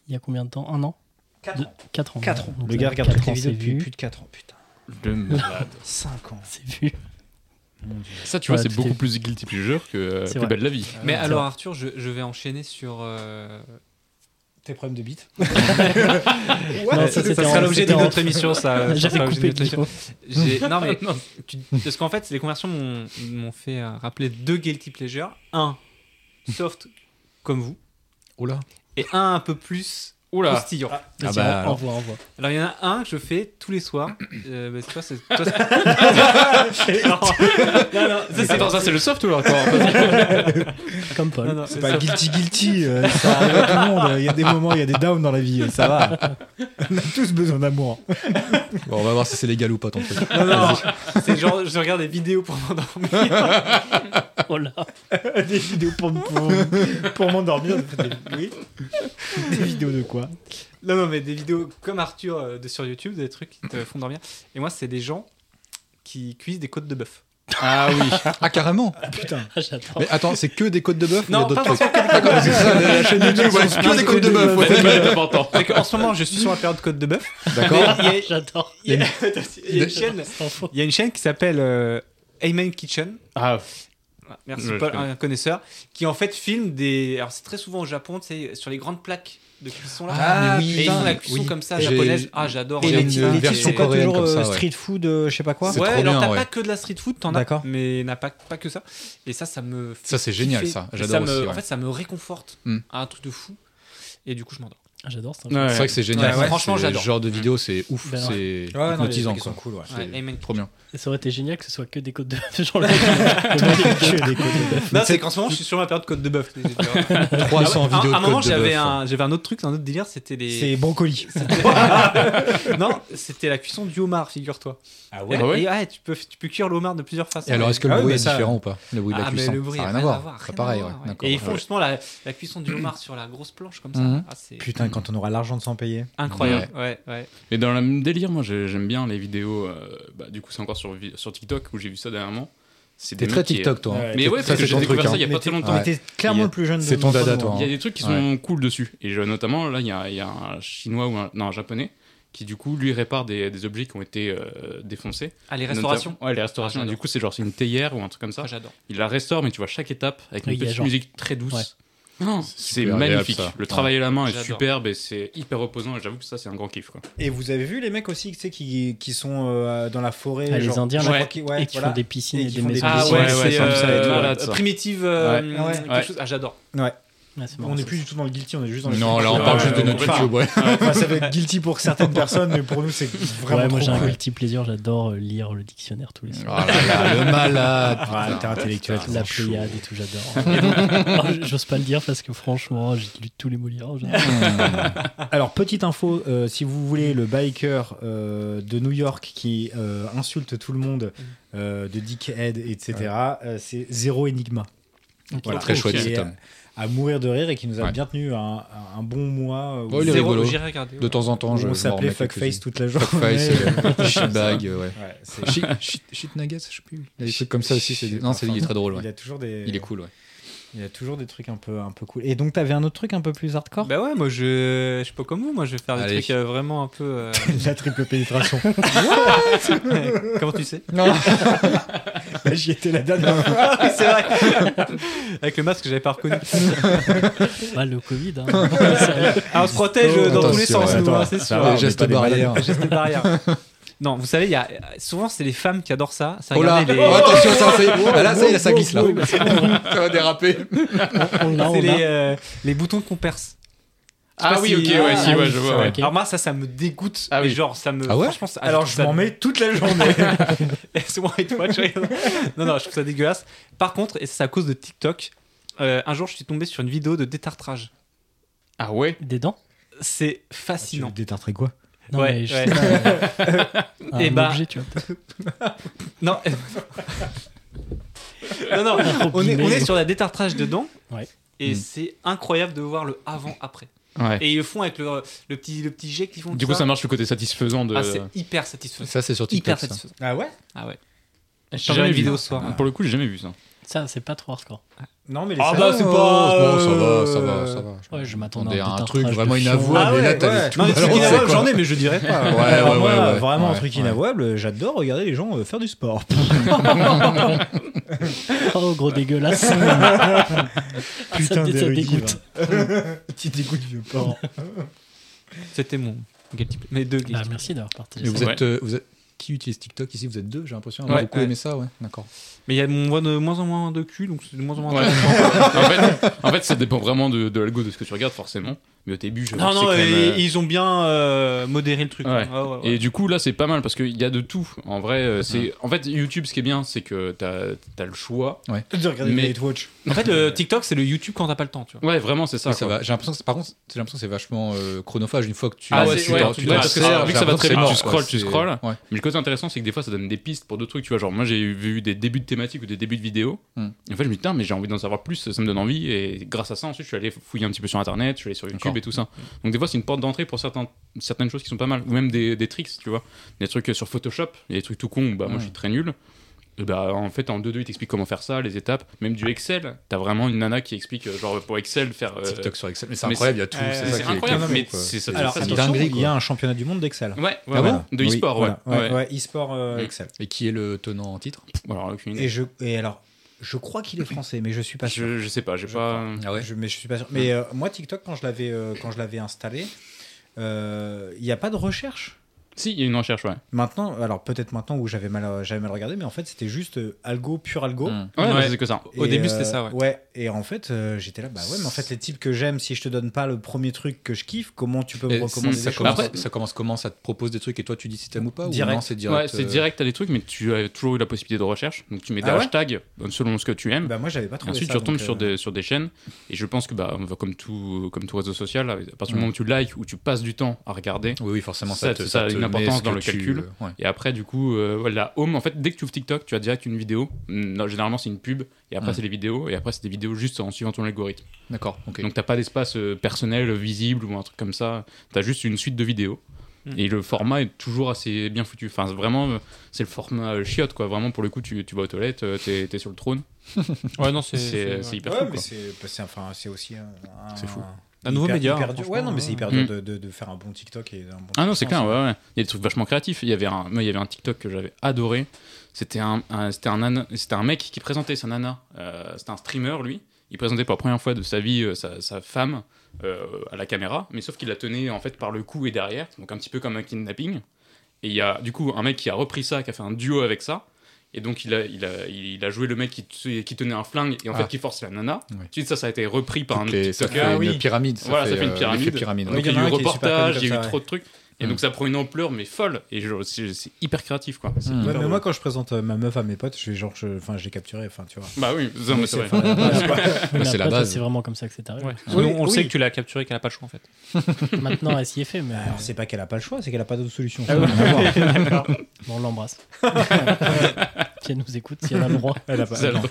Il y a combien de temps Un an
4
Deux-
ans.
Quatre ans.
4 ans.
Donc
Le
là,
gars regarde
quatre
toutes les
ans,
vidéos
c'est
depuis
vu.
plus de 4 ans. Putain,
Le malade.
5 ans.
C'est vu.
Ça, tu vois,
Ouais,
c'est
tout
beaucoup
est-
plus guilty pleasure que euh,
C'est
Plus
vrai.
belle la vie.
Mais
Ouais,
alors,
ça.
Arthur, je, je vais enchaîner sur. euh,
Tes problèmes de bite.
Non, ça,
ça
c'était
sera
en-
l'objet
c'était
d'une
en-
autre émission, ça.
Ah,
ça
J'avais
sera l'objet d'une
coupé
autre émission.
Guillaume.
J'ai- Non, mais tu- parce qu'en fait, les conversions m'ont- m'ont fait euh, rappeler deux guilty pleasures. Un, soft comme vous,
Oh là.
et un un peu plus
Oula.
croustillant.
Ah
Vas-y,
bah,
en- envoie, envoie.
Alors, il y en a un que je fais tous les soirs. Euh, bah, toi, c'est. toi, c'est- non, non, ça, c'est
Attends, ça, c'est le soft ou là encore
Comme
Non,
Paul.
non,
C'est
ça-
pas guilty guilty, euh, ça arrive à tout le monde. Il y a des moments, il y a des downs dans la vie, euh, ça va. On a tous besoin d'amour.
Bon, on va voir si c'est légal ou pas ton truc.
Non, non, c'est genre, je regarde des vidéos pour m'endormir.
Oh là.
Des vidéos pour, pour, pour m'endormir. Oui. Des vidéos de quoi
Non, non, mais des vidéos comme Arthur euh, de sur YouTube, des trucs qui te font dormir. Et moi, c'est des gens qui cuisent des côtes de bœuf.
Ah oui. Ah carrément.
Putain.
J'adore.
Mais attends, c'est que des côtes de bœuf ou il y a
Non,
d'autres
pas
trucs
forcément
D'accord, parce que ça, la chaîne YouTube, ouais, c'est que des côtes de bœuf. ouais.
C'est qu'en ce moment, je suis sur la période côte de bœuf.
D'accord.
Mais il y a-
Ah, J'adore.
il y a- il y a une chaîne-
Sans faux.
il y a une chaîne qui s'appelle euh, Amen Kitchen.
Ah,
Ah, Merci
Ouais, je
Paul,
connais.
un connaisseur, qui en fait filme des. Alors c'est très souvent au Japon, tu sais, sur les grandes plaques de cuisson là.
Ah, mais oui,
et ils font la
putain,
cuisson
oui.
comme ça,
J'ai-
japonaise. Ah, j'adore.
Et
j'adore.
les- les- version
c'est quoi
coréenne
toujours
comme ça,
euh,
ouais.
street food, euh, je sais pas quoi
C'est
Ouais,
trop
alors
bien,
t'as
ouais.
pas que de la street food, t'en as,
D'accord.
mais n'a pas, pas que ça. Et ça, ça me. fait
Ça, c'est génial,
kiffer.
ça.
Et
J'adore
me-
aussi, hein. ouais.
En fait, ça me réconforte
Hmm.
à un truc de fou. Et du coup, je m'endors.
Ah, J'adore ça.
Ouais.
C'est vrai que c'est génial.
Ouais, ouais. Franchement,
C'est-
j'adore.
Ce genre de vidéo, c'est ouf.
Ben ouais.
c'est
non, les
hypnotisant.
trucs, ils sont
quoi.
cool, ouais.
C'est
Ouais, amen.
trop bien.
Et ça aurait été génial que ce soit que des côtes de genre le mec-
Que des côtes.
Non, c'est qu'en ce moment, je suis sur ma période côte de bœuf.
300
Ah,
vidéos
À un
de
moment,
code de
j'avais
bœuf.
un, j'avais un autre truc, un autre délire, c'était les.
C'est brocoli.
non, c'était la cuission du homard, figure-toi.
Ah
Et-
Ah ouais
et tu peux, tu peux cuire le homard de plusieurs façons. bah
Et alors, est-ce que le
Ah oui,
bruit
mais
est
ça-
différent ou pas Le bruit de la
Ah, mais
cuisson
le bruit,
Ça n'a
rien
rien à
à
voir.
voir,
C'est
rien à
pareil, ouais.
voir, ouais.
D'accord.
Et ils font
Ouais.
justement la, la cuisson du homard sur la grosse planche comme ça.
Mhm.
Ah, c'est
Putain, quand on aura l'argent de s'en payer.
incroyable. Ouais, ouais.
Mais dans le même délire, moi j'ai- j'aime bien les vidéos. euh, bah, du coup, c'est encore sur, vi- sur TikTok où j'ai vu ça dernièrement. C'est
T'es
des
très
mecs qui-
TikTok, toi. hein.
Mais ouais,
Ça,
parce que
c'est
j'ai
ton
découvert
truc,
ça il n'y a
hein.
pas très longtemps.
T'étais clairement
Il y a-
le plus jeune de
c'est ton
nous,
dada,
nous,
toi,
hein.
hein.
Il y a des trucs qui sont cool dessus. Et je- notamment, là, il y a, il y a un chinois ou un, non, un japonais qui, du coup, lui répare des, des objets qui ont été euh, défoncés.
Ah, les restaurations.
Notamment- Ouais, les restaurations.
Ah, j'adore.
du coup, c'est genre c'est une théière ou un truc comme ça.
Ah, j'adore.
Il la restaure, mais tu vois chaque étape avec
Oui,
une
il y a
petite
genre-
musique très douce.
Ouais.
Non, C'est
super agréable,
magnifique.
ça.
Le travail à la main est
J'adore.
superbe et c'est hyper reposant. Et j'avoue que ça, c'est un grand kiff. Quoi.
Et vous avez vu les mecs aussi tu sais, qui, qui sont euh, dans la forêt
Ah, les
genre-
Indiens,
je
là,
crois qu'ils- ouais,
et qui
voilà.
font des piscines
Et
et,
qui
des
font des
maisons.
Ah, ouais,
Ouais, ouais,
c'est
ça me
euh,
savait être malade, ça.
primitive. euh,
Ouais.
quelque
Ouais.
chose- Ah, j'adore.
Ouais, Ah, c'est marrant,
On n'est
ça.
plus du tout dans le guilty, on est juste dans le
Non, là, on
Ouais,
parle juste de
ouais,
notre
ouais.
YouTube, ouais.
euh, Enfin, ça peut être guilty pour certaines personnes, mais pour nous, c'est vraiment
Ouais, moi
trop
j'ai un
cool.
petit plaisir, j'adore euh, lire le dictionnaire tous les
Oh
soirs.
là là, le malade.
Ah,
putain.
t'es intellectuel.
La
c'est chaud.
Pléiade et tout, j'adore. Et donc- Oh, J'ose pas le dire parce que franchement, j'ai lu tous les Molières. en général.
Alors, petite info, euh, si vous voulez le biker euh, de New York qui euh, insulte tout le monde euh, de dickhead, etc., euh, c'est Zéro Enigma. Voilà.
Très chouette,
Qui
cet
est
homme.
À mourir de rire et qui nous a
Ouais.
bien tenu un, un bon mois. euh, où
Ouais, Oh, il est
Zéro,
rigolo.
j'irai regarder.
De temps en temps, je
on
je m'en remets
s'appelait
quelques-unes.
Fuckface toute la journée.
Fuckface, euh, shitbag, euh, ouais.
Ouais, c'est-
Shit, shit, shit nuggets, je sais plus. Il y a des trucs comme ça aussi. c'est des- Non, c'est il est très drôle,
Il
ouais.
a toujours des,
Il est cool, ouais.
il a toujours des trucs un peu, un peu cool. Et donc, t'avais un autre truc un peu plus hardcore
Bah ouais, moi je, je suis pas comme vous, moi je vais faire des
Allez.
trucs euh, vraiment un peu. euh,
La triple pénétration.
Comment tu sais
J'y étais la dernière fois.
Ah, C'est vrai Avec le masque, j'avais pas reconnu.
Bah, le Covid, hein.
Ah, on se protège euh, dans tous les
Attention,
sens,
ouais.
nous, hein, c'est
Ça
sûr.
va, on
Les
est
gestes
pas des
barrières.
Geste barrière. Non, vous savez, il y a, souvent c'est les femmes qui adorent ça. ça
Oh là,
regardez les,
oh, attention, ça, ça y est. Ah, là, ça y est, là, ça glisse, là. Ça va déraper.
on l'a, on
c'est les,
l'a.
euh, les boutons qu'on perce. Je sais
Ah
pas
oui,
si-
ok, ouais, si,
ah
ouais,
oui,
je vois.
ça,
ouais.
ok.
Alors moi ça, ça me dégoûte.
Ah
Mais
oui.
Genre ça me.
Ah ouais
franchement, ça-
Alors,
ça
je m'en
me-
mets toute la journée.
C'est moi et toi, tu rigoles. Non, non, je trouve ça dégueulasse. Par contre, et c'est à cause de TikTok, euh, un jour je suis tombé sur une vidéo de détartrage.
Ah ouais
Des dents
C'est fascinant.
détartrer quoi
Non,
Ouais,
mais je
ouais.
sais pas, euh, un
Eh bah,
objet, tu vois.
Non. non, non, on est, on est sur la détartrage dedans.
Ouais.
Et
Mm.
c'est incroyable de voir le avant-après.
Ouais.
Et ils le font avec le, le petit, le petit jet qu'ils font.
Du
tout
coup, ça marche le côté satisfaisant de.
Ah, c'est hyper satisfaisant.
Ça, c'est sur
Hyper
TikTok. ça.
satisfaisant.
Ah ouais
Ah ouais.
J'ai
J'en ai
jamais
une
vu. hein.
vidéo ce soir.
Ah, Pour le coup, j'ai jamais vu ça.
Ça, c'est pas trop hardcore.
Non, mais les
Ah
salles- Euh,
bah c'est pas.
Oh, ça va, ça va, ça va.
Ouais, je
Attendez,
m'attendais à un,
un
détartrage
truc
de
vraiment
fion.
inavouable.
Ah
Et là,
ouais,
t'as
ouais.
des trucs
Non, mais tu
balancés,
inavouables,
quoi.
j'en ai, mais je dirais pas.
Ouais, ouais,
Alors, moi,
ouais, ouais.
Vraiment un
Ouais,
truc
ouais.
inavouable. J'adore regarder les gens euh, faire du sport.
Oh, gros dégueulasse.
Putain,
ça,
des
ça
érudits,
dégoûte.
Petit dégoût du vieux porc.
C'était mon. guilty pleasure. Mes deux guilty
Bah,
pleasures.
merci d'avoir partagé
Mais vous
Ouais.
êtes, euh, vous êtes- Qui utilise TikTok ici Vous êtes deux, j'ai l'impression. Vous
Ouais,
beaucoup
ouais.
aimé ça, ouais. D'accord.
Mais il y a de moins, de moins en moins de cul, donc c'est de moins en moins.
Ouais. en, fait, en fait, ça dépend vraiment de, de l'algo de ce que tu regardes, forcément. Mais au début, je
Non,
c'est
non,
quand même,
et-
euh,
ils ont bien euh, modéré le truc.
Ouais.
hein. Ah ouais, ouais.
Et du coup, là, c'est pas mal parce qu'il y a de tout. En vrai, euh, c'est. En fait, YouTube, ce qui est bien, c'est que t'as as le choix.
De regarder
Mais-
les Watch.
En fait, le TikTok, c'est le YouTube quand t'as pas le temps, tu vois.
Ouais, vraiment, c'est ça.
Oui, ça
quoi.
va. J'ai l'impression que c'est- par contre, j'ai l'impression que c'est vachement euh, chronophage une fois que tu.
Ah
ouais,
tu
c'est- ouais,
t'en-
ouais,
tu t'en
parce que
sers,
ça-
j'ai
vu
que ça va
l'impression que c'est
très vite, tu
mort,
scrolles,
quoi,
tu
c'est- euh,
scrolles.
Ouais.
Mais le côté intéressant, c'est que des fois, ça donne des pistes pour d'autres trucs. Tu vois, genre, moi, j'ai vu des débuts de thématiques ou des débuts de vidéos.
Hmm.
Et en fait, je me dis, putain, mais j'ai envie d'en savoir plus, ça me donne envie. Et grâce à ça, ensuite, je suis allé fouiller un petit peu sur Internet, je suis allé sur YouTube
D'accord.
et tout ça.
Hmm.
Donc, des fois, c'est une porte d'entrée pour certains, certaines choses qui sont pas mal. Ou même des, des tricks, tu vois. Des trucs euh, sur Photoshop, il y a des trucs tout cons, où, bah,
Hmm.
moi, je suis très nul. Et bah, en fait, en 2-2, il t'explique comment faire ça, les étapes. Même du Excel, t'as vraiment une nana qui explique, euh, genre, pour Excel, faire. euh,
TikTok sur Excel, mais c'est
mais
incroyable, il y a tout.
Ouais,
C'est
ouais,
ça
c'est
qui est
incroyable,
étonnant,
mais
quoi.
c'est ça-
Alors,
c'est
une
attention,
dinguerie,
il y a
quoi.
un championnat du monde d'Excel.
Ouais, ouais,
Ah
ouais.
bon
De
Oui,
e-sport, ouais.
voilà,
ouais.
Ouais, e-sport euh, Excel.
Et qui est le tenant en titre
Alors, aucune idée.
Et je et alors, je crois qu'il est français, mais je suis pas sûr.
Je, je sais pas, j'ai
Je
pas.
Ah ouais.
Je, mais je suis pas sûr. Mais euh, moi, TikTok, quand je l'avais euh, quand je l'avais installé, euh, il n'y a pas de recherche.
Si, il y a une recherche, ouais.
Maintenant, alors peut-être maintenant où j'avais mal, euh, j'avais mal regardé, mais en fait c'était juste euh, algo, pur algo.
Mm.
Ouais,
Ouais.
bah, c'est que ça.
Au
Et,
début,
euh,
c'était ça, ouais.
et en fait euh, j'étais là, bah ouais, mais en fait les types que j'aime, si je te donne pas le premier truc que je kiffe, comment tu peux me
Et
recommander
ça,
des
commence,
choses
Après-
ça commence comment Ça te propose des trucs et toi tu dis si t'aimes ou pas
Direct.
Ou non, c'est direct.
Ouais, c'est
euh,
direct, t'as des trucs, mais tu as toujours eu la possibilité de recherche. Donc tu mets des
Ah ouais
hashtags euh, selon ce que tu aimes.
Bah moi j'avais pas
Et
trouvé
ensuite,
ça,
tu retombes
donc,
sur,
euh,
des, sur des chaînes. Et je pense que, bah, on va comme tout, comme tout réseau social, à partir du moment où tu likes, où tu passes du temps à regarder,
Oui, oui, forcément, ça,
Ça,
te,
ça a
te
une
met
importance
ce que
dans le
tu-
calcul.
ouais.
Et après, du coup, euh, ouais, la home, en fait, dès que tu ouvres TikTok, tu as direct une vidéo. Hum, Non, généralement, c'est une pub. Et après,
Mm.
c'est des vidéos. Et après, c'est des vidéos juste en suivant ton algorithme.
D'accord, ok.
Donc, t'as pas d'espace euh, personnel, visible ou un truc comme ça. T'as juste une suite de vidéos.
Mm.
Et le format est toujours assez bien foutu. Enfin, c'est vraiment, euh, c'est le format euh, chiotte, quoi. Vraiment, pour le coup, tu, tu vas aux toilettes, euh, t'es t'es sur le trône.
Ouais, non, c'est.
C'est
ouais.
c'est hyper
Ouais,
cool,
mais
quoi.
c'est bah, c'est- enfin, c'est aussi un, un-
C'est fou.
Un nouveau
hyper-
média,
hyper
hein,
dur-
franchement,
Ouais, non, mais c'est
ouais.
hyper dur de, de- de faire un bon TikTok et un bon
Mm. Ah non, c'est clair,
sens,
ouais, ouais. Il y a des trucs vachement créatifs. Il y avait un, moi, il y avait un TikTok que j'avais adoré. C'était un, un- c'était un, nana- c'était un mec qui présentait sa nana. Euh, c'était un streamer, lui. Il présentait pour la première fois de sa vie euh, sa, sa femme euh, à la caméra, mais sauf qu'il la tenait en fait par le cou et derrière, donc un petit peu comme un kidnapping. Et il y a du coup un mec qui a repris ça, qui a fait un duo avec ça. Et donc il a, il a, il a joué le mec qui, te- qui tenait un flingue et en
Ah.
fait qui force la nana.
Ouais.
Ensuite ça, ça a été repris par un
Toutes
autre
les- ça fait
TikToker.
une
oui.
pyramide. Ça
Voilà,
fait,
ça fait une
euh,
pyramide.
l'effet pyramide,
Donc
ouais.
il y a eu
en a
un
un qui est super
reportage,
connu
il y a eu
comme ça,
trop de trucs. Et
Mm.
donc ça prend une ampleur mais folle. Et genre, c'est c'est hyper créatif quoi. C'est
Mm.
hyper
Ouais, mais
drôle.
moi quand je présente euh, ma meuf à mes potes, je suis genre, je- enfin, je l'ai capturé, enfin, tu vois.
Bah oui, non, mais c'est vrai.
pas la base, quoi.
Mais
c'est
après,
la
toi,
base.
Bah, C'est vraiment comme ça que c'est arrivé.
Ouais.
Oui,
Nous, on le
oui.
sait que tu l'as capturé, qu'elle a pas le choix en fait.
Maintenant, elle s'y est fait, mais
Alors c'est pas qu'elle a pas le choix, c'est qu'elle a pas d'autre solution.
Ah oui.
Faut voir.
bon, on l'embrasse. si elle nous écoute, si elle a le droit.
Elle a pas-
Ça, alors.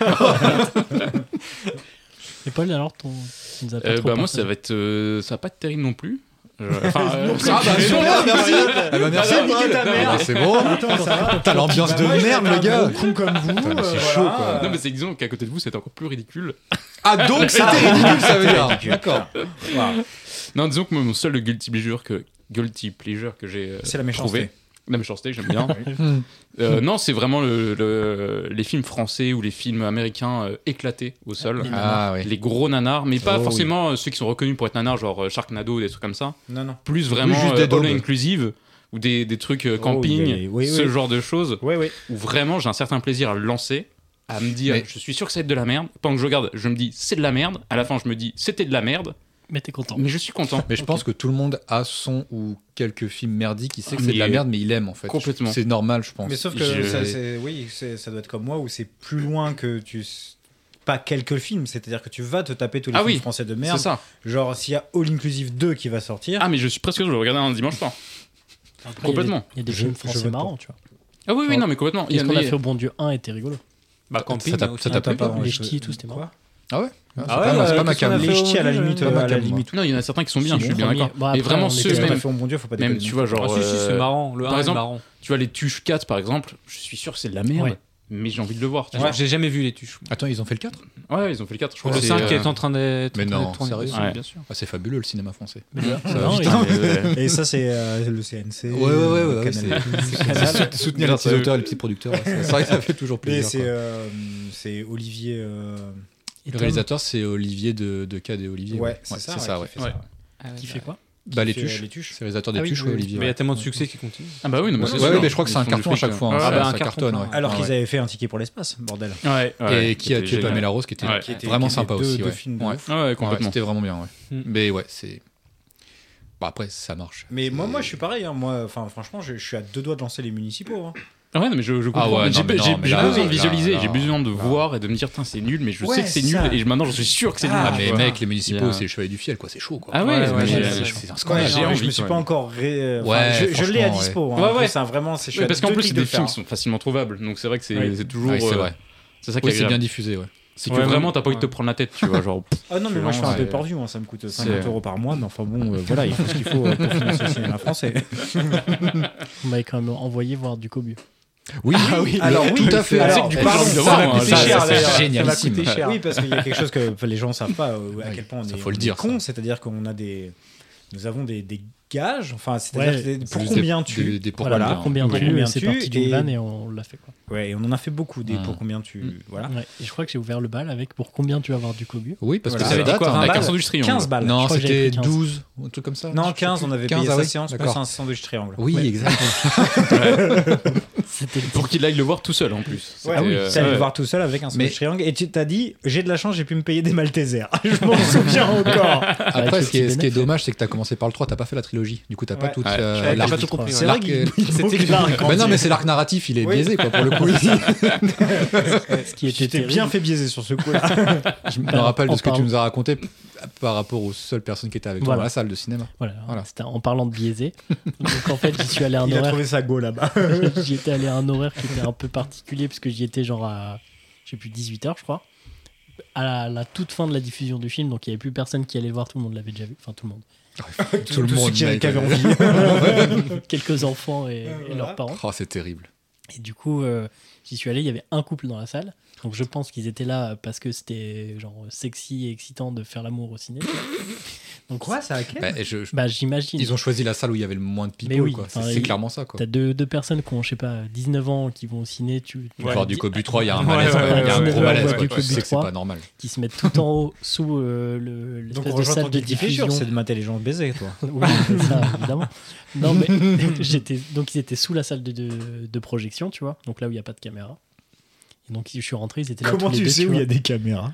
Et Paul, alors, ton... tu nous as pas
Euh,
trop
bah moi
partagé.
ça va être, euh, ça va pas être terrible non plus. Euh, Enfin, euh,
Ah bah,
je-
super, merci Ah bah, merci
Ah, non,
Niquer ta
non,
mère.
non,
Ah, C'est bon
Attends, ça va
T'as l'ambiance de
Bah, moi, je
merde,
vais
le
être un
gars
gros con comme vous.
Putain, mais c'est
euh,
chaud,
voilà.
quoi.
Non mais c'est disons qu'à côté de vous c'est encore plus ridicule.
Ah, donc c'était ridicule, Ah, ça veut dire D'accord.
Non disons que moi, mon seul guilty pleasure que guilty pleasure que j'ai euh,
C'est la méchanceté.
trouvé. La méchanceté, j'aime bien. Euh, non, c'est vraiment le- le- les films français ou les films américains euh, éclatés au sol.
Les
Ah, oui.
les gros nanars, mais pas
Oh,
forcément euh, ceux qui sont reconnus pour être nanars, genre euh, Sharknado, des trucs comme ça.
Non, non.
Plus vraiment
juste
euh,
des
all
daubes.
inclusive ou des, des trucs euh,
Oh,
camping,
il y a les- oui,
ce
oui.
genre de choses
Ouais, ouais.
où vraiment j'ai un certain plaisir à le lancer, à me dire
Mais-
je suis sûr que ça va être de la merde. Pendant que je regarde, je me dis c'est de la merde. À la fin, je me dis c'était de la merde,
Mais t'es content.
mais je suis content.
Mais je pense que tout le monde a son ou quelques films merdiques. Il sait que c'est de la
Mais-
merde, Ah, mais il aime en fait.
Complètement.
C'est normal, je pense.
Mais sauf
Je-
que
Ah,
ça, c'est- oui, c'est- ça doit être comme moi où c'est plus loin que tu. Pas quelques films, c'est-à-dire que tu vas te taper tous les
Ah
films
oui,
français de
C'est
merde.
ça.
Genre, s'il y a All Inclusive 2 qui va sortir.
Ah mais je suis presque sûr que je vais regarder un dimanche soir.
Après, il y a des-
complètement.
Il y a des
Je-
films
je
français
vote
marrants, tu vois.
Ah oui oui
Oh.
non mais complètement.
Et ce
en
qu'on a
des-
fait au Bon Dieu 1 était rigolo.
Bah, camping,
ça t'a-
aussi,
ça t'a
ah,
hein,
plu,
pas-
toi
Les ch'tis et tout, c'était marrant.
Ah,
ouais,
c'est pas, ma- c'est pas
euh,
ma
qu'est-ce qu'on a
cam.
fait
Les
au-
ch'tis, à la
euh,
limite,
pas
euh,
ma
à la
cam,
limite.
Non, il y en a certains qui sont bien,
Si,
je suis
bon,
bien
premier-
d'accord.
bah,
Mais
après, on
vraiment
était
ceux
tout à
même,
fait au bon Dieu, faut pas
même
déconner.
tu vois
Ah,
genre
si, si, c'est
euh,
marrant. Le
par
1 est
exemple,
marrant.
tu vois les tuches 4 par exemple, je suis sûr que c'est de la merde,
Ouais.
mais j'ai envie de le voir, tu
Ouais, J'ai jamais vu les tuches.
Attends, ils ont fait le 4
vois. Ouais, ils ont fait le 4, je crois.
Le
c'est,
5
euh,
est en train d'être
mais
en train
non,
d'être tourné
sérieux
dessus,
Ouais.
bien sûr.
Ah, c'est fabuleux le cinéma français.
Non,
vite,
et-
hein.
Et ça, c'est euh, le CNC.
Ouais, ouais, ouais,
le
ouais,
Canal+,
C'est sou- soutenir les petits auteurs, les petits producteurs. ouais, C'est c'est vrai que ça fait toujours
Et
plaisir.
c'est
quoi.
euh, c'est Olivier. euh,
Et
Le
Tom,
réalisateur, c'est Olivier de, de Cade et Olivier.
Ouais,
ouais.
c'est
Ouais,
ça.
C'est ça,
qui
ouais.
fait ça,
Ouais.
Ah
Qui fait quoi
Bah, les
Qui fait, euh,
tuches.
Les tuches.
C'est le réalisateur des
Ah oui,
tuches,
oui,
ouais,
oui.
Olivier.
Mais il y a
ouais.
tellement de succès qui continue.
Ah bah oui, non, mais
Ouais,
c'est
ouais,
sûr.
mais je crois que
Ils
c'est un
font
carton
du
à chaque
fric,
fois, hein,
ouais.
ça-
Ah bah, un
ça
carton
cartonne,
plein,
ouais.
ouais.
Alors
Ah
qu'ils
ouais.
avaient fait un ticket pour l'espace, bordel.
Ouais, ouais,
et qui a tué
c'était génial.
Pamela Rose, qui était
Ouais.
Qui était-
vraiment
qui était
sympa
deux-
aussi.
deux
ouais.
films de
Ouais.
ouf.
Ah ouais,
Ouais,
complètement.
C'était vraiment bien, ouais.
Mm.
Mais ouais, c'est. Bah, après, ça marche.
Mais moi, moi, je suis pareil. hein. Moi, enfin, franchement, je, je suis à deux doigts de lancer les municipaux. hein.
Ah ouais, non, mais je, je comprends.
Ah ouais,
Mais j'ai
non, mais
j'ai-
non, mais
j'ai
là,
besoin de
là,
visualiser,
là,
j'ai besoin de
là.
voir et de me dire, putain, c'est nul, mais je
Ouais,
sais que c'est nul,
ça.
et je- maintenant, je suis sûr que c'est nul.
Ah,
tu
mais
vois.
mec, les municipaux,
Yeah.
c'est le chevalier du fiel, quoi. C'est chaud, quoi.
Ah ouais,
Ouais,
ouais,
ouais,
j'ai-
c'est-
C'est un scandale.
j'ai envie,
je me suis
ouais.
pas encore. ré- euh, enfin,
Ouais,
je- je l'ai à
franchement, ouais.
dispo. hein.
Ouais, ouais.
C'est un vraiment. c'est- je suis
Ouais,
à
Parce qu'en
deux
plus,
clics
c'est
de
des
le faire.
films qui sont facilement trouvables, donc c'est vrai que c'est
Ouais.
c'est
Ah
toujours.
oui, c'est
euh,
vrai.
C'est ça qui est
Oui, c'est bien
agréable.
diffusé, ouais.
C'est que
Ouais,
vraiment, t'as pas envie
ouais.
de te prendre la tête, tu vois. Genre,
Ah non, mais moi je fais un
Ouais.
peu par view, hein, ça me coûte
C'est-
50 euros par mois, mais enfin bon, euh, voilà, il faut ce qu'il faut euh, pour financer le cinéma français.
On m'avait quand même envoyé voir du cobu.
Oui, oui, alors oui, tout à fait.
Alors,
du
euh,
coup,
pardon,
j'ai envie de
ça
voir,
va
moi,
coûter
ça,
cher,
ça,
hein,
d'ailleurs.
c'est
Ça va
génialissime.
coûter cher.
Ouais.
Oui, parce qu'il y a quelque chose que enfin, les gens savent pas euh, à
Ouais,
quel point on
ça,
est,
faut le
on est
dire, ça.
cons, c'est-à-dire qu'on a des. Nous avons des, des gages. Enfin, c'est-à-dire
Ouais.
que c'est- pour
juste
combien
des-
tu.
Des, des pour
Voilà,
Voilà, combien
Oui.
tu
Combien
C'est
tu
parti d'une
et-
vanne et on l'a fait. Quoi.
Ouais, et on en a fait beaucoup des
Ah.
pour combien tu.
Mm.
Voilà.
Ouais. Et je crois que j'ai ouvert le bal avec pour combien tu vas avoir du cobu.
Oui, parce
Voilà.
que ça
Ça
date.
date,
hein.
hein.
La
balle,
carte du triangle.
15 balles.
Non,
crois que j'avais
c'était
pris 15.
12 ou un truc comme ça.
Non, 15, on avait
15,
payé
ah
sa
oui,
séance,
d'accord.
c'est un sandwich triangle.
Oui, exactement.
C'était
Pour qu'il aille le voir tout seul en plus.
Ouais,
C'était,
ah oui,
euh,
t'es allé
ouais.
le voir tout seul avec un sandwich
Mais-
triangle et tu t'as dit j'ai de la chance, j'ai pu me payer des Maltesers. je m'en souviens encore.
Après,
le
ce qui, est,
petit
ce qui est
bénéf.
dommage, c'est que t'as commencé par le 3, t'as pas fait la trilogie. Du coup, t'as pas
Ouais.
toute
Ouais.
euh,
Ouais,
l'arc-
j'ai pas tout
compris,
C'est
l'arc-
vrai qu'il il
euh,
manque l'arc.
Bah non, mais c'est l'arc narratif, il est
Oui.
biaisé, quoi, pour le coup. je
ce qui
Tu
était
t'es
terrible.
bien fait biaiser sur ce coup-là.
me
Alors,
rappelle de
en
ce que tu
parlant-
nous as raconté p- par rapport aux seules personnes qui étaient avec toi
Voilà.
dans la salle de cinéma.
Voilà,
Voilà.
c'était en parlant de biaisé. Donc en fait, j'y suis allé à un
Il a
horaire.
trouvé sa go là-bas.
j'y étais allé à un horaire qui était un peu particulier parce que j'y étais genre à, je sais plus, 18h, je crois. À la, la toute fin de la diffusion du film, donc il n'y avait plus personne qui allait le voir, tout le monde l'avait déjà vu. Enfin, tout le monde.
Tout le
tous ceux
monde.
qui avaient-
mec.
qui avaient envie.
Ah
Quelques enfants et,
Euh,
et
voilà.
leurs parents.
Oh, c'est terrible.
Et du coup, euh, j'y suis allé, il y avait un couple dans la salle. Donc je pense qu'ils étaient là parce que c'était genre sexy et excitant de faire l'amour au ciné. Donc
ça a quel
Bah, et je- je-
Bah j'imagine.
Ils ont choisi la salle où il y avait le moins de people,
Mais oui,
quoi. C'est
enfin,
c'est
il-
clairement ça, quoi.
T'as deux, deux personnes qui ont, je sais pas, 19 ans qui vont au ciné, tu, tu
Voir
leur
du
dis-
Cobu 3, il y a un
Ouais,
malaise,
ouais,
quoi. Il y a un
ouais,
gros
ouais,
malaise,
ouais,
quoi.
ouais,
Tu
ouais.
sais que c'est
Cobu
pas normal.
qui se mettent tout en haut sous euh, le-
Donc
l'espèce
on
de
rejoint
salle
ton
de
guide des
diffusion.
figures, c'est de mater les gens baiser, toi.
Oui, c'est ça, évidemment. Non, mais j'étais donc ils étaient sous la salle de, de, de projection, tu vois, donc là où il n'y a pas de caméra. Et donc je suis rentré, ils étaient là
Comment
tous les
tu
deux,
sais où il y
vois.
a des caméras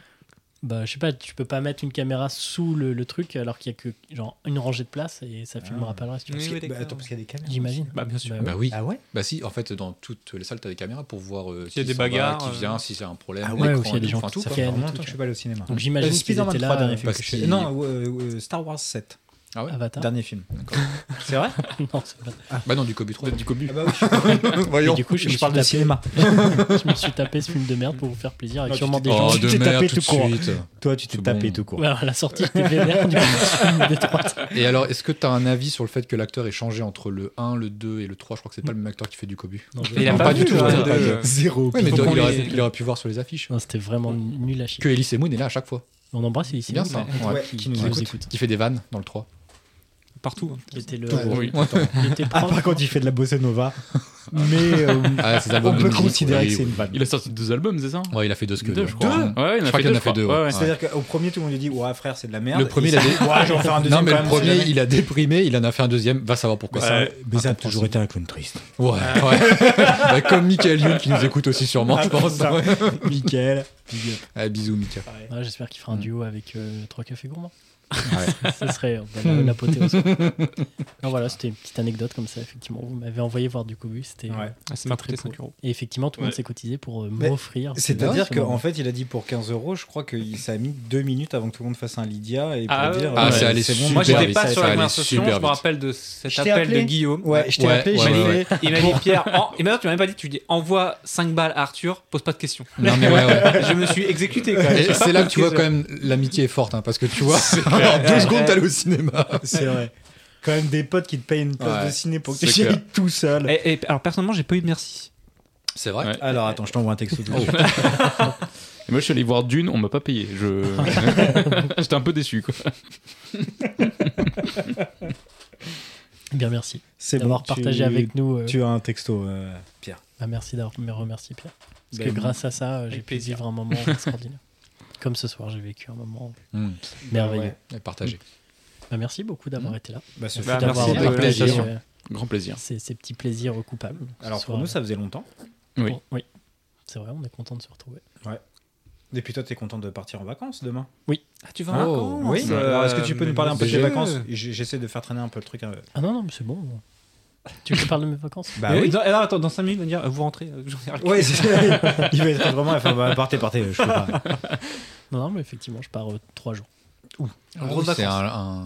Bah, je sais pas, tu peux pas mettre une caméra sous le, le truc alors qu'il y a que genre une rangée de place et ça filmera pas le reste, tu vois.
Oui, oui,
Bah,
d'accord.
Attends, parce qu'il y a des caméras.
J'imagine.
Bah, bien sûr.
Bah,
Bah oui.
Ah ouais
Bah si, en fait, dans toutes les salles, t'as des caméras pour voir euh,
y a
qui
des
s'en va,
bagarres,
qui
euh.
vient, si c'est un problème.
Ah
ouais,
l'écran
ou s'il y a
et
des
tout.
gens
Enfin,
qui
tout,
se
quoi.
Ça fait
Ken,
vraiment
tout,
longtemps que je suis pas allé au cinéma.
Donc
Euh,
j'imagine qu'ils
Spider-Man
étaient
3,
là. euh,
dernier film
parce
que je fais.
qu'il-
Non, euh, euh, Star Wars 7,
Ah ouais
Avatar.
dernier film.
D'accord.
C'est vrai
Non, c'est pas-
Bah non, du Kobe 3. Du Kobe.
Ah bah oui.
Et
Voyons.
du coup, je,
Je
me suis
parle de
tapé-
cinéma.
je me suis tapé ce film de merde pour vous faire plaisir avec
Non, tu
sûrement des gens.
Oh,
Tu
de
t'es
merde,
tapé
tout
tout
de
court.
suite.
Toi, tu t'es
C'est
tapé
bon.
tout court.
Ouais, à la sortie, j'étais vénère du coup, je suis des trois.
Et alors, est-ce que t'as un avis sur le fait que l'acteur ait changé entre le 1, le 2 et le 3 Je crois que c'est pas le même acteur qui fait du Kobe.
Non, je-
Mais il a
Non,
pas,
pas
vu,
du tout,
le
ouais,
rôle
pas
de-
Zéro.
Ouais, mais
Faut
donc,
qu'on
il, aurait,
les-
il aurait pu voir sur les affiches.
Non, c'était vraiment nul à chier.
Que Elise Moon est là à chaque fois.
On embrasse
C'est
Félicie.
bien ça.
Ouais,
Ouais.
ouais, qui nous
nous
écoute.
écoute.
Qui fait des vannes dans le 3.
partout. hein.
Qui était le.
Toujours.
oui.
qui était
À
prof.
part quand Ah, il fait de la bossa nova. Mais euh,
Ah, ses albums
on
de
peut
musique,
considérer
oui,
que c'est une
oui.
vanne.
Il a sorti deux albums, c'est ça
Ouais, il a fait deux scuds.
Deux, je crois.
Ouais.
Ouais, il en a
Je crois
fait
qu'il en
deux.
a fait
je
deux,
crois.
ouais.
Ouais, ouais.
C'est-à-dire qu'au premier, tout le monde lui dit Ouais, frère, c'est de la merde.
Le premier,
Et
il a
s'est
des-
dit, Ouais, je vais en faire un
Non,
deuxième.
mais le
quand même, c'est
premier,
jamais-
il a déprimé, il en a fait un deuxième, va savoir pourquoi.
Mais Bah, ça- Mais ça a
Incompréhensible.
toujours été un clown triste.
Ouais, ouais. Bah, comme Michael Youn qui nous écoute aussi sûrement, je pense.
ça.
Ouais.
Michael.
Ah, bisous, Mika.
Ouais, J'espère qu'il fera un duo avec euh, Trois Cafés Gourmands.
Ouais.
Ce serait euh, bah,
Mm.
la- l'apothéose. non, voilà, c'était une petite anecdote comme ça, effectivement. Vous m'avez envoyé voir du Cobu, c'était.
Ouais.
Ah, ça m'a
Très
coûté
cool.
5 euros.
Et effectivement, tout le monde
Ouais.
s'est cotisé pour euh,
Mais
m'offrir. ce-
C'est-à-dire
ce
qu'en
moment.
fait, il a dit pour 15 euros, je crois que ça a mis deux minutes avant que tout le monde fasse un Lydia et pour
Ah,
dire.
Ah,
euh,
c'est allé
bon,
super
Moi, j'étais
vite,
pas
ça
sur la
allait
conversation.
super
Je me
vite.
rappelle de cet
Je t'ai
appel
appelé
de Guillaume.
Ouais, je t'ai
Ouais,
appelé,
ouais,
j'ai
ouais,
fait-
Il m'a dit Pierre, en- et maintenant tu m'as même pas dit, tu lui dis envoie 5 balles à Arthur, pose pas de questions.
Non, mais ouais, ouais.
Je me suis exécuté quand même.
Et
J'ai pas
c'est là que
posé
tu vois
de-
quand même l'amitié est forte, hein, parce que tu vois, en deux secondes, t'allais au cinéma.
C'est vrai. Quand même des potes qui te payent une place
Ouais,
de ciné pour que
c'est
tu y
clair.
ailles tout seul.
Et- et- alors personnellement, j'ai pas eu de merci.
C'est vrai.
Ouais.
Alors attends, je t'envoie un texto. tout de
Oh.
suite.
Et moi, je suis allé voir Dune, on m'a pas payé. Je... J'étais un peu déçu. Quoi.
Bien, merci
C'est
d'avoir
bon, tu-
partagé avec nous. euh,
Tu as un texto, euh, Pierre.
bah, merci d'avoir me remercié, Pierre. Parce
Ben,
que grâce à ça, euh, j'ai
avec
pu
plaisir.
vivre un moment extraordinaire. Comme ce soir, j'ai vécu un moment
Mmh.
merveilleux.
ouais.
Et Partagé.
Bah, merci beaucoup d'avoir été là.
Bah, ce
Bah,
fut un
D'avoir
merci de
partagé,
l'invitation.
euh,
Grand plaisir.
ces, ces petits plaisirs coupables.
Bah, Alors
Ce
pour
soir,
nous, ça faisait longtemps.
Oui.
Bon, oui. C'est vrai, on est content de se retrouver.
Et puis toi, t'es content de partir en vacances demain
Ah, tu vas
en
en
vacances
vacances
Oui. euh, Alors, Est-ce que tu peux nous parler un peu de tes
Déjà.
vacances J- J'essaie de faire traîner un peu le truc. euh.
Ah non, non, mais c'est bon. Tu veux que je parle de mes vacances
Bah oui.
Non, alors, attends, dans 5 minutes, il va dire euh, vous rentrez. euh, j'en ai rien à
Ouais, c'est- il va être vraiment. Enfin, bah, partez, partez. Je peux pas.
Non, non, mais effectivement, je pars euh, trois jours.
Ah
gros
oui,
vacances.
c'est un,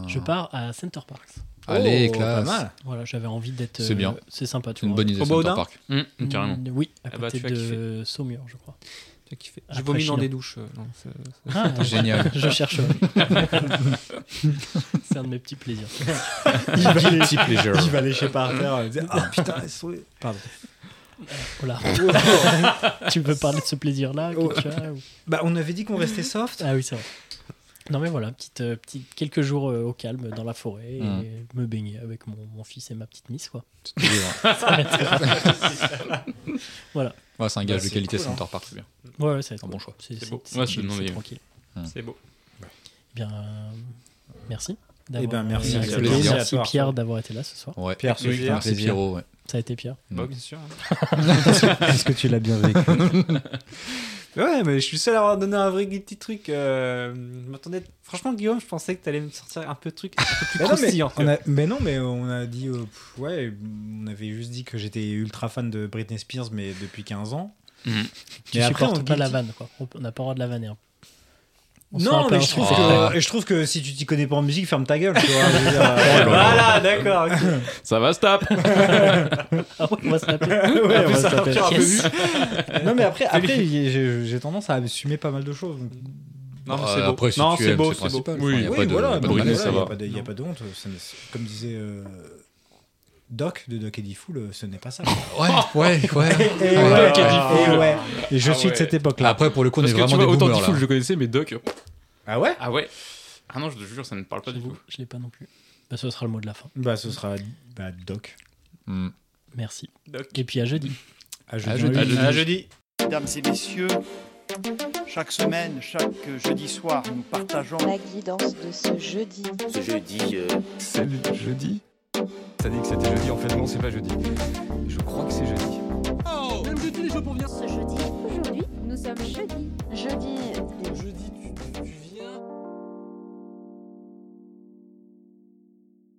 un-
Je pars à Center Parks.
Allez,
Oh,
classe.
Pas mal.
Voilà, j'avais envie d'être. euh,
C'est bien.
C'est sympa, tu
C'est une
vois.
bonne idée,
Au
Center
Baudin
Park.
Mmh, carrément.
Mm, Oui, à
Ah bah,
côté
tu vas
de Saumur, je crois.
J'ai kiffé. Je
Après,
vomis dans
Chine.
des douches. euh, non, c'est-
Ah,
Génial.
Je cherche. c'est un de mes petits plaisirs.
Il va aller,
Petit pleasure.
il va lécher par terre. euh, dire, Ah putain, elles sont- Pardon.
Oh là. tu veux parler de ce plaisir-là que
Oh.
tu as, ou-
Bah, on avait dit qu'on restait soft.
Ah oui, c'est vrai. Non mais voilà, petite, euh, petite, quelques jours euh, au calme dans la forêt et
Mm.
me baigner avec mon, mon fils et ma petite miss quoi. voilà.
Ouais, c'est
Bah,
un gage
c'est
de qualité
cool, hein.
Center Park, c'est bien.
Ouais, ouais, ça va être
Un
cool.
bon choix.
C'est
C'est
c'est-
beau.
c'est
Ouais,
chill,
c'est une
c'est
idée.
tranquille.
C'est beau.
Eh bien, euh,
Eh
merci.
ben,
d'avoir-
merci.
merci,
Avec plaisir.
merci Pierre d'avoir été là ce soir.
Ouais.
Pierre,
Oui,
Pierre,
c'est Pierrot, ouais.
Ça a été Pierre.
Bah, bien sûr. hein.
Est-ce que tu l'as bien vécu
Ouais, mais je suis seul à avoir donné un vrai petit truc. euh, je m'attendais- Franchement, Guillaume, je pensais que t'allais me sortir un peu de truc un peu plus
mais non, mais,
croustillant.
on a- mais non, mais on a dit. euh, pff, ouais, on avait juste dit que j'étais ultra fan de Britney Spears, mais depuis 15 ans.
Mhm.
Tu
Mais après,
supportes
on
pas la
dit-
vanne quoi. On peut- on n'a pas le droit de la vanner. hein. On se fait un
Non,
peu
mais je
insulter.
trouve,
Ah.
que, je trouve que si tu t'y connais pas en musique, ferme ta gueule. Tu vois, je veux dire, euh,
Voilà, d'accord. ok.
Ça va, stop
Ah ouais, on va se taper.
ouais, on va se taper.
Yes.
Non, mais après, après j'ai j'ai tendance à assumer pas mal de choses. donc-
Non, mais
Bah,
c'est beau.
Après, si
non,
tu
c'est
aimes,
beau,
c'est
c'est beau.
principal.
Oui,
Enfin, y a pas de- y a pas de
donc
malaise,
voilà,
ça
y a
va.
pas de- y a pas de honte. ça ne- Comme disait euh, Doc de Doc et Diffoul, ce n'est pas ça.
Ouais, ouais, ouais.
Et ouais,
Doc et
et
Diffoul.
ouais. Et je
Ah
suis de
ouais.
cette époque-là.
Après, pour le coup, on est
Parce que tu
vraiment
vois,
des
autant
boomers,
Diffoul,
là.
je connaissais, mais Doc.
Ah ouais
Ah ouais Ah non, je te jure, ça ne parle pas du
J'avoue,
tout.
Je l'ai pas non plus. Bah, ce sera le mot de la fin.
Bah, ce sera bah, Doc.
Hmm. Ah,
Merci.
Doc.
Et puis à jeudi.
À
À
jeudi.
jeudi.
Oui.
À jeudi.
Mesdames et messieurs, chaque semaine, chaque jeudi soir, nous partageons
La guidance de ce jeudi.
Ce jeudi, euh,
C'est le jeudi T'as dit que c'était jeudi, en fait non, c'est pas jeudi. Je crois que c'est jeudi.
Même jeter les jeux pour venir ce jeudi. Aujourd'hui, nous sommes jeudi.
Jeudi.